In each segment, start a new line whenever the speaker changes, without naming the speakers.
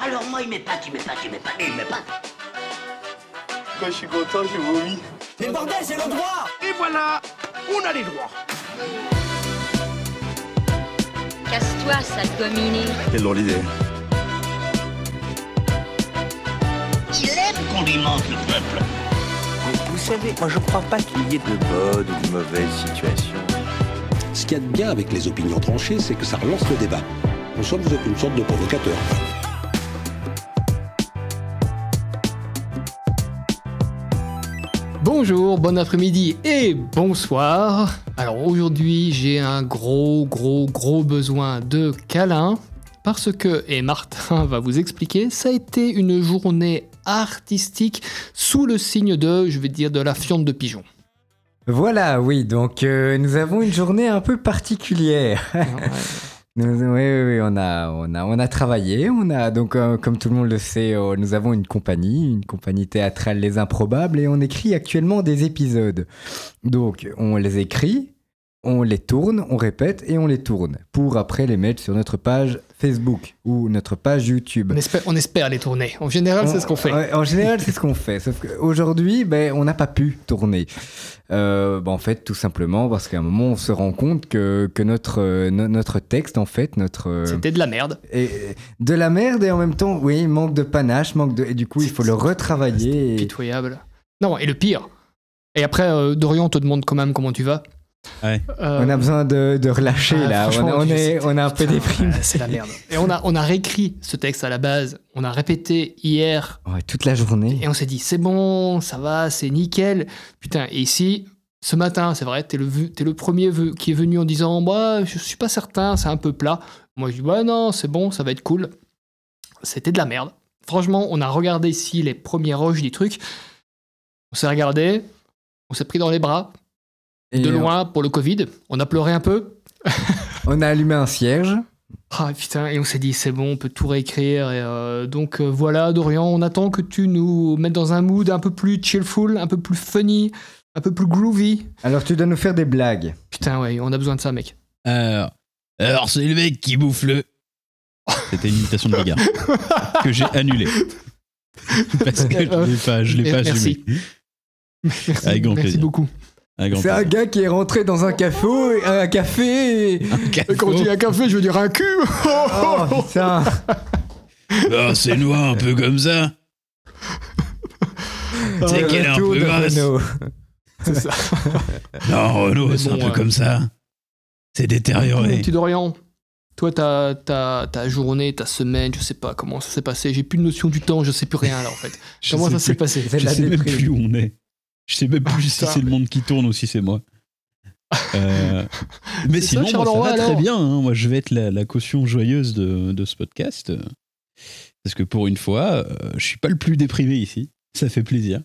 Alors moi, il m'épate, il m'épate, il m'épate, il m'épate.
Quand je suis content, je vomis.
Mais bordel, c'est le droit
Et voilà, on a les droits.
Casse-toi, sale dominé.
Quelle drôle d'idée.
Il aime qu'on lui mente, le peuple.
Vous savez, moi je crois pas qu'il y ait de bonnes ou de mauvaises situations.
Ce qu'il y a de bien avec les opinions tranchées, c'est que ça relance le débat. Nous sommes une sorte de provocateur.
Bonjour, bon après-midi et bonsoir. Alors aujourd'hui, j'ai un gros, gros, gros besoin de câlin parce que, et Martin va vous expliquer, ça a été une journée artistique sous le signe de, je vais dire, de la fiente de pigeon.
Voilà, oui, donc euh, nous avons une journée un peu particulière. Nous- oui, oui, oui, on a, on a, on a travaillé. On a donc, euh, comme tout le monde le sait, euh, nous avons une compagnie, une compagnie théâtrale Les Improbables, et on écrit actuellement des épisodes. Donc, on les écrit, on les tourne, on répète et on les tourne pour après les mettre sur notre page Facebook ou notre page YouTube.
On espère, on espère les tourner. En général, Ah, c'est ce qu'on fait.
Ouais, en général, c'est ce qu'on fait. Sauf qu'aujourd'hui, ben, on n'a pas pu tourner. Euh, ben, en fait, tout simplement parce qu'à un moment, on se rend compte que, que notre, euh, no- notre texte, en fait, notre. euh,
C'était de la merde.
est- de la merde et en même temps, oui, manque de panache, manque de. Et du coup, il faut le retravailler. et-
Pitoyable. Non, et le pire. Et après, euh, Dorian te demande quand même comment tu vas.
Ouais.
Euh,
On a besoin de, de relâcher
Ah,
là. On,
franchement,
on
tu-
est, on est un peu
putain,
déprimé.
ouais, C'est la merde. Et on a, on a réécrit ce texte à la base. On a répété hier
Ouais, toute la journée.
Et on s'est dit, c'est bon, ça va, c'est nickel. Putain, et ici, ce matin, c'est vrai, t'es le, vu- t'es le premier vu- qui est venu en disant, moi, je suis pas certain, c'est un peu plat. Moi, je dis, bah non, c'est bon, ça va être cool. C'était de la merde. Franchement, on a regardé ici les premiers roches du truc. On s'est regardé, on s'est pris dans les bras,
Et
de
on-
loin pour le Covid. On a pleuré un peu.
On a allumé un cierge.
Ah putain, et on s'est dit, c'est bon, on peut tout réécrire. Et, euh, donc euh, voilà, Dorian, on attend que tu nous mettes dans un mood un peu plus chillful, un peu plus funny, un peu plus groovy.
Alors, tu dois nous faire des blagues.
Putain, ouais, on a besoin de ça, mec.
Alors, alors c'est le mec qui bouffe le. C'était une imitation de Bigard que j'ai annulée parce que je l'ai pas, je l'ai pas
Merci.
assumé.
Merci,
Avec grand
merci
plaisir.
beaucoup.
Un grand
C'est un gars qui est rentré dans un café, un café et-
plaisir.
Quand tu un café, je veux dire un cul.
Oh putain
Ah, c'est noir un peu comme ça. C'est qu'elle est un
Retour
peu
de
grosse.
Renault.
C'est ça.
Non, Renaud,
Mais
c'est un
bon,
peu
euh,
comme ça. C'est
Mon
détérioré.
petit Dorian, toi, ta, ta, ta journée, ta semaine, je sais pas comment ça s'est passé. J'ai plus de notion du temps, je sais plus rien là en fait.
Je
Comment
sais
ça s'est
plus-
passé
C'est de
Je
la
sais même
déprime.
plus où on est. Je sais même
Ah,
plus si
putain.
c'est le monde qui tourne ou si c'est moi. Euh, mais
C'est
sinon,
ça,
moi, ça
Charleroi,
va très
alors
bien. hein. Moi, je vais être la, la caution joyeuse de, de ce podcast. euh, Parce que pour une fois, euh, je suis pas le plus déprimé ici. Ça fait plaisir.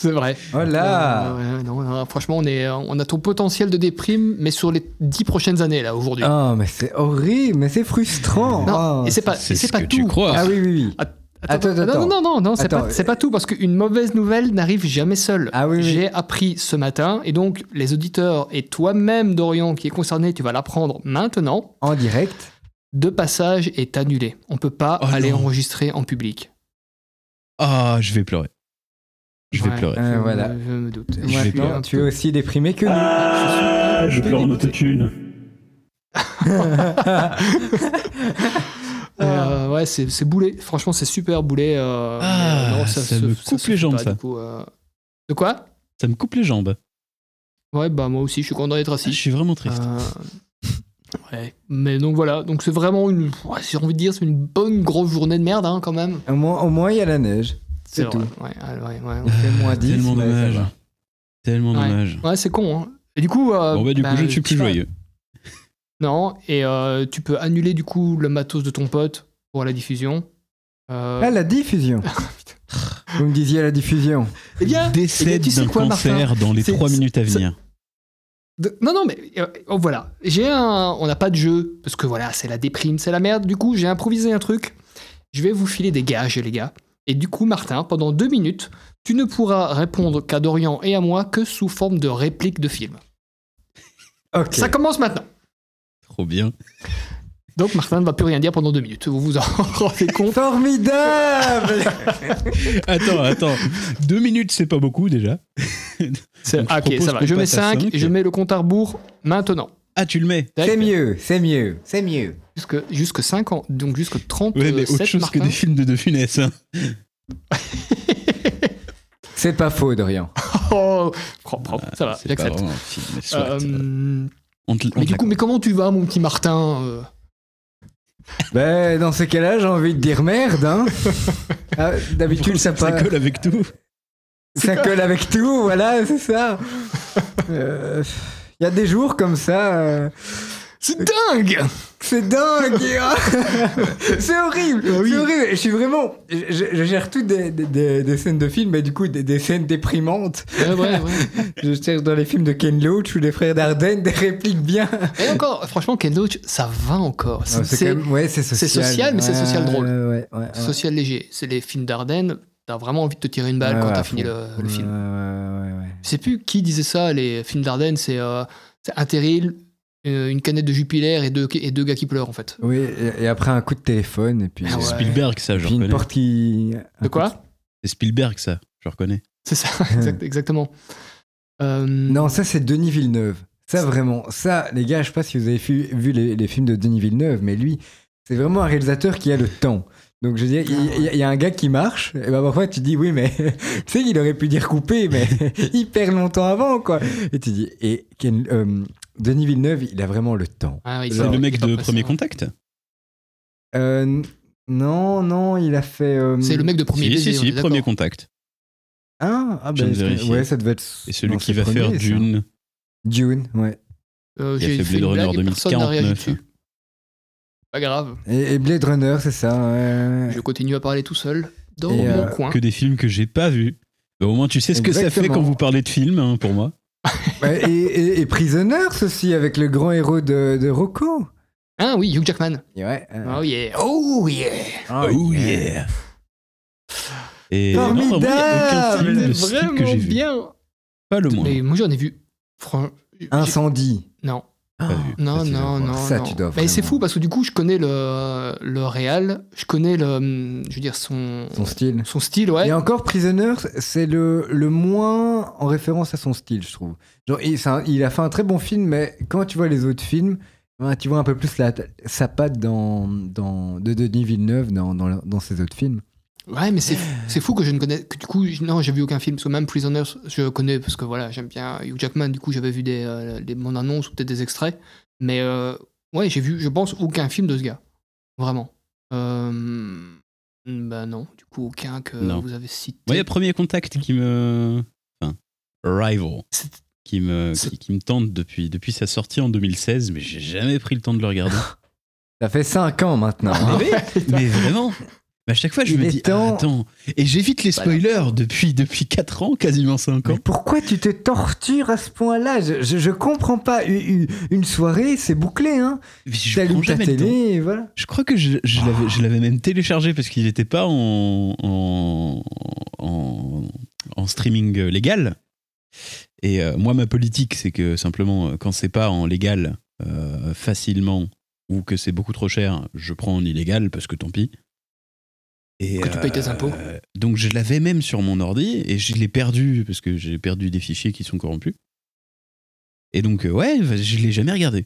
C'est vrai. Euh,
Oh là
Ouais, ouais, non, non, franchement, on, est, on a ton potentiel de déprime, mais sur les dix prochaines années, là, aujourd'hui.
Oh mais c'est horrible, mais c'est frustrant
non,
Oh.
et c'est pas, et
Ah, ce
c'est pas
que
tout.
tu crois.
Ah oui, oui, oui. Attends, attends,
non, non, non, non, c'est
Attends.
pas, c'est pas tout, parce qu'une mauvaise nouvelle n'arrive jamais seule.
Ah oui, oui.
J'ai appris ce matin, et donc les auditeurs et toi-même, Dorian, qui est concerné, tu vas l'apprendre maintenant.
En direct
Deux passages est annulé. On peut pas
Oh
aller
non.
enregistrer en public.
Ah, je vais pleurer. Je vais
Ouais,
pleurer.
Euh,
je,
voilà.
je me doute.
Je vais
suis
pleurer.
un
tu es
peu-
aussi déprimé que nous.
Ah, je pleure en
autotune. Ah.
Euh, ouais, c'est c'est boulé. Franchement, c'est super boulé. euh,
Ah,
mais, euh,
ça
se-
me coupe
se
les
fait
jambes,
pas,
ça.
du coup, euh. De quoi
Ça me coupe les jambes.
Ah, Ouais, bah moi aussi, je suis content d'être
Je
assis.
suis vraiment triste.
Ah, Euh, ouais. Mais donc voilà, donc c'est vraiment une, ouais, si j'ai envie de dire, c'est une bonne grosse journée de merde hein, quand même.
Au moins, au moins, il y a la neige. C'est
vrai.
tout.
Ouais, ouais, ouais,
Il
ouais.
fait moins 10.
Tellement
mais ça
dommage.
va.
Tellement
Ouais.
dommage.
Ouais, c'est con. hein. Et du coup, euh,
Bon, bah, du
bah,
coup, je ne suis plus
pas.
joyeux.
Non, et euh, tu peux annuler du coup le matos de ton pote pour la diffusion. Euh,
Ah, la diffusion Vous me disiez la diffusion.
eh bien, eh bien,
Décède
tu sais
d'un
quoi, Martin
cancer dans les
C'est-
trois minutes à
c'est-
venir.
De- Non, non, mais euh, oh, voilà. J'ai un. On n'a pas de jeu, parce que voilà, c'est la déprime, c'est la merde. Du coup, j'ai improvisé un truc. Je vais vous filer des gages, les gars. Et du coup, Martin, pendant deux minutes, tu ne pourras répondre qu'à Dorian et à moi que sous forme de réplique de film.
Ok.
Ça commence maintenant.
Trop bien.
Donc Martin ne va plus rien dire pendant deux minutes. Vous vous en rendez compte
Formidable
Attends, attends. Deux minutes, c'est pas beaucoup déjà.
C'est-
Donc, je
ah, Ok,
propose
ça va.
qu'on
Je mets
passe à
5
cinq.
et je mets le compte à rebours maintenant.
Ah, tu le mets
Tac.
C'est mieux, c'est mieux, c'est mieux.
Jusque, jusque 5 ans, donc jusque 30
Ouais, mais autre chose que des films de De Funès. hein.
C'est pas faux, Dorian.
Oh, propre, propre, ça va,
C'est pas
j'accepte.
vraiment un film, soit, euh,
Euh,
on te- on
mais
te
du coup, mais comment tu vas, mon petit Martin euh
Ben, dans ces cas-là, j'ai envie de dire merde, hein. Ah, D'habitude, ça,
Ça
pas-
colle avec tout.
ça colle avec tout, voilà, c'est ça. Il y a des jours comme ça. euh,
C'est dingue
C'est dingue hein. C'est horrible C'est horrible Je suis vraiment... Je, je gère toutes des, des- des- des scènes de films, mais du coup, des, des scènes déprimantes.
Ouais, ouais, ouais.
Je cherche dans les films de Ken Loach ou les frères Dardenne des répliques bien...
Et encore, franchement, Ken Loach, ça va encore. C'est
Ah, c'est
c'est
quand même- ouais, c'est
c'est
social.
social, mais c'est social drôle.
Ouais, ouais, ouais, ouais.
social léger. C'est les films d'Ardenne. T'as vraiment envie de te tirer une balle
Ouais,
quand
ouais,
t'as
à
fini
fond.
le, euh, le film.
Ouais, ouais, ouais, ouais.
Je sais plus qui disait ça, les films d'Ardenne, c'est euh, c'est un terril, euh, une canette de Jupiler et deux, et deux gars qui pleurent en fait.
Oui, et, et après un coup de téléphone, et puis... euh,
Ah ouais.
Spielberg, ça, je
Puis une
reconnais.
porte qui...
De quoi
C'est Spielberg, ça, je reconnais.
C'est ça, exact- exactement. Euh,
Non, ça c'est Denis Villeneuve. Ça vraiment, ça, les gars, je sais pas si vous avez vu, vu les, les films de Denis Villeneuve, mais lui, c'est vraiment un réalisateur qui a le temps. Donc je veux dire,
Ah
il- il y a- il y a un gars qui marche, et ben parfois tu dis oui, mais tu sais qu'il aurait pu dire couper, mais hyper longtemps avant, quoi. Et tu dis, et Ken- euh, Denis Villeneuve, il a vraiment le temps.
ah, il-
C'est
il
le
est
mec
pas
de
pressé,
Premier
ouais.
Contact
Euh, n- non, non, il a fait. euh,
C'est le mec de Premier
Si,
Baiser,
si,
on est
si,
d'accord.
Premier Contact.
Ah, ah
Je
ben,
viens de vérifier.
ouais, ça devait être.
Et celui
non,
qui
c'est
va
premier,
faire
ça.
Dune.
Dune, ouais.
Euh,
Il a
J'ai
fait
fait une
Blade
blague
Runner
et personne n'a réagi
2049.
dessus. Pas grave,
Et, et Blade Runner, c'est ça. ouais, ouais.
je continue à parler tout seul dans
Et,
mon
euh,
coin.
Que des films que j'ai pas vus. Mais Au moins, tu sais ce que ça fait
Exactement.
quand vous parlez de films, hein, pour moi.
Ouais, Bah, et, et, et Prisoners aussi, avec le grand héros de, de Rocco.
Ah oui, Hugh Jackman.
Ouais. euh,
Oh yeah. Oh yeah.
Ah
Oh yeah Et non, vraiment, il y a aucun
Formidable
film de ce type que
Oh, Vraiment
j'ai vu.
bien.
Pas le moins.
Mais moi j'en ai vu. Fran- j'ai-
Incendie.
Non.
Ah.
Pas vu.
Non,
Ça, tu
non,
vas voir.
non.
Ça,
non.
tu dois
Mais c'est
vraiment.
fou parce que du coup, je connais le, le réal, je connais le, hum, je veux dire, son,
Son style.
son style, ouais.
Et encore, Prisoners, c'est le, le moins en référence à son style, je trouve. Genre, il, c'est un- il a fait un très bon film, mais quand tu vois les autres films, ben, tu vois un peu plus la, sa patte dans, dans, de Denis Villeneuve dans, dans, le- dans ses autres films.
Ouais, mais c'est c'est fou que je ne connais, que du coup, je- non, j'ai vu aucun film. Parce que même Prisoners, je connais parce que voilà, j'aime bien Hugh Jackman. Du coup, j'avais vu des, euh, des bandes annonces ou peut-être des extraits. Mais euh, ouais, j'ai vu, je pense, aucun film de ce gars. Vraiment. Euh, bah non, du coup, aucun que
Non.
vous avez cité.
Moi, il y a Premier Contact qui me. Enfin, Rival.
C'est-
Qui me,
C'est-
qui, qui me tente depuis, depuis sa sortie en 2016, mais j'ai jamais pris le temps de le regarder.
Ça fait 5 ans maintenant. hein.
mais, oui, mais vraiment Mais À chaque fois, je
Il
me
est
dis,
temps.
ah, attends. Et j'évite les spoilers depuis, depuis 4 ans, quasiment 5 ans.
Mais pourquoi tu te tortures à ce point-là je, je, je comprends pas. Une, une- une soirée, c'est bouclé, hein
Mais je prends
T'allumes ta
jamais le
télé,
temps.
et voilà.
Je crois que je,
Ah.
je l'avais- je l'avais même téléchargé parce qu'il n'était pas en, en, en- en streaming euh, légal. Et euh, moi, ma politique, c'est que simplement, euh, quand c'est pas en légal euh, facilement ou que c'est beaucoup trop cher, je prends en illégal parce que tant pis. Et, euh,
Que tu payes tes impôts.
donc je l'avais même sur mon ordi et je l'ai perdu parce que j'ai perdu des fichiers qui sont corrompus. Et donc, euh, ouais, je l'ai jamais regardé.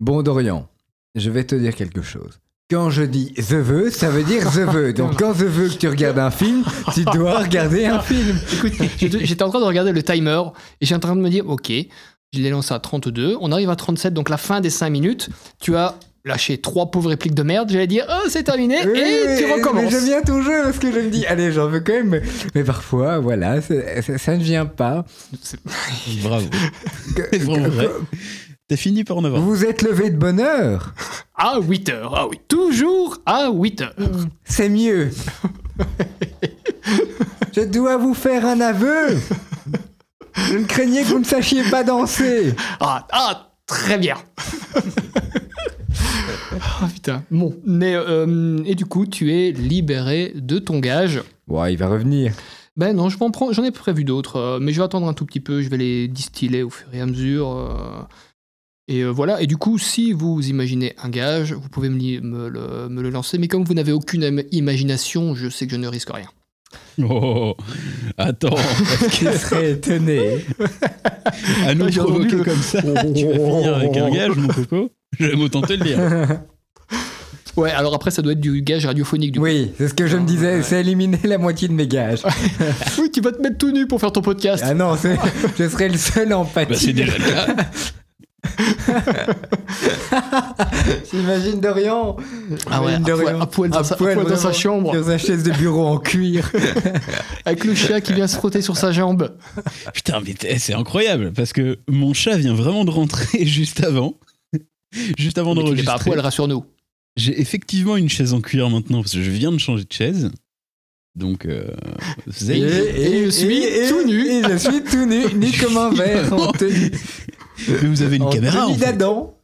Bon, Dorian, je vais te dire quelque chose. Quand je dis The Veu, ça veut dire The Veu. Donc, quand The Veu que tu regardes un film, tu dois regarder un film.
Écoute, j'étais j'étais en train de regarder le timer et j'étais en train de me dire, ok, je l'ai lancé à 32, on arrive à 37, donc la fin des 5 minutes, tu as lâché trois pauvres répliques de merde, j'allais dire, oh, c'est terminé,
Oui,
et
oui,
tu
mais-
recommences.
Mais j'aime bien ton jeu parce que je me dis, allez, j'en veux quand même. Mais, mais parfois, voilà, c'est- ça, ça ne vient pas.
Bravo.
Que-
C'est vraiment
que-
vrai. T'as fini par en avoir.
Vous êtes levé de bonne heure.
À 8 heures, ah oui, toujours à 8 heures.
C'est mieux. je dois vous faire un aveu. Je ne craignais que vous ne sachiez pas danser.
Ah, ah, très bien. Ah putain, bon. Mais, euh, et du coup, tu es libéré de ton gage.
Ouais, il va revenir.
Ben non, je m'en prends- j'en ai prévu d'autres, euh, mais je vais attendre un tout petit peu, je vais les distiller au fur et à mesure. euh, Et euh, voilà, et du coup, si vous imaginez un gage, vous pouvez me, li- me le, me le lancer, mais comme vous n'avez aucune im- imagination, je sais que je ne risque rien.
Oh, attends,
Je serais étonné.
à nous
Ah, j'ai entendu
provoquer
le-
comme ça, tu vas finir avec un gage, mon coco. J'aime autant te le dire.
Ouais, alors après, ça doit être du gage radiophonique, du
Oui, c'est ce que je
Ah,
me disais,
Ouais.
c'est éliminer la moitié de mes gages.
coup. Oui, tu vas te mettre tout nu pour faire ton podcast.
Ah non, c'est- je serais le seul en
Bah, c'est
pâtir.
déjà le cas.
J'imagine Dorian.
Ah ouais,
J'imagine
à poil-
Dorian.
à poil dans sa- à poil dans sa
vraiment,
chambre.
Dans sa chaise de bureau en cuir.
Avec le chat qui vient se frotter sur sa jambe.
Putain, mais t'es- c'est incroyable parce que mon chat vient vraiment de rentrer juste avant. Juste avant
Mais tu n'es pas à
d'enregistrer.
poil, rassure-nous.
J'ai effectivement une chaise en cuir maintenant parce que je viens de changer de chaise. Donc, euh, vous
Et-
avez-
et je suis tout nu.
Et je suis tout nu, nu comme un verre en tenue,
Mais vous avez une
en
caméra.
tenue
en fait.
d'Adam.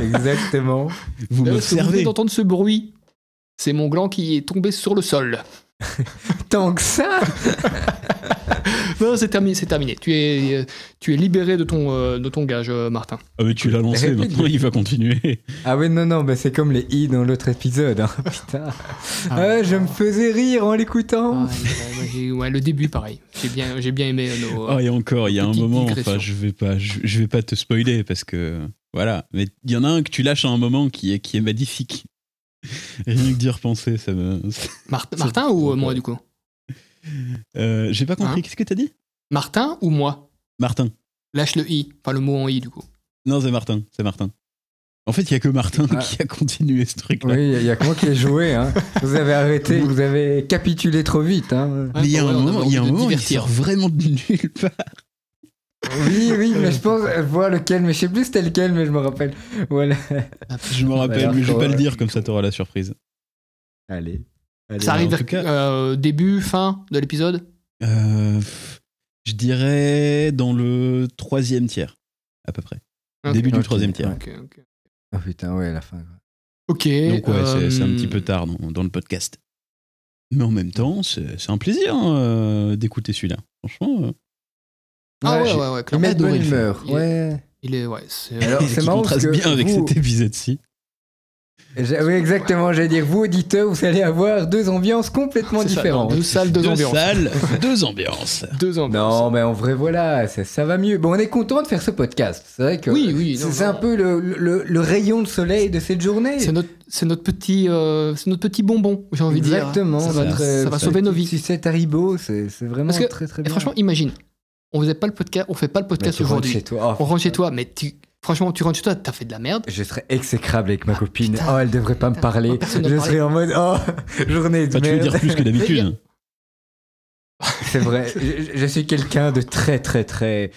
Exactement.
Vous
Là, ce Euh, que vous venez
m'observez.
d'entendre ce bruit, c'est mon gland qui est tombé sur le sol.
Tant que ça.
Non, c'est terminé, c'est terminé. Tu es, euh, tu es libéré de ton, euh, de ton gage, euh, Martin.
Ah, mais tu l'as lancé,
Répète.
maintenant il va continuer.
Ah oui, non, non, bah c'est comme les i dans l'autre épisode. hein. Putain. Ah, je me faisais rire en
Oh. Ah,
l'écoutant.
bah, ouais, le début, pareil. J'ai bien, j'ai bien aimé euh, nos.
Ah, et encore, il y a un
Petite
moment,
digression.
enfin, je vais pas, je, je vais pas te spoiler parce que voilà. Mais il y en a un que tu lâches à un moment qui est, qui est magnifique. Rien que d'y repenser, ça me.
Mar- Martin ou euh, moi, du coup
Euh, J'ai pas compris.
Hein
Qu'est-ce que t'as dit
Martin ou moi
Martin.
Lâche le i, enfin le mot en i, du coup.
Non, c'est Martin, c'est Martin. En fait, il y a que Martin
Ah.
qui a continué ce truc-là.
Oui, il y a que moi qui ai joué. hein. Vous avez arrêté, vous avez capitulé trop vite. hein.
Ouais,
Mais il y a
bah
un
ouais, on
moment,
avait
il y a un
envie de
moment, il
divertir.
sort vraiment de nulle part.
Oui, oui, mais je pense euh, voir lequel, mais je sais plus c'était lequel, mais je me rappelle. Voilà.
Je me rappelle,
alors,
mais je vais
quand-
pas le dire comme ça, t'auras la surprise.
Allez. allez.
Ça
en
arrive
tout
vers-
cas-
euh, début, fin de l'épisode
Euh, je dirais dans le troisième tiers, à peu près.
Ok.
Début du
Ok.
troisième tiers.
Ouais.
Ok, ok.
Ah putain, ouais, à la fin. quoi.
Ok,
Donc ouais, c'est- c'est un
euh,
petit peu tard dans, dans le podcast. Mais en même temps, c'est c'est un plaisir euh, d'écouter celui-là. Franchement, euh,
Ah ouais,
j'ai-
ouais, ouais,
Il
clairement.
met de
adoré
bonne
le film.
humeur.
Il-
Ouais.
Il est, ouais, c'est.
Alors,
qui
c'est marrant parce
contraste
que
bien avec
vous-
cet épisode-ci.
J'ai- Oui, exactement. J'allais dire, vous, auditeurs, vous allez avoir deux ambiances complètement
c'est ça,
différentes.
dans Deux salles, deux,
Deux
ambiances.
salles, deux ambiances.
Deux ambiances.
Non, mais en vrai, voilà, ça, ça va mieux. Bon, on est content de faire ce podcast. C'est vrai que
Oui, oui,
c'est
non,
c'est
non.
un peu le, le- le rayon de soleil de cette journée.
C'est notre, c'est notre petit, euh, c'est notre petit bonbon, j'ai envie de dire.
Exactement.
Ça va,
notre, euh,
ça va sauver nos vies.
Si c'est Haribo, c'est c'est vraiment
Parce que,
très très
Et
bien.
franchement, imagine, on faisait pas le podcast, on fait pas le
Mais
podcast
tu rentres
aujourd'hui.
chez toi. Oh,
On rentre chez toi, mais tu, franchement, tu rentres chez toi, t'as fait de la merde.
Je serais exécrable avec ma copine.
Ah, putain.
oh, elle devrait pas me
Putain,
parler.
personne Bah, n'a
Je
parlé.
serais en mode oh, journée de
Enfin, tu veux
merde.
dire plus que d'habitude.
C'est vrai. Je, je suis quelqu'un de très très très.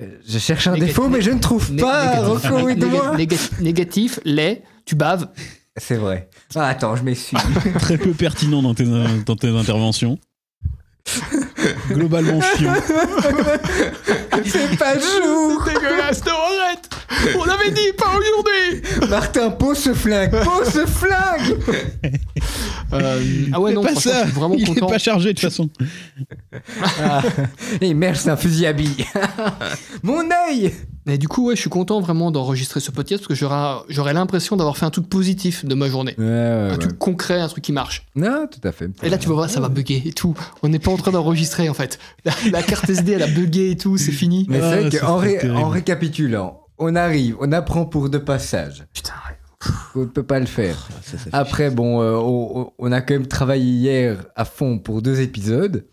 euh, Je cherche un
Négatif.
défaut, mais je ne trouve
Né-
pas.
négatif.
Rocco,
Né-
aide-moi.
négatif, négatif, laid, tu baves.
C'est vrai. Ah, attends, je m'essuie.
Très peu pertinent dans tes, dans tes interventions. Globalement chiant.
C'est pas jour.
Dégueulasse, non, arrête On avait dit, pas aujourd'hui
Martin, pose ce flingue. Pose ce flingue.
Ah ouais,
C'est
non,
pas
franchement,
ça.
je suis vraiment
Il est
content.
pas chargé de toute façon.
Ah. Et merde, c'est un fusil à billes. Mon œil.
Mais du coup, ouais, je suis content vraiment d'enregistrer ce podcast parce que j'aurai- j'aurais l'impression d'avoir fait un truc positif de ma journée.
Ah,
Un truc concret, un truc qui marche.
Non, tout à fait.
Et là, tu vas voir, ça va bugger et tout. On n'est pas en train d'enregistrer en fait. La, la carte SD, elle a bugué et tout, c'est fini.
Mais
Ah,
c'est vrai
ça
qu'en
serait
ré-
terrible.
en récapitulant, on arrive, on apprend pour deux passages.
Putain, Oh,
On ne peut pas le faire.
Ah.
Après, bon, euh, on, on a quand même travaillé hier à fond pour deux épisodes.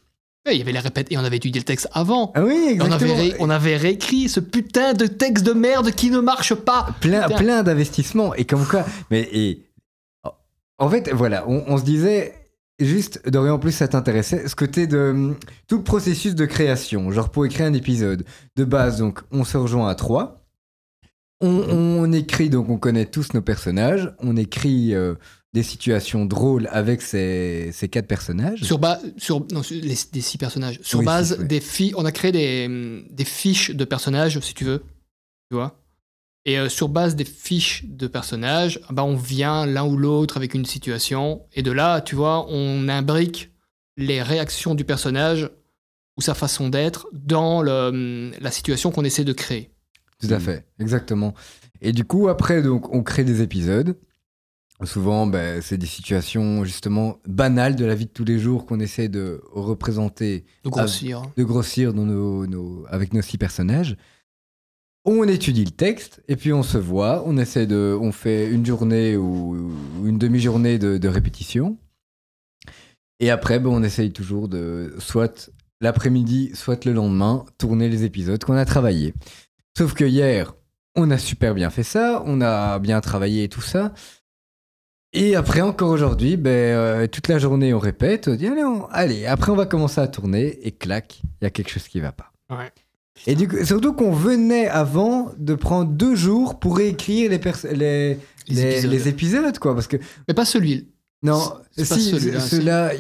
ouais, il y avait les répètes et on avait étudié le texte avant.
Ah oui,
Et On avait,
exactement.
ré- on avait réécrit ce putain de texte de merde qui ne marche pas.
Plein,
Putain.
plein d'investissements. Et comme quoi. Mais et, en fait, voilà, on, on se disait. Juste, Dorian, en plus, ça t'intéressait, ce côté de hum, tout le processus de création, genre pour écrire un épisode. De base, donc, on se rejoint à trois. On, on écrit, donc, on connaît tous nos personnages. On écrit euh, des situations drôles avec ces, ces quatre personnages.
Sur base, sur, non, sur les, des six personnages. Sur
Oui,
base
six, ouais.
des filles, on a créé des, hum, des fiches de personnages, si tu veux. Tu vois Et euh, sur base des fiches de personnages, bah, on vient l'un ou l'autre avec une situation. Et de là, tu vois, on imbrique les réactions du personnage ou sa façon d'être dans le, hum, la situation qu'on essaie de créer.
Tout à
Mm.
fait, exactement. Et du coup, après, donc, on crée des épisodes. Souvent, ben, c'est des situations justement banales de la vie de tous les jours qu'on essaie de représenter,
De grossir.
de grossir dans nos, nos- avec nos six personnages. On étudie le texte et puis on se voit. On essaie de, on fait une journée ou ou une demi-journée de, de répétition. Et après, ben, on essaye toujours de, soit l'après-midi, soit le lendemain, tourner les épisodes qu'on a travaillés. Sauf que hier, on a super bien fait ça, on a bien travaillé et tout ça. Et après, encore aujourd'hui, ben, euh, toute la journée, on répète, on dit, allez, on- allez, après, on va commencer à tourner, et clac, il y a quelque chose qui va pas.
Ouais.
Et du coup, surtout qu'on venait avant de prendre deux jours pour réécrire les, pers- les,
Les
les-
épisodes.
les épisodes, quoi, parce que
Mais pas celui-là.
non,
C'est- c'est pas
si,
celui-là,
ce- ceux-là, y-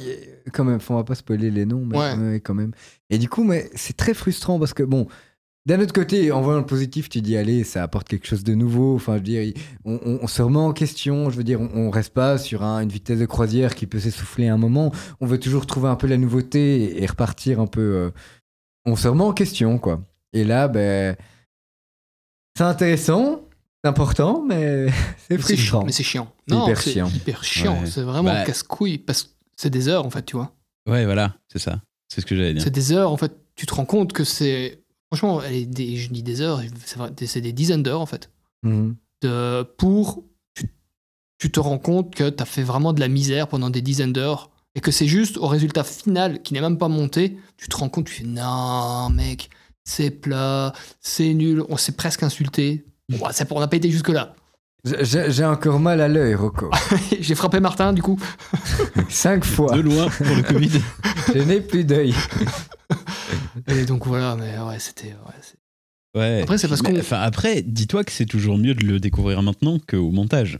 quand même, faut- on va pas spoiler les noms, mais
Ouais.
ouais, quand même. Et du coup, mais c'est très frustrant parce que bon, d'un autre côté, en voyant le positif, tu dis allez, ça apporte quelque chose de nouveau. Enfin, je veux dire, il- on, on- on se remet en question. Je veux dire, on, on reste pas sur un- une vitesse de croisière qui peut s'essouffler à un moment. On veut toujours trouver un peu la nouveauté et, et repartir un peu. euh, on se remet en question, quoi. Et là, ben, c'est intéressant, c'est important, mais c'est
Mais c'est chi-
frustrant.
Mais c'est chiant.
C'est
Non,
hyper
c'est
chiant.
hyper chiant.
Ouais.
C'est vraiment
Bah-
casse-couille parce que c'est des heures en fait, tu vois.
Ouais, voilà, c'est ça. C'est ce que j'allais dire.
C'est des heures en fait. Tu te rends compte que c'est. Franchement, elle est des- je dis des heures, c'est vrai, c'est des dizaines d'heures en fait.
Mhm.
De, pour. Tu, tu te rends compte que t'as fait vraiment de la misère pendant des dizaines d'heures et que c'est juste au résultat final qui n'est même pas monté, tu te rends compte, tu fais non, mec, c'est plat, c'est nul, on s'est presque insulté. Bon, ça- on n'a pas été jusque-là.
J'ai- J'ai j'ai encore mal à l'œil, Rocco.
Ah J'ai frappé Martin, du coup.
Cinq fois.
De loin pour le Covid.
Je n'ai plus d'œil.
Et donc voilà, mais ouais, c'était. ouais, c'est-
Ouais.
Après, c'est parce
Mais,
qu'on-
Enfin, après, dis-toi que c'est toujours mieux de le découvrir maintenant qu'au montage.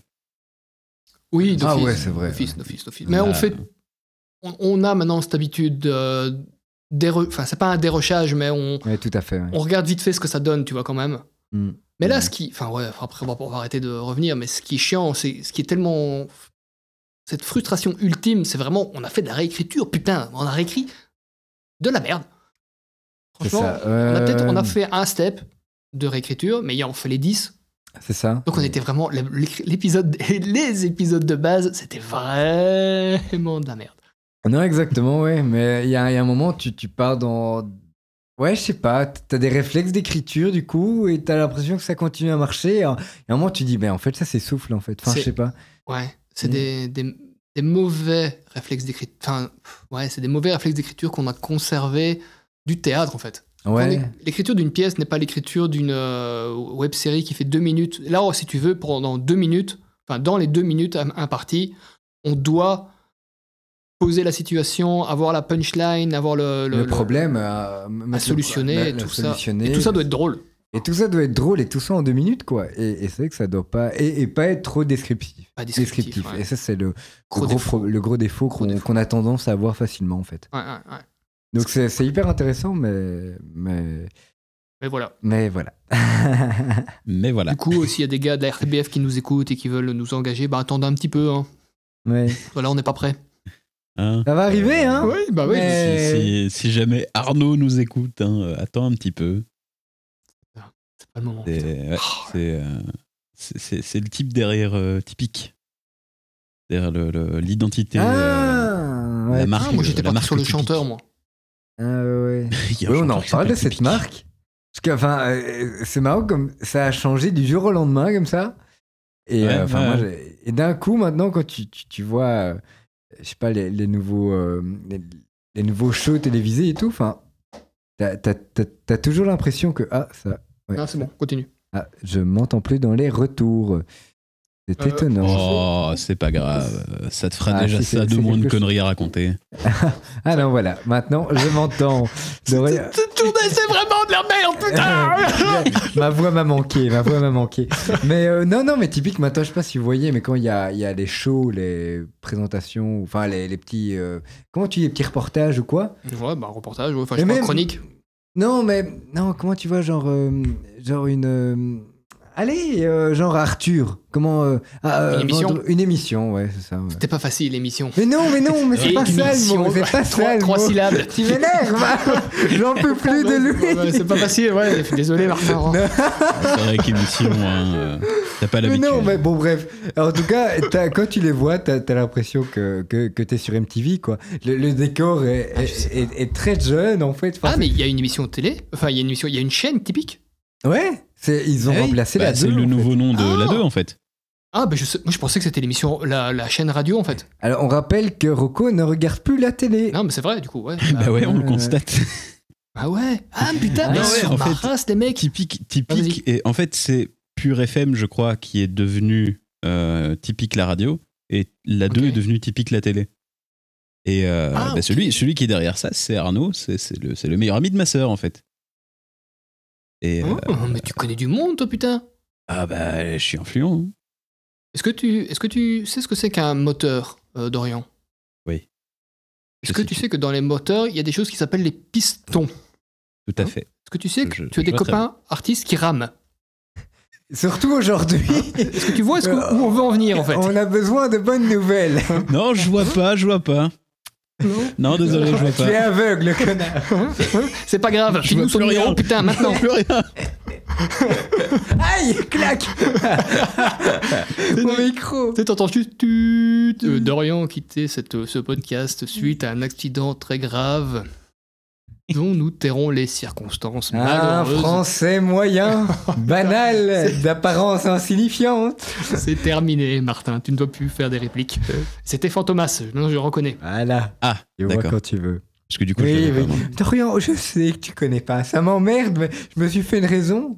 Oui, d'office.
Ah ouais, Ah. c'est vrai.
D'office, d'office, d'office. Mais
Là.
on fait. On, on a maintenant cette habitude. euh, d'éro- Enfin, c'est pas un dérochage, mais on,
Ouais, tout à fait. ouais.
on regarde vite fait ce que ça donne, tu vois, quand même.
Mm.
Mais là,
Mm.
ce qui. Enfin, ouais, après, on va, on va arrêter de revenir, mais ce qui est chiant, c'est ce qui est tellement. Cette frustration ultime, c'est vraiment. On a fait de la réécriture, putain, on a réécrit de la merde.
C'est
Franchement,
ça.
on a peut-être on a
Euh,
fait un step de réécriture, mais il y en fait les 10.
C'est ça.
Donc on était vraiment l'éc- l'épisode les épisodes de base, c'était vraiment de la merde.
Non, exactement, ouais. Mais il y, a il y a un moment, tu, tu pars dans. Ouais, je sais pas. T'as des réflexes d'écriture, du coup, et t'as l'impression que ça continue à marcher. Et à un moment, tu dis, mais en fait, ça s'essouffle, en fait. Enfin,
C'est-
je sais pas.
Ouais, c'est
Mm.
des, des- des mauvais réflexes d'écriture. Enfin, pff, ouais, c'est des mauvais réflexes d'écriture qu'on a conservé du théâtre en fait. Quand
Ouais.
on est- L'écriture d'une pièce n'est pas l'écriture d'une web série qui fait deux minutes. Là, oh, si tu veux, pendant deux minutes, enfin dans les deux minutes im- imparties, on doit poser la situation, avoir la punchline, avoir le,
Le, problème euh, à,
à solutionner, et tout ça. Et tout ça doit être drôle.
Bah, Et tout ça doit être drôle et tout ça en deux minutes, quoi. Et, et c'est vrai que ça doit pas. Et, et pas être trop descriptif.
Pas descriptif, ouais.
Et ça, c'est le,
Gros
le, gros
défaut.
pro- le gros défaut
Gros
qu'on
défaut.
qu'on a tendance à avoir facilement, en fait.
Ouais, ouais, ouais.
Donc c'est c'est hyper intéressant, mais, mais,
Mais voilà.
mais voilà.
Mais voilà.
Du coup, s'il y a des gars de la RTBF qui nous écoutent et qui veulent nous engager, bah attendez un petit peu. Hein.
Ouais.
Voilà, on n'est pas prêt.
Hein.
Ça va arriver, hein
bah
oui. Mais-
Si,
Euh.
si- si jamais Arnaud nous écoute, hein, euh, attends un petit peu.
C'est pas le moment. Ah,
C'est
putain.
ouais,
Oh.
c'est, euh, c'est- c'est- c'est le type derrière euh, typique. Derrière le- le- l'identité. euh,
Ah, ouais.
la
Ah,
marque,
moi j'étais
la
parti
marque
sur le
typique.
chanteur, moi.
Ah, ouais, ouais.
Il y a un
Oui, on
chanteur
en
qui
parle de
s'appelle
cette
Typique.
marque. Parce que, enfin, euh, c'est marrant comme ça a changé du jour au lendemain, comme ça. Et,
Ouais,
euh, enfin,
ouais.
moi, j'ai- et d'un coup, maintenant, quand tu, tu, tu vois, euh, je sais pas, les, les nouveaux, euh, les, les nouveaux shows télévisés et tout, enfin, t'as t'as- t'as- t'as toujours l'impression que, ah, ça, ouais,
Ah, c'est bon, continue.
Ah, je m'entends plus dans les retours. C'est
Euh,
étonnant.
Oh, c'est pas grave. Ça te fera
Ah,
déjà
si,
ça
c'est-
de
c'est
moins de
quelque chose.
conneries à raconter.
Ah non, voilà. Maintenant, je m'entends. Dorénavant-
Cette tournée, c'est vraiment de la merde, putain
ma voix m'a manqué, ma voix m'a manqué. Mais euh, non, non, mais typique, maintenant, je sais pas si vous voyez, mais quand il y a, il y a les shows, les présentations, enfin, les, les petits. euh, comment tu dis, les petits reportages ou quoi
Ouais, bah reportage, ouais. enfin
Mm. Mais
je sais pas,
même-
chronique.
Non, mais. Non, comment tu vois, genre. euh, genre une. euh, Allez, euh, genre Arthur, comment euh, ah, euh,
Une émission.
vendre- une émission, ouais, c'est ça. ouais.
C'était pas facile, l'émission.
Mais non, mais non, mais c'est
Et
pas ça le
émission, bah,
mot, c'est pas
trois-
ça le
trois
mot.
syllabes.
Tu m'énerves, hein. j'en peux plus de
Ouais,
lui.
C'est pas facile, ouais. Désolé, Martin. hein.
C'est vrai qu'émission, hein, euh, t'as pas
Mais
l'habitude.
non, mais bon, bref. En tout cas, t'as- quand tu les vois, t'as as, l'impression que, que, que t'es sur MTV, quoi. Le, le décor est, est, est- est très jeune, en fait. Enfin,
Ah, mais il y a une émission télé. Enfin, il y a une émission, il y a une chaîne typique.
c'est- Ouais, c'est- ils ont
Eh oui,
remplacé
bah,
la
C'est
deux, en
le
fait.
nouveau nom de la
Ah.
2, en fait.
Ah, ben je, sais- moi je pensais que c'était l'émission, la, la chaîne radio en fait.
Alors, on rappelle que Rocco ne regarde plus la télé.
Non, mais c'est vrai, du coup, ouais.
Bah ouais, on le
Ah, ouais.
constate.
Ah ouais Ah putain,
Ah
mais
ouais,
sur
en
ma
fait.
race, les mecs
typique,
Vas-y.
typique. Et en fait, c'est Pure FM, je crois, qui est devenu euh, typique la radio. Et la 2
Ok.
est devenue typique la télé. Et euh,
Ah,
bah,
ok.
celui, celui qui est derrière ça, c'est Arnaud. C'est c'est le, c'est le meilleur ami de ma sœur, en fait. Et euh,
Oh, mais tu connais du monde, toi, putain
ah bah, je suis influent. hein.
Est-ce que, est que tu sais ce que c'est qu'un moteur, euh, Dorian
Oui.
Est-ce
Je
que
sais
tu
tout.
sais que dans les moteurs, il y a des choses qui s'appellent les pistons Est-ce
Tout à
Hein
fait.
que tu sais que
Je-
tu as
je
des
vois très
copains artistes qui rament
Surtout aujourd'hui.
Est-ce que tu vois est-ce que- où on veut en venir, Ah, en fait
On a besoin de bonnes nouvelles.
Non, je vois pas, je vois pas.
Hein Non.
Non, désolé, je vois
tu es
pas.
aveugle, connard.
C'est pas grave,
Je
file-nous
vois
son
plus
numéro,
rien.
putain, maintenant
Plus rien.
Aïe, claque Mon micro.
Tu sais, t'entends juste tu euh, Dorian quitter cette, euh, ce podcast suite à un accident très grave dont nous tairons les circonstances
Un
malheureuses.
français moyen, banal, d'apparence insignifiante.
C'est terminé, Martin. Tu ne dois plus faire des répliques. C'était Fantomas. Non, je reconnais.
Voilà,
Ah,
tu vois
d'accord.
quand tu veux.
Parce que du coup, je
Oui,
l'avais
oui.
pas, moi.
Dorian, je sais que tu connais pas, ça m'emmerde, mais je me suis fait une raison.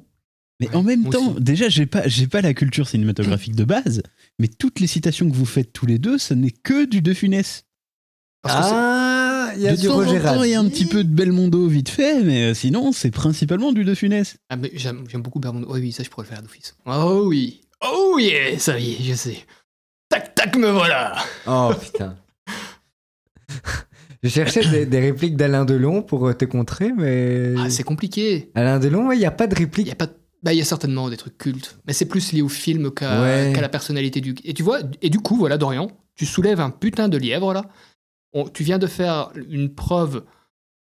Mais en même
moi
temps,
aussi.
déjà, j'ai pas, j'ai pas la culture cinématographique de base, mais toutes les citations que vous faites tous les deux, ce n'est que du De Funès.
Parce que
ah, il y a
de
du
temps
Roger
en temps, il y a un
Rabbit.
petit peu de Belmondo vite fait, mais euh, sinon, c'est principalement du De Funès.
Ah, mais j'aime j'aime beaucoup Bermudo. Oh oui, ça, je pourrais le faire d'office. Oh oui. Oh yeah, ça y est, je sais. Tac, tac, me voilà.
Oh putain. je cherchais des, des répliques d'Alain Delon pour euh, te contrer, mais.
Ah, c'est compliqué.
Alain Delon, ouais, il n'y a pas de
Il y
réplique.
a pas. de- Bah, il y a certainement des trucs cultes, mais c'est plus lié au film qu'à
Ouais.
qu'à la personnalité du. Et tu vois, et du coup, voilà, Dorian, tu soulèves un putain de lièvre là. On- tu viens de faire une preuve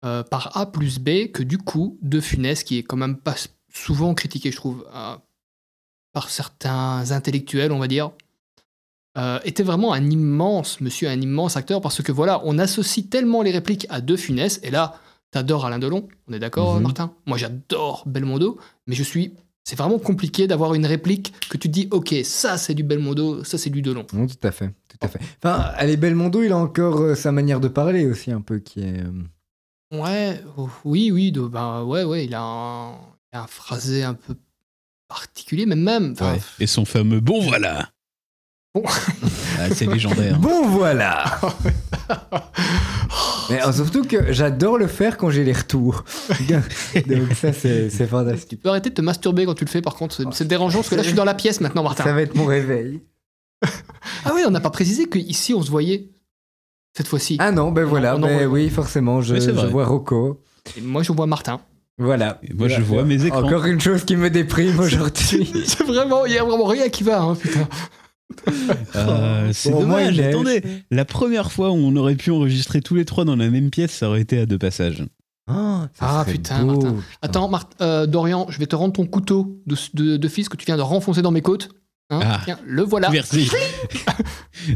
euh, par A plus B que du coup, De Funès, qui est quand même pas s- souvent critiqué, je trouve, euh, par certains intellectuels, on va dire, euh, était vraiment un immense monsieur, un immense acteur, parce que voilà, on associe tellement les répliques à De Funès, et là, t'adores Alain Delon, on est d'accord,
Mhm.
Martin Moi, j'adore Belmondo, mais je suis. C'est vraiment compliqué d'avoir une réplique que tu te dis, ok, ça c'est du Belmondo, ça c'est du Delon.
Non, tout à fait. Tout à fait. Enfin, allez, Belmondo, il a encore euh, sa manière de parler aussi, un peu, qui est. euh,
Ouais, oh, oui, oui, de, ben, ouais, ouais, il a un, il a un phrasé un peu particulier, mais même. enfin,
Et son fameux Bon voilà
Bon.
Ah, C'est légendaire.
Bon voilà Mais euh, surtout que j'adore le faire quand j'ai les retours. Donc ça c'est c'est fantastique.
Tu peux arrêter de te masturber quand tu le fais, par contre, c'est
Oh,
c'est dérangeant parce que là je suis dans la pièce maintenant, Martin.
Ça va être mon réveil.
Ah oui, on n'a pas précisé qu'ici on se voyait cette fois-ci.
Ah non, ben
On-
voilà,
on en
ben
revoit.
oui forcément, je,
Mais c'est
je
vrai.
vois Rocco.
Et moi je vois Martin.
Voilà.
Et moi, je vois mes écrans.
Encore une chose qui me déprime aujourd'hui.
c'est vraiment, il y a vraiment rien qui va, hein, putain.
Euh, c'est
Bon, au moins,
dommage.
il est-
Attendez, la première fois où on aurait pu enregistrer tous les trois dans la même pièce, ça aurait été à deux passages.
Ah, ça
Ah,
serait
putain,
beau.
Martin. Attends, Mar- euh, Dorian, je vais te rendre ton couteau de, de, de fils que tu viens de renfoncer dans mes côtes. Hein,
Ah.
tiens, le voilà.
Merci.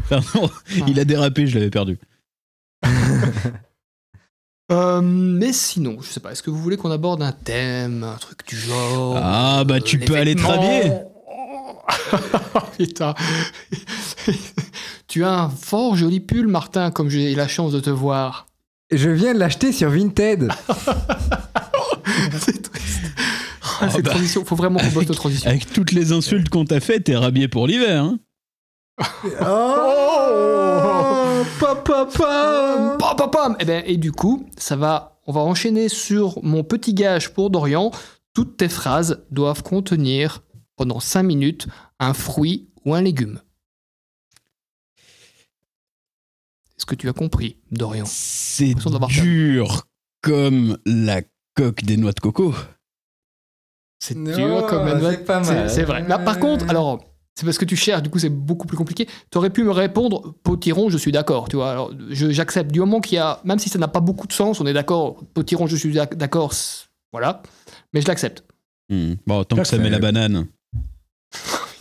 Pardon, il a dérapé, je l'avais perdu.
Euh, mais sinon, je sais pas, est-ce que vous voulez qu'on aborde un thème, un truc du
Oh.
genre euh,
Ah, bah, tu
les
peux aller te
vêtements
rhabiller.
Putain. tu as un fort joli pull, Martin, comme j'ai eu la chance de te voir.
Je viens de l'acheter sur Vinted.
C'est triste.
Ah,
Cette
bah.
transition, faut vraiment qu'on bosse nos transitions.
Avec toutes les insultes qu'on t'a faites, t'es rhabillé pour l'hiver. Hein
Oh, Papa papa.
Pam, pam, pam. Eh ben, et du coup, ça va, on va enchaîner sur mon petit gage pour Dorian. Toutes tes phrases doivent contenir, pendant 5 minutes, un fruit ou un légume. Est-ce que tu as compris, Dorian
C'est
l'impression d'avoir
dur comme la coque des noix de coco.
C'est
Non,
dur comme Manvat.
c'est pas mal.
C'est vrai. Là, par contre, alors, c'est parce que tu cherches, du coup, c'est beaucoup plus compliqué. Tu aurais pu me répondre, potiron, je suis d'accord, tu vois. Alors, je- j'accepte. Du moment qu'il y a, même si ça n'a pas beaucoup de sens, on est d'accord, potiron, je suis d'ac- d'accord, c'est- voilà. Mais je l'accepte.
Hmm. Bon, tant que ça
Parfait.
met la banane.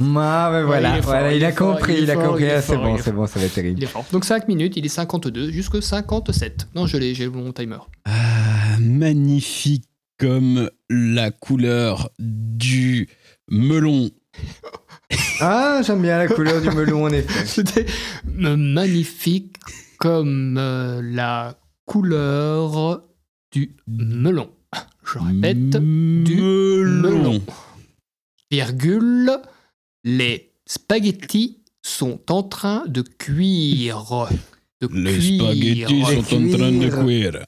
Ah, ben voilà,
il est fort,
voilà, il,
il est
a
fort,
compris,
il est
il, a
fort,
compris.
il est
Ah, c'est
fort,
bon,
il est
c'est bon, ça va être
Il
terrible.
est fort. Donc 5 minutes, il est 52 jusque 57. Non, je l'ai, j'ai mon timer.
Ah, magnifique comme la couleur du melon.
Ah, j'aime bien la couleur du melon, en effet.
C'était euh, magnifique comme euh, la couleur du melon. Je répète, du melon. virgule, les spaghettis sont en train de cuire. De
Les
cuire.
spaghettis sont en train de
Cuire.
cuire.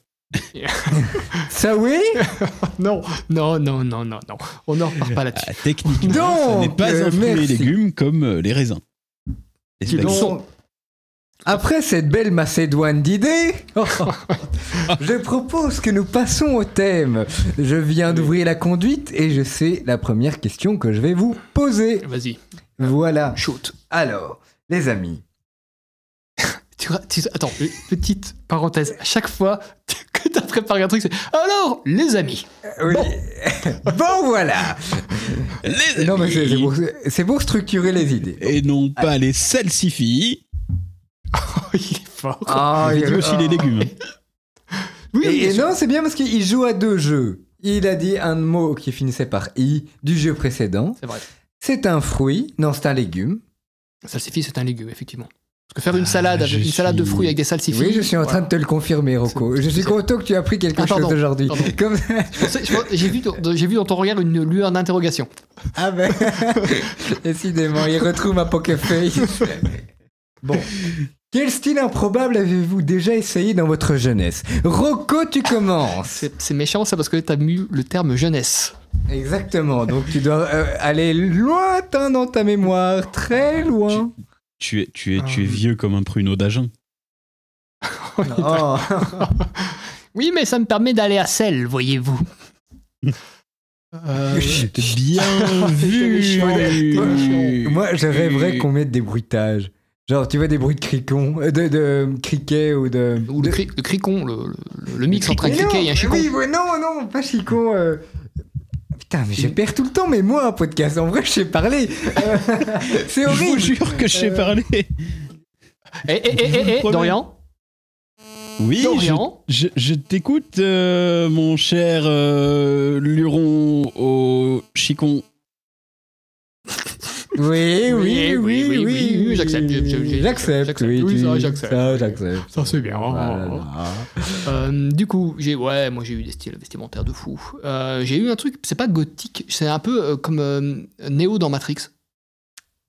Ça oui
Oh, Non, non, non, non, non, non. On n'en repart pas là-dessus.
Ah, techniquement,
Donc,
ce n'est pas
euh,
un fruit et
merci.
légumes comme euh, les raisins.
Ah,
Les
Dis donc.
spaghettis.
Son.
Après cette belle Macédoine d'idées, je propose que nous passons au thème. Je viens d'ouvrir la conduite et je sais la première question que je vais vous poser.
Vas-y,
Voilà.
shoot.
Alors, les amis,
Tu, vois, tu- attends, une petite parenthèse. À chaque fois que tu as préparé un truc, c'est alors, les amis.
Oui. bon, voilà.
Les
Non, mais
amis.
c'est c'est pour, c'est pour structurer les idées.
Et non pas les salsifis,
Oh, Il est fort.
Ah,
mais aussi les légumes. hein.
Oui,
Et,
bien
et
sûr.
non, c'est bien parce qu'il joue à deux jeux. Il a dit un mot qui finissait par i du jeu précédent.
C'est vrai.
C'est un fruit, non, c'est un légume.
Salsifis, c'est un légume, effectivement. Parce que faire une salade,
je
avec, une salade de
suis-
fruits avec des salsifis.
Ah, Oui, je suis en
voilà.
train de te le confirmer, Rocco.
C'est-
Je suis
c'est-
content que tu aies appris quelque
Ah, pardon,
chose aujourd'hui.
pardon.
Comme...
Je pensais- je- J'ai vu, dans- j'ai vu dans ton regard une lueur d'interrogation.
Ah ben, décidément, il retrouve un pokéface. Bon. Quel style improbable avez-vous déjà essayé dans votre jeunesse Rocco, tu commences
C'est c'est méchant, ça, parce que t'as mis le terme jeunesse.
Exactement, donc tu dois euh, aller lointain dans ta mémoire, très
Ah,
loin.
Tu es, tu, es, tu
Ah.
es vieux comme un pruneau d'Agen.
Oh.
Oui, mais ça me permet d'aller à Celle, voyez-vous. Euh,
C'est
Ah,
bien vu.
Moi, je rêverais qu'on mette des bruitages. Genre, tu vois, des bruits de cricon, euh, de, de criquet ou de...
Ou le,
de-
cri- le cricon, le, le- le mix
Le
entre un
Mais non,
criquet et un
mais
chicon.
oui, ouais, non, non, pas chicon. euh. Putain, mais je perds tout le temps, mais moi, un podcast, en vrai, je sais parler. Euh, C'est
Je vous
horrible.
jure que je sais parler.
Euh,
Eh, eh, eh, eh, eh,
Premier.
Dorian
Oui, je,
Dorian
je- je t'écoute, euh, mon cher euh, Luron au Chicon.
Oui,
Oui,
oui, oui,
oui,
oui,
oui, oui, oui, j'accepte, j'ai- j'ai-
J'accepte,
j'accepte,
oui.
oui,
tu-
ça, j'accepte.
Ça, j'accepte.
Ça, c'est Oh, bien.
Voilà.
Euh, du coup, j'ai ouais, moi j'ai eu des styles vestimentaires de fou. Euh, j'ai eu un truc, c'est pas gothique, c'est un peu euh, comme euh, Neo dans Matrix.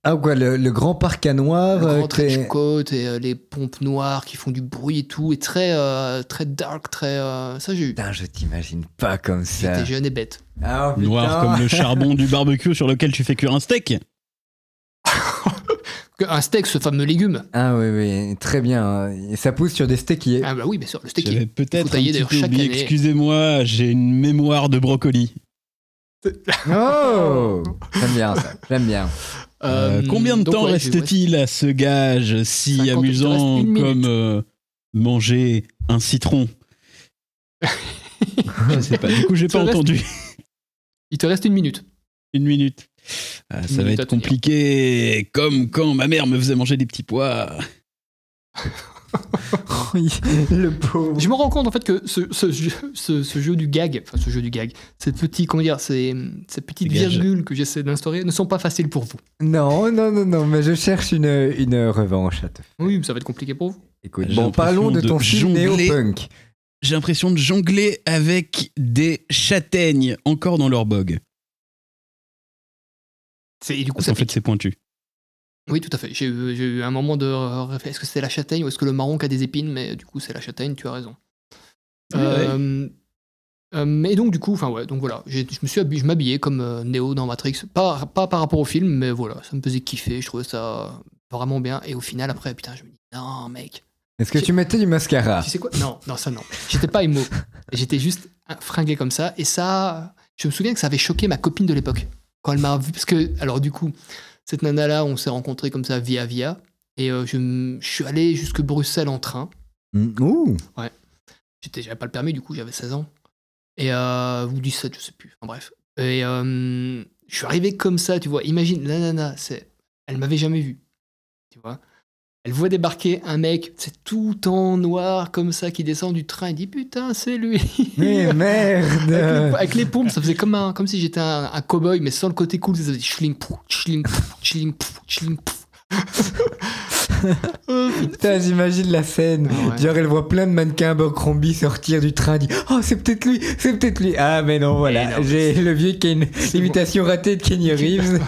Ah, quoi, le, le grand parc à noir.
Le
euh,
grand
t'es-
trench coat et euh, les pompes noires qui font du bruit et tout, et très, euh, très dark, très. euh, ça, j'ai eu.
Putain, je t'imagine pas comme ça.
J'étais jeune et bête.
Ah, oh,
Noir
putain.
comme le charbon du barbecue sur lequel tu fais cuire un steak.
Que- Un steak, ce fameux légume.
Ah, oui, oui, très bien. hein. Et ça pousse sur des steaks qui est.
Ah, bah oui, bien sûr, le steak.
J'avais
il-
peut-être un
tailler
petit
d'ailleurs
peu
chaque
oublié.
année.
Excusez-moi, j'ai une mémoire de brocoli.
Oh J'aime bien ça, j'aime bien.
Euh,
Euh,
combien de
donc,
temps
ouais, j'ai-
reste-t-il à ce gage si
50, il te
amusant
reste une
comme
minute.
euh, manger un citron Je sais pas. Du coup, j'ai
Te
pas
reste-
entendu.
Il te reste une minute.
Une minute. Ah, ça va
minute à
être
tenir.
compliqué, comme quand ma mère me faisait manger des petits pois.
le pauvre.
Je me rends compte en fait que ce, ce jeu, ce- ce jeu du gag, enfin ce jeu du gag, ces petits, comment dire, ces, ces petites
Dégage.
virgules que j'essaie d'instaurer ne sont pas faciles pour vous.
Non, non, non, non, mais je cherche une, une revanche à te faire.
Oui, mais ça va être compliqué pour vous.
Écoute,
J'ai
bon,
l'impression
parlons de
de
ton style
jongler.
néo-punk.
J'ai l'impression de jongler avec des châtaignes encore dans leur bog.
C'est- Et du coup,
Parce
ça
qu'en fait,
pique.
c'est pointu.
Oui, tout à fait. J'ai eu, j'ai eu un moment de réflexion. Est-ce que c'est la châtaigne ou est-ce que le marron qui a des épines Mais du coup, c'est la châtaigne. Tu as raison.
Oui,
Euh, euh, mais donc du coup, enfin ouais, donc voilà, j'ai- je me suis habillé, je m'habillais comme euh, Neo dans Matrix, pas, pas par rapport au film, mais voilà, ça me faisait kiffer, je trouvais ça vraiment bien. Et au final, après, putain, je me dis non, mec,
Est-ce que tu mettais du mascara
Tu sais quoi Non, non, ça non. J'étais pas émo. J'étais juste fringué comme ça. Et ça, Je me souviens que ça avait choqué ma copine de l'époque. Quand elle m'a vu. Parce que, alors du coup, cette nana-là, on s'est rencontrés comme ça via via. Et euh, je, m- je suis allé jusque Bruxelles en train.
Mm, Ouh
J'étais- J'avais pas le permis, du coup, j'avais 16 ans. Et euh, ou 17, je sais plus. Enfin bref. Et euh, je suis arrivé comme ça, tu vois. Imagine, la nana, c'est, elle m'avait jamais vu. Tu vois Elle voit débarquer un mec, c'est tout en noir, comme ça, qui descend du train. Il dit Putain, c'est lui
Mais merde
avec, le- avec les pompes, ça faisait comme, un, comme si j'étais un, un cow-boy, mais sans le côté cool. Ça faisait chling, pouf, chling, pouf, chling, pouf, chling, pouf. Euh,
Putain, j'imagine la scène.
Ah ouais.
Genre, elle voit plein de mannequins Abercrombie sortir du train, dit Oh, c'est peut-être lui, c'est peut-être lui. Ah, mais non,
Mais
voilà.
non,
J'ai le vieux Ken,
C'est
imitation ratée de Kenny Reeves.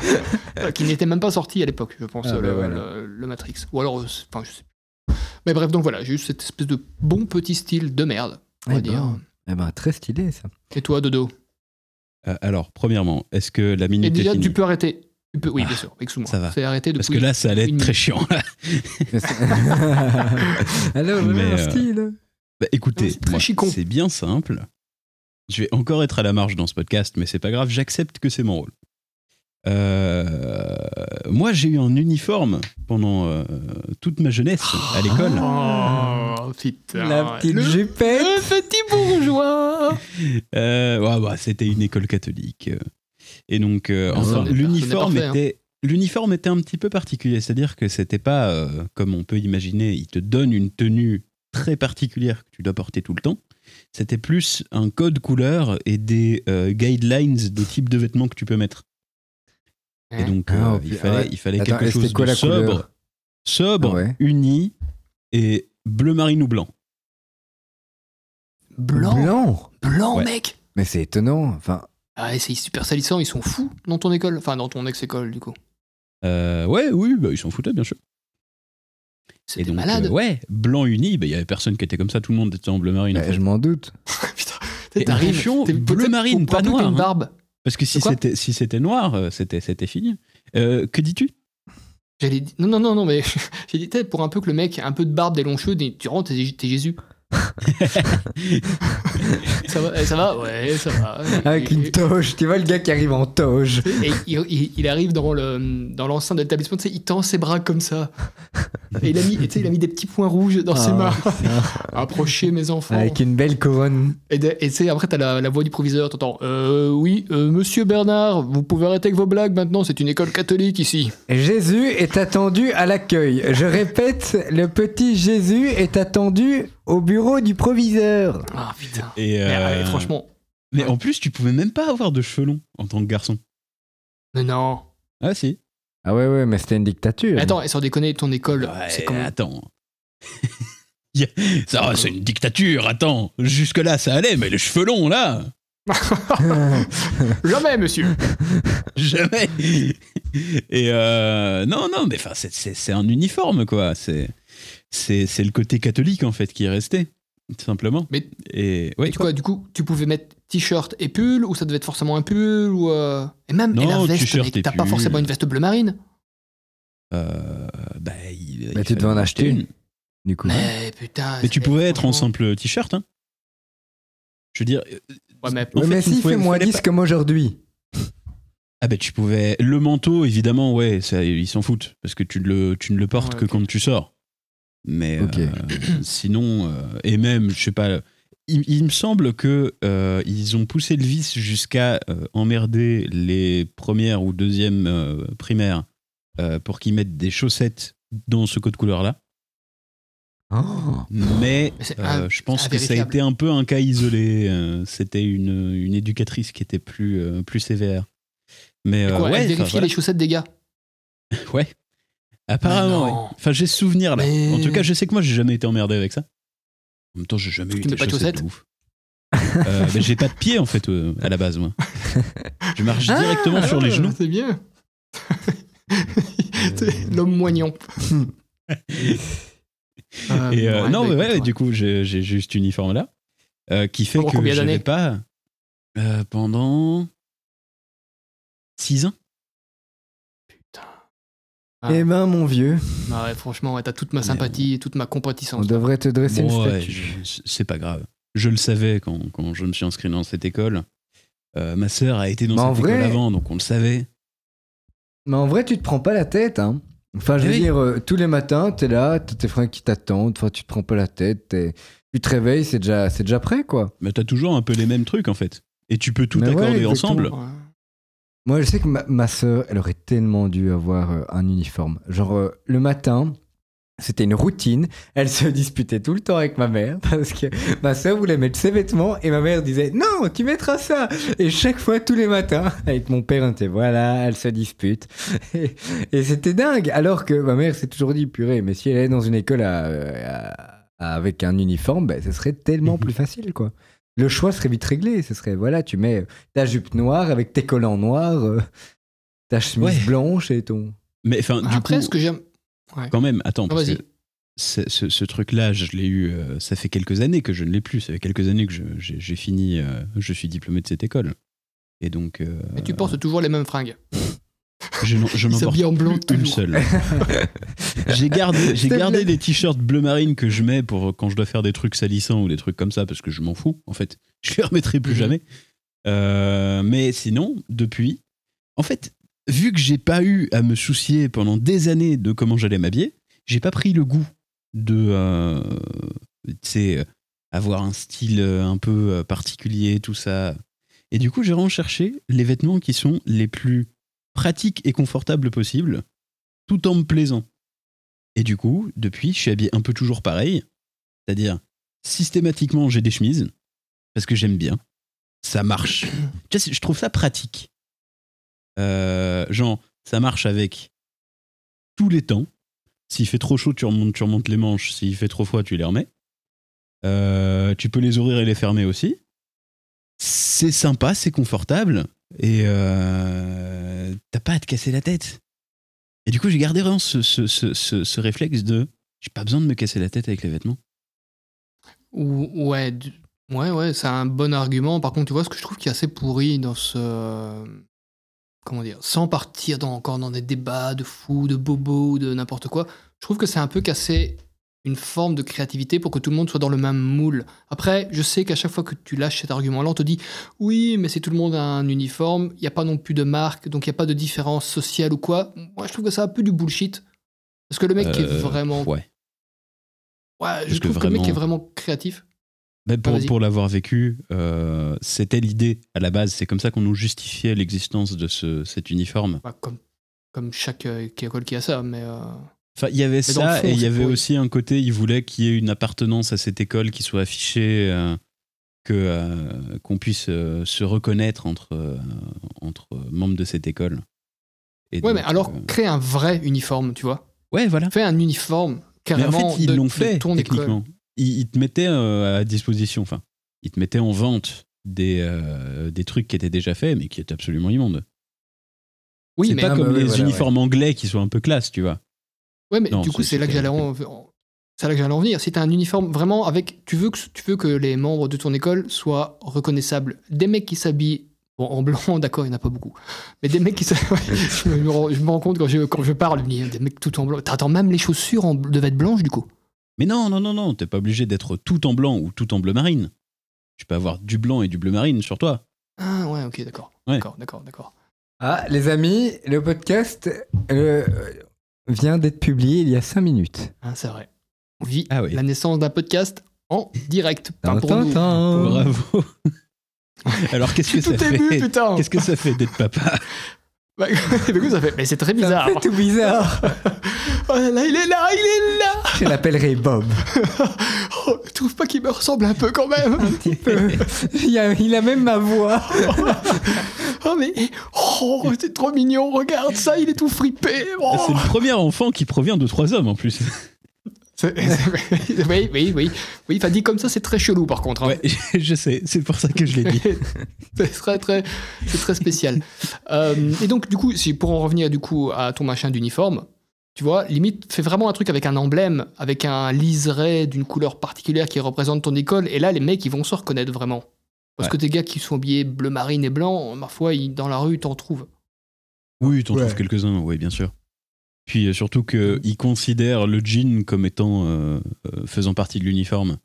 Euh, qui n'était même pas sorti à l'époque, je pense,
Ah,
euh,
bah
le,
voilà.
le- le Matrix. Ou alors, euh, c'est- enfin, je sais plus. Mais bref, donc voilà, j'ai eu cette espèce de bon petit style de merde, on va
Eh ben.
dire.
Eh ben, très stylé ça.
Et toi, Dodo
Euh, alors, premièrement, est-ce que la
Et
minute est
déjà,
finie
tu peux arrêter. Tu peux, oui,
Ah,
bien sûr, excuse-moi.
ça va.
C'est arrêté depuis.
Parce que là, ça allait être
une
très chiant. là.
Alors,
Mais,
voilà,
euh,
style.
Bah, écoutez,
C'est très
moi,
chicon.
c'est bien simple. Je vais encore être à la marge dans ce podcast, mais c'est pas grave, j'accepte que c'est mon rôle. Euh, moi, j'ai eu un uniforme pendant euh, toute ma jeunesse à l'école.
Oh, putain.
La petite
le,
jupette.
le petit bourgeois
Euh, ouais, bah, c'était une école catholique. euh. Et donc, euh,
Ah, ça,
enfin,
on est-
l'uniforme
hein.
on est parfait,
était. L'uniforme était un petit peu particulier, c'est-à-dire que c'était pas euh, comme on peut imaginer, il te donne une tenue très particulière que tu dois porter tout le temps. C'était plus un code couleur et des euh, guidelines des types de vêtements que tu peux mettre. Et
Hein
donc
Ah,
euh,
ok,
il fallait,
ouais.
il fallait
Attends, et
quelque chose
c'était quoi
de
la couleur
sobre, sobre,
Ah ouais.
uni et bleu marine ou blanc.
Blanc Blanc,
Ouais.
mec
Mais c'est étonnant. Enfin,
ah, et c'est super salissant, ils sont fous dans ton école. Enfin, dans ton ex-école, du coup.
Euh, ouais, oui, bah, ils s'en foutaient bien sûr. Et
C'était
donc,
malade.
euh, ouais, blanc uni, bah, il y avait personne qui était comme ça, tout le monde était en bleu marine. en
bah,
fait.
je m'en doute.
Putain,
Et
t'arrives,
attention,
t'es-
bleu
peut-être
marine,
pour
pas
partout,
noir,
t'as une
hein.
barbe.
Parce que si
quoi
c'était si c'était noir, euh, c'était c'était fini. Euh, que dis-tu
J'allais dire- Non, non, non, non, mais j'ai dit, peut-être pour un peu que le mec, un peu de barbe, des longs cheveux, des- tu rentres, t'es t'es Jésus. ça va, eh, ça va, ouais, ça va.
Avec
Et-
une toge. Tu vois le gars qui arrive en toge.
et il, il- il arrive dans le dans l'enceinte de l'établissement, tu sais, il tend ses bras comme ça. Et il a mis, et tu sais, il a mis des petits points rouges dans ses
Ah,
mains.
putain.
Approchez mes enfants.
Avec une belle couronne.
Et de- et tu sais, après, t'as la, la voix du proviseur, t'entends euh, Oui, euh, monsieur Bernard, vous pouvez arrêter avec vos blagues maintenant, c'est une école catholique ici.
Jésus est attendu à l'accueil. Je répète, le petit Jésus est attendu au bureau du proviseur.
Ah putain.
Et
Mais,
euh,
allez, franchement,
mais en plus, tu pouvais même pas avoir de cheveux longs en tant que garçon.
mais non.
Ah si.
Ah ouais, ouais, mais c'était une dictature.
Mais Attends, et sans déconner, ton école,
Ouais,
c'est comment
Attends. Y a- ça, va, c'est une dictature. Attends, jusque là, ça allait, mais les cheveux longs là,
Bah,
Jamais, monsieur
jamais. Et euh, non, non, mais enfin, c'est- c'est c'est un uniforme quoi. C'est c'est c'est le côté catholique en fait qui est resté, tout simplement.
Mais-
et ouais,
Et quoi, du coup, tu pouvais mettre t-shirt et pull, ou ça devait être forcément un pull, ou. euh, Et même, et la
Non,
veste,
t-shirt
mec,
et
t'as pas
pull.
forcément une veste bleu marine
Euh, bah, il, il
Bah, tu
fallait
devais en acheter une, du coup.
Mais putain.
Mais tu
mais
pouvais être en
franchement-
simple t-shirt. Hein. Je veux dire. euh,
Ouais, mais.
en
Ouais,
fait,
mais
il
si,
faut-
fait moins
fallait
10
pas-
comme aujourd'hui.
Ah bah tu pouvais. Le manteau, évidemment, ouais, ça, ils s'en foutent parce que tu le, tu ne le portes
Ouais,
que
ok.
quand tu sors. Mais
Ok.
euh, sinon, euh, et même, je sais pas. Il, il me semble que euh, ils ont poussé le vice jusqu'à euh, emmerder les premières ou deuxièmes euh, primaires euh, pour qu'ils mettent des chaussettes dans ce code couleur-là. Ah. mais
Mais c'est
euh,
un-
je pense
c'est
que ça a
invérifiable.
été un peu un cas isolé. euh, C'était une, une éducatrice qui était plus, euh, plus sévère. Mais euh,
Quoi,
ouais,
elle
enfin,
vérifiait
voilà.
les chaussettes des gars.
Ouais. Apparemment,
Mais
ouais.
non.
Enfin, j'ai ce souvenir là.
Mais-
En tout cas, je sais que moi, j'ai jamais été emmerdé avec ça. En même temps, j'ai jamais
Parce
eu
que tu n'as
des
pas de
chaussettes de ouf. Euh, mais j'ai pas de pied en fait euh, à la base moi. Je marche directement
Ah,
Ah, sur les genoux.
C'est bien. C'est L'homme moignon. Euh,
Et euh,
ouais,
non,
bah,
mais ouais,
écoute,
du coup, j'ai j'ai juste uniforme là, euh, qui fait
Pendant
que
combien
j'avais
d'années
pas euh, pendant 6 ans.
Ah.
Eh ben, mon vieux,
Ah ouais, franchement, ouais, t'as toute ma sympathie et toute ma
on
compatissance.
devrait te dresser
Bon,
une
ouais,
statue.
je- c'est pas grave. Je le savais quand, quand je me suis inscrit dans cette école. Euh, ma sœur a été dans
Mais en
cette école
vrai-
avant, donc on le savait.
Mais en vrai, tu te prends pas la tête, hein. Enfin, je
Eh
veux
oui.
dire, euh, tous les matins, t'es là, t'as tes frères qui t'attendent, enfin, tu te prends pas la tête, t'es- tu te réveilles, c'est déjà, c'est déjà prêt, quoi.
Mais t'as toujours un peu les mêmes trucs en fait. Et tu peux tout
Mais ouais,
accorder
exactement.
ensemble.
Ouais.
Moi, je sais que ma, ma sœur, elle aurait tellement dû avoir euh, un uniforme. Genre, euh, le matin, c'était une routine. Elle se disputait tout le temps avec ma mère parce que ma sœur voulait mettre ses vêtements et ma mère disait Non, tu mettras ça Et chaque fois, tous les matins, avec mon père, on était Voilà, elle se dispute. Et, et c'était dingue. Alors que ma mère s'est toujours dit Purée, mais si elle est dans une école à- euh, à- avec un uniforme, ben, ce serait tellement plus facile, quoi. Le choix serait vite réglé. Ce serait Voilà, tu mets ta jupe noire avec tes collants noirs, euh, ta chemise
Ouais.
blanche et ton.
Mais enfin, du
Après,
coup,
ce que j'aime.
quand même, attends,
Non,
parce
vas-y.
que ce, ce- ce truc-là, je l'ai eu, euh, ça fait quelques années que je ne l'ai plus. Ça fait quelques années que je- j'ai j'ai fini, euh, je suis diplômé de cette école. Et donc, euh,
Et tu portes toujours les mêmes fringues.
je n'en- je
Ils
n'en porte
s'habillent en blanc
plus une
toujours.
seule. j'ai gardé, j'ai
C'est
gardé
vrai.
les t-shirts bleu marine que je mets pour quand je dois faire des trucs salissants ou des trucs comme ça parce que je m'en fous en fait. Je les remettrai plus
Mhm.
jamais. Euh, mais sinon, depuis, en fait, vu que j'ai pas eu à me soucier pendant des années de comment j'allais m'habiller, j'ai pas pris le goût de, euh, tu sais, euh, avoir un style euh, un peu euh, particulier, tout ça. Et du coup, j'ai vraiment cherché les vêtements qui sont les plus pratiques et confortables possibles, tout en me plaisant. Et du coup, depuis, je suis habillé un peu toujours pareil. C'est-à-dire, systématiquement, j'ai des chemises, parce que j'aime bien. Ça marche. Tu sais, je trouve ça pratique. Euh, genre, ça marche avec tous les temps. S'il fait trop chaud, tu remontes, tu remontes les manches. S'il fait trop froid, tu les remets. Euh, tu peux les ouvrir et les fermer aussi. C'est sympa, c'est confortable. Et euh, t'as pas à te casser la tête. Et du coup, j'ai gardé vraiment ce, ce- ce- ce- ce réflexe de j'ai pas besoin de me casser la tête avec les vêtements.
Ou- ouais, du- ouais, ouais, c'est un bon argument. Par contre, tu vois, ce que je trouve qui est assez pourri dans ce. Comment dire Sans partir dans, encore dans des débats de fous, de bobos, de n'importe quoi, je trouve que c'est un peu casser une forme de créativité pour que tout le monde soit dans le même moule. Après, je sais qu'à chaque fois que tu lâches cet argument-là, on te dit oui, mais si tout le monde a un uniforme, il n'y a pas non plus de marque, donc il n'y a pas de différence sociale ou quoi. Moi, je trouve que c'est un peu du bullshit. Parce que le mec qui est
Euh,
vraiment.
Ouais.
Ouais, je
parce que
trouve que le mec qui est
vraiment-
vraiment créatif.
Ben, pour
vas-y.
pour l'avoir vécu, euh, c'était l'idée à la base. C'est comme ça qu'on nous justifiait l'existence de ce, cet uniforme.
Bah, comme, comme chaque euh, école qui a ça, mais. euh,
Enfin, il y avait
Mais dans le
ça
fond,
et il y
c'est
avait
pour-
aussi un côté, ils voulaient qu'il y ait une appartenance à cette école qui soit affichée, euh, que, euh, qu'on puisse euh, se reconnaître entre, euh, entre membres de cette école.
Ouais,
Et donc,
mais alors,
euh,
crée un vrai uniforme, tu vois.
Ouais, voilà.
Fais un uniforme carrément.
mais en fait, ils
de-
l'ont
de
fait
ton école.
techniquement. Ils, ils te mettaient euh, à disposition, enfin, ils te mettaient en vente des, euh, des trucs qui étaient déjà faits, mais qui étaient absolument immondes.
Oui,
c'est
mais,
pas
Ah,
comme
bah oui,
les
voilà,
uniformes anglais qui sont un peu classe, tu vois.
ouais, mais
Non,
du coup,
c'est-
c'est là que
c'était-
j'allais en, en- c'est là que j'allais en venir. Si t'as un uniforme vraiment avec. Tu veux, que, tu veux que les membres de ton école soient reconnaissables. Des mecs qui s'habillent. Bon, en blanc, d'accord, il n'y en a pas beaucoup. Mais des mecs qui s'habillent. je, me rends- je me rends compte quand je, quand je parle, je me dis, des mecs tout en blanc. Attends, même les chaussures en- devaient être blanches, du coup.
Mais non, non, non, non, t'es pas obligé d'être tout en blanc ou tout en bleu marine. Tu peux avoir du blanc et du bleu marine sur toi.
Ah, ouais, ok, d'accord.
Ouais.
D'accord, d'accord, d'accord.
Ah, les amis, le podcast euh, vient d'être publié il y a 5 minutes.
Hein, c'est vrai. On vit
Ah oui.
la naissance d'un podcast en direct. Pas pour nous.
Tintin.
Bravo. Alors qu'est-ce que
Tout
ça
Oh. ému,
fait
putain.
Qu'est-ce que ça fait d'être papa
Bah, du coup, ça fait. Mais c'est très
Ça
bizarre.
me fait tout bizarre.
Oh là là, il est là, il est là.
Je l'appellerai Bob.
Oh, je trouve pas qu'il me ressemble un peu quand même.
Un petit peu. Il a, il a même ma voix.
Oh mais oh, c'est trop mignon. Regarde ça, il est tout fripé. Oh.
C'est le premier enfant qui provient de trois hommes en plus.
C'est- c'est- oui, oui, oui, oui. Enfin, dit comme ça, c'est très chelou par contre. hein.
Ouais, je sais, c'est pour ça que je l'ai dit.
c'est très, très, c'est très spécial. Euh, et donc, du coup, si pour en revenir du coup à ton machin d'uniforme, tu vois, limite, fais vraiment un truc avec un emblème, avec un liseré d'une couleur particulière qui représente ton école. Et là, les mecs, ils vont se reconnaître vraiment. Parce
Ouais.
que tes gars qui sont habillés bleu marine et blanc, ma foi, ils- dans la rue, t'en trouves.
Oui, t'en
Ouais.
trouves quelques-uns, oui, bien sûr. Puis euh, surtout qu'ils considèrent le jean comme étant euh, euh, faisant partie de l'uniforme.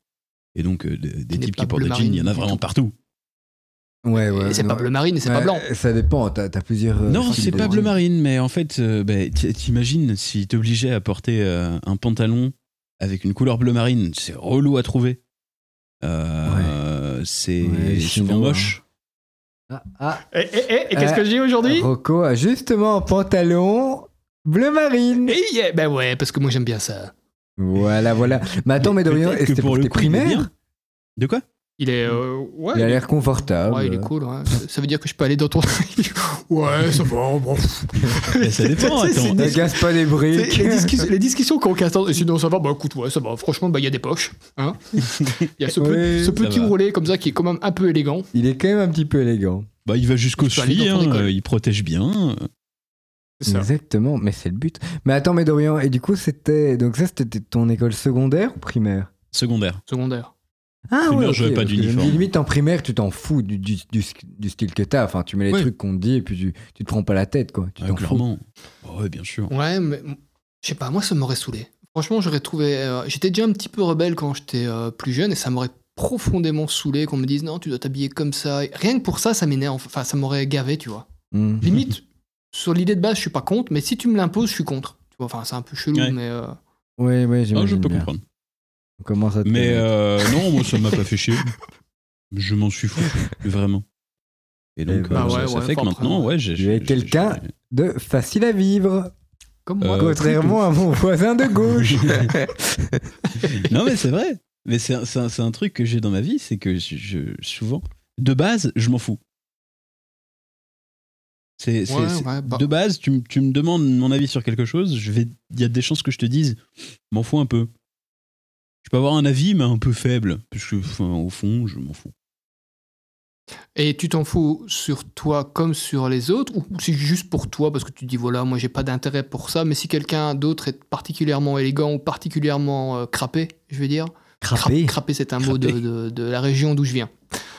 Et donc, euh, des, des
n'est
types
pas
qui portent des
bleu
jeans, il y en
marine
a
du
vraiment
tout.
partout.
Ouais, ouais.
Et c'est
non.
pas bleu marine et c'est pas
Ouais,
blanc.
Ça dépend, t'as as plusieurs. euh,
Non,
styles
c'est
de
pas
jeans.
bleu marine, mais en fait, euh, bah, t- t'imagines si t'obligeais à porter euh, un pantalon avec une couleur bleu marine, c'est relou à trouver. Euh, C'est
Ouais,
souvent
sinon,
moche.
Ah, ah,
Et, et- Eh, et- et qu'est-ce que je dis aujourd'hui
Rocco a justement un pantalon bleu marine.
Et yeah, ben ouais, parce que moi j'aime bien ça.
Voilà, voilà. Mais attends, mais Dorian,
Peut-être
et
que
c'était pour tes
coup, il est
primaires
bien. De quoi
Il est. euh, ouais,
Mm. Il a
il est-
l'air confortable.
ouais, il est cool. ouais. Ça- Ça veut dire que je peux aller dans ton. ouais, ça va, bon.
Bah, Ça dépend,
C'est- c'est
attends.
Ne casse pas les briques.
Les, discussions- les discussions qu'on casse- et sinon ça va, bah écoute, ouais, ça va. Franchement, bah il y a des poches. hein. Il y a ce, pe-
Oui,
ce
ça
petit
va.
roulé comme ça qui est quand même un peu élégant.
Il est quand même un petit peu élégant.
Bah, il va jusqu'au
Tu peux aller
suivi, hein,
dans ton école.
il protège bien. euh,
C'est ça.
Exactement, mais c'est le but. Mais attends, mais Dorian, et du coup, c'était. Donc, ça, c'était ton école secondaire ou primaire
Secondaire.
Secondaire.
Ah,
Primaire, j'avais pas
parce que je me dis,
d'uniforme.
Limite, en primaire, tu t'en fous du, du, du- du style que t'as. Enfin, tu mets les
Ouais.
trucs qu'on te dit et puis tu, tu te prends pas la tête, quoi. Tu
Ouais,
t'en fous.
Ah, clairement. Bah Ouais, bien sûr.
Ouais, mais m- je sais pas, moi ça m'aurait saoulé. Franchement, j'aurais trouvé. euh, j'étais déjà un petit peu rebelle quand j'étais euh, plus jeune et ça m'aurait profondément saoulé qu'on me dise non, tu dois t'habiller comme ça. Et rien que pour ça, ça m'énerve. Enfin, ça m'aurait gavé, tu vois.
Mm.
Limite,
Ah,
sur l'idée de base, je suis pas contre, mais si tu me l'imposes, je suis contre. Tu vois, enfin, c'est un peu chelou,
Ouais.
mais. euh,
Ouais, ouais,
Ah,
j'imagine
je peux
bien.
comprendre.
On commence à te-
Mais euh, non, moi, ça m'a pas fait chier. Je m'en suis foutu, vraiment. Et donc,
Bah
Eh ben
euh, ça,
ouais,
ça
ouais, hein.
fait que
enfin,
maintenant,
après,
ouais, j'ai.
Tu es
j'ai-
quelqu'un de facile à vivre.
comme
Euh,
moi.
Contrairement à mon voisin de gauche.
non, mais c'est vrai. Mais c'est un, c'est un- c'est un truc que j'ai dans ma vie, c'est que je, je- souvent, de base, je m'en fous. C'est, c'est-
Ouais,
c'est-
ouais, bah-
De base, tu, me- tu me demandes mon avis sur quelque chose, je vais- il y a des chances que je te dise, m'en fous un peu. Je peux avoir un avis, mais un peu faible. Parce que, enfin, au fond, je m'en fous.
Et tu t'en fous sur toi comme sur les autres, ou c'est juste pour toi parce que tu dis voilà, moi j'ai pas d'intérêt pour ça, mais si quelqu'un d'autre est particulièrement élégant ou particulièrement euh, crappé, je vais dire. Crap- Crappé, c'est un mot de,
Crappé.
de- de la région d'où je viens.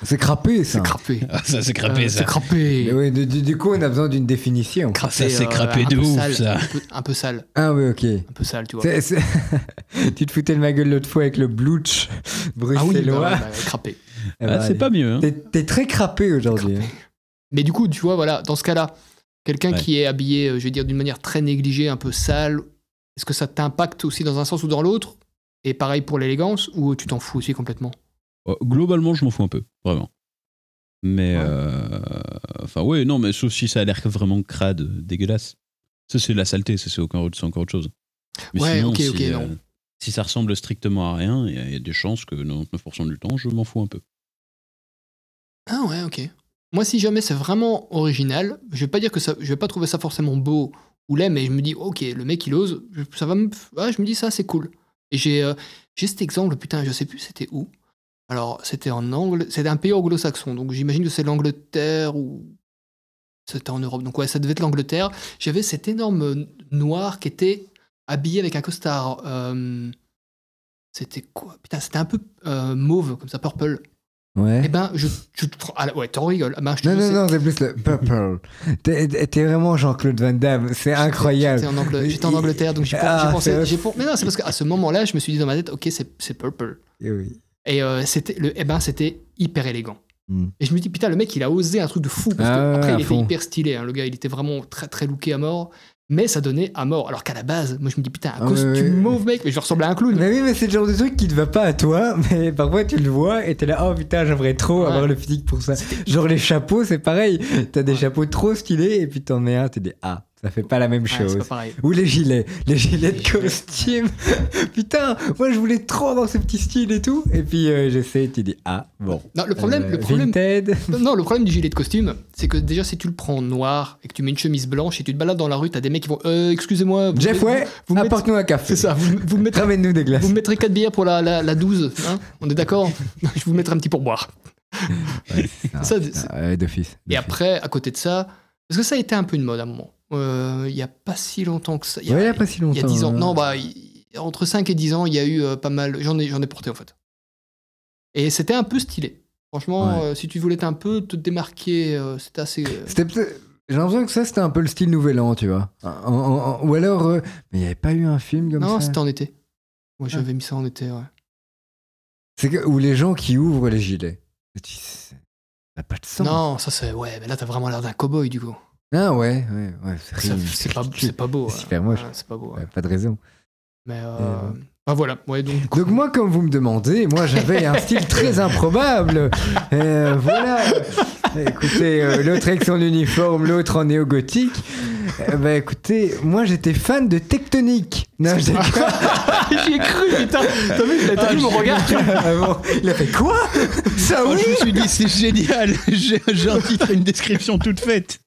C'est crappé, ça.
C'est crappé.
Ah, ça, c'est
Euh, c'est
Mais
crappé.
ouais, du, du- du coup, on a besoin d'une définition.
Crappé,
ça, c'est
euh,
crappé
un
de
peu
ouf,
sale,
ça.
Un peu, un peu sale,
Ah oui, ok.
un peu sale, tu vois.
C'est- c'est- tu te foutais de ma gueule l'autre fois avec le blouch
Ah oui, bah,
bruxellois.
ouais, bah, crappé.
Eh
Ah,
ben,
c'est pas mieux. hein.
T'es t'es très crappé aujourd'hui. hein.
Mais du coup, tu vois, voilà, dans ce cas-là, quelqu'un
Ouais.
qui est habillé, euh, je vais dire, d'une manière très négligée, un peu sale, est-ce que ça t'impacte aussi dans un sens ou dans l'autre Et pareil pour l'élégance, ou tu t'en fous aussi complètement
Euh, Globalement, je m'en fous un peu, vraiment. Mais.
Ouais.
euh, Enfin, ouais, non, mais sauf si ça a l'air vraiment crade, dégueulasse. Ça, c'est la saleté, ça, c'est aucun- c'est encore autre chose. Mais
Ouais,
sinon,
ok,
si,
ok,
euh,
non.
si ça ressemble strictement à rien, il y, a- il y a des chances que 99% du temps, je m'en fous un peu.
Ah ouais, ok. Moi, si jamais c'est vraiment original, je vais pas dire que ça, je vais pas trouver ça forcément beau ou laid, mais je me dis, ok, le mec il ose, je- ça va me, ah, je me dis ça, c'est cool. Et j'ai, euh, j'ai cet exemple, putain, je sais plus c'était où. Alors, c'était en angle, c'était un pays anglo-saxon, donc j'imagine que c'est l'Angleterre ou c'était en Europe, donc ouais, ça devait être l'Angleterre. J'avais cet énorme noir qui était habillé avec un costard. euh, c'était quoi Putain, c'était un peu euh, mauve, comme ça, purple. Eh
Ouais.
ben, je, je te prends- ah, ouais, t'en rigoles. Ah ben, je te
Non,
jure,
non,
c'est-
non, c'est plus le purple. T'es t'es vraiment Jean-Claude Van Damme. C'est incroyable.
J'étais en, Angle- j'étais en
Il-
Angleterre, donc j'ai
Ah,
pensé.
c'est-
j'ai pen- Mais non, c'est parce qu'à ce moment-là, je me suis dit dans ma tête, ok, c'est c'est purple.
Eh oui.
Et euh, c'était, le, eh ben, c'était hyper élégant.
Hmm.
Et je me dis, putain, le mec, il a osé un truc de fou. Parce que
Ah ouais,
après,
à
il était
fond.
hyper stylé. hein, le gars, il était vraiment très, très looké à mort. Mais ça donnait à mort. Alors qu'à la base, moi, je me dis, putain, un
Ah ouais,
costume
ouais.
mauve, mec, mais je ressemble à un clown.
Mais oui, mais c'est le genre de truc qui ne va pas à toi, mais parfois tu le vois et t'es là, oh putain, j'aimerais trop
Ouais.
avoir le physique pour ça. Genre les chapeaux, c'est pareil. T'as des chapeaux trop stylés et puis t'en mets un, t'es des ah, ça fait pas la même
Ouais, c'est
chose.
pas pareil.
Ou les gilets, les gilets
Les
de
gilets.
costume. putain, moi je voulais trop avoir ce petit style et tout. Et puis euh, j'essaie, tu dis ah, bon.
Non, le problème,
Euh,
le problème,
Vinted.
Non, le problème du gilet de costume, c'est que déjà, si tu le prends noir et que tu mets une chemise blanche et tu te balades dans la rue, t'as des mecs qui vont Euh, Excusez-moi. vous-
Jeff, ouais,
vous mettez-
apporte-nous un café.
C'est ça, vous, vous, me mettrez,
Ramène-nous des glaces.
vous me mettrez 4 bières pour la, la, la 12, hein on est d'accord Je vous mettrai un petit pourboire.
Ouais, c'est ça,
Ça,
c'est
c'est-
ça, Ah, ouais, d'office.
Et
d'office.
après, à côté de ça, parce que ça a été un peu une mode à un moment. Euh, Il y n'y a pas si longtemps que ça. Il y a,
Ouais, il y a pas si
il
longtemps.
y a 10 ans.
hein.
Non, bah, il- entre 5 et 10 ans, il y a eu euh, pas mal. J'en ai, j'en ai porté en fait. Et c'était un peu stylé. Franchement,
Ouais.
euh, si tu voulais un peu te démarquer, euh, c'était assez. euh,
C'était peut-être- J'ai l'impression que ça, c'était un peu le style Nouvel An, tu vois. En- en- en- ou alors. euh, Mais il n'y avait pas eu un film comme
Non,
ça
c'était en été. Moi, j'avais mis ça en été, ouais.
C'est que- Ou les gens qui ouvrent les gilets. Tu sais, n'a pas de sens.
Non, ça c'est. Ouais, mais là t'as vraiment l'air d'un cow-boy du coup.
Ah ouais, ouais, ouais. c'est
Ça,
ridicule.
C'est pas, c'est pas beau. hein.
C'est
ouais.
super moche.
Ouais, c'est pas beau. ouais.
Ouais, Pas de raison.
Mais euh,
Euh.
bah voilà. Ouais, donc, du coup,
Donc moi, comme vous me demandez, moi j'avais un style très improbable. Euh, voilà. Écoutez, euh, l'autre avec son uniforme, l'autre en néo-gothique. Euh, bah écoutez, moi j'étais fan de tectonique. Non, j'ai
J'y ai cru, putain. T'as vu, t'as vu mon regard
Ah bon Il a fait quoi Ça
Oh,
oui
je me suis dit, c'est génial. J'ai j'ai un titre et une description toute faite.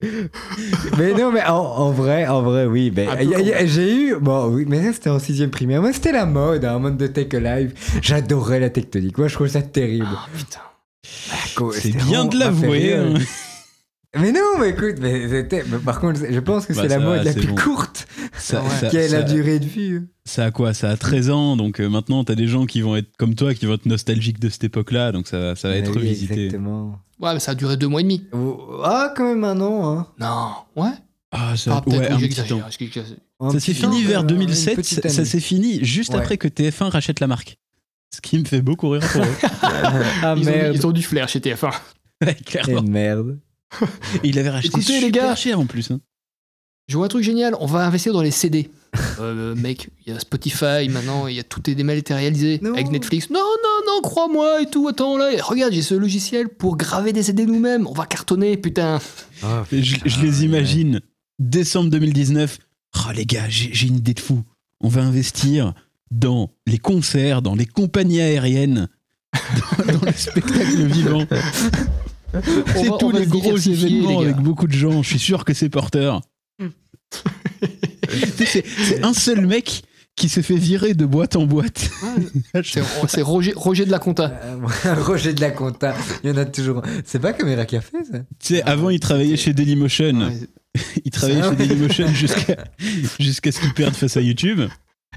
Mais non, mais en, en vrai, en vrai, oui. ben,
Un peu
y a- y a- J'ai eu. Bon, oui, mais ça, c'était en sixième primaire. Moi, c'était la mode, un mode de tech live. J'adorais la tectonique. Moi, je trouve ça terrible.
Ah, putain.
C'est bien de l'avouer. hein.
Mais non, mais écoute, mais c'était. mais par contre, je pense que
Bah,
c'est la
ça va,
mode la
c'est
plus
bon.
courte
Ça,
Ouais.
ça-
qui est la
ça-
durée de vie.
ça a quoi Ça a 13 ans. Donc euh, maintenant, t'as des gens qui vont être comme toi, qui vont être nostalgiques de cette époque-là. Donc ça, ça va être
Eh Oui,
revisité.
Exactement.
Ouais, mais ça a duré deux mois et demi.
Oh, Ah, quand même un an, hein.
Non. Ouais.
Ah, ça,
Ah, peut-être
ouais,
que
un petit
j'exagère,
temps.
parce que j'exagère.
Un
Ça s'est
petit-
fini
euh,
vers
une
2007.
petite
Ça, ça
année.
s'est fini juste
Ouais.
après que TF1 rachète la marque. Ce qui me fait beaucoup rire pour eux.
Ah
ils, ont,
merde.
ils ont du flair chez TF1.
Ouais,
Eh,
clairement.
merde.
Et il avait racheté
Écoutez, les
super
gars.
cher en plus. hein.
Je vois un truc génial, on va investir dans les CD. Euh, mec, il y a Spotify maintenant, il y a tout est dématérialisé
Non.
avec Netflix. Non, non, non, crois-moi et tout. Attends là, regarde, j'ai ce logiciel pour graver des CD nous-mêmes. On va cartonner, putain.
Et Je, je les imagine. Décembre 2019. Oh les gars, j'ai j'ai une idée de fou. On va investir dans les concerts, dans les compagnies aériennes, dans, dans le spectacle vivant.
On
C'est
va- on
tous
va
les
se
gros
diversifier,
événements
les gars.
avec beaucoup de gens. Je suis sûr que c'est porteur. Tu sais, c'est c'est un seul mec qui s'est fait virer de boîte en boîte.
C'est c'est Roger, Roger de la Conta.
Euh, Roger de la compta, il y en a toujours. un. C'est pas Caméra Café, ça
Tu sais, avant, il travaillait chez Dailymotion. Il travaillait
Ah
chez
ouais.
Dailymotion jusqu'à jusqu'à ce qu'il perde face à YouTube.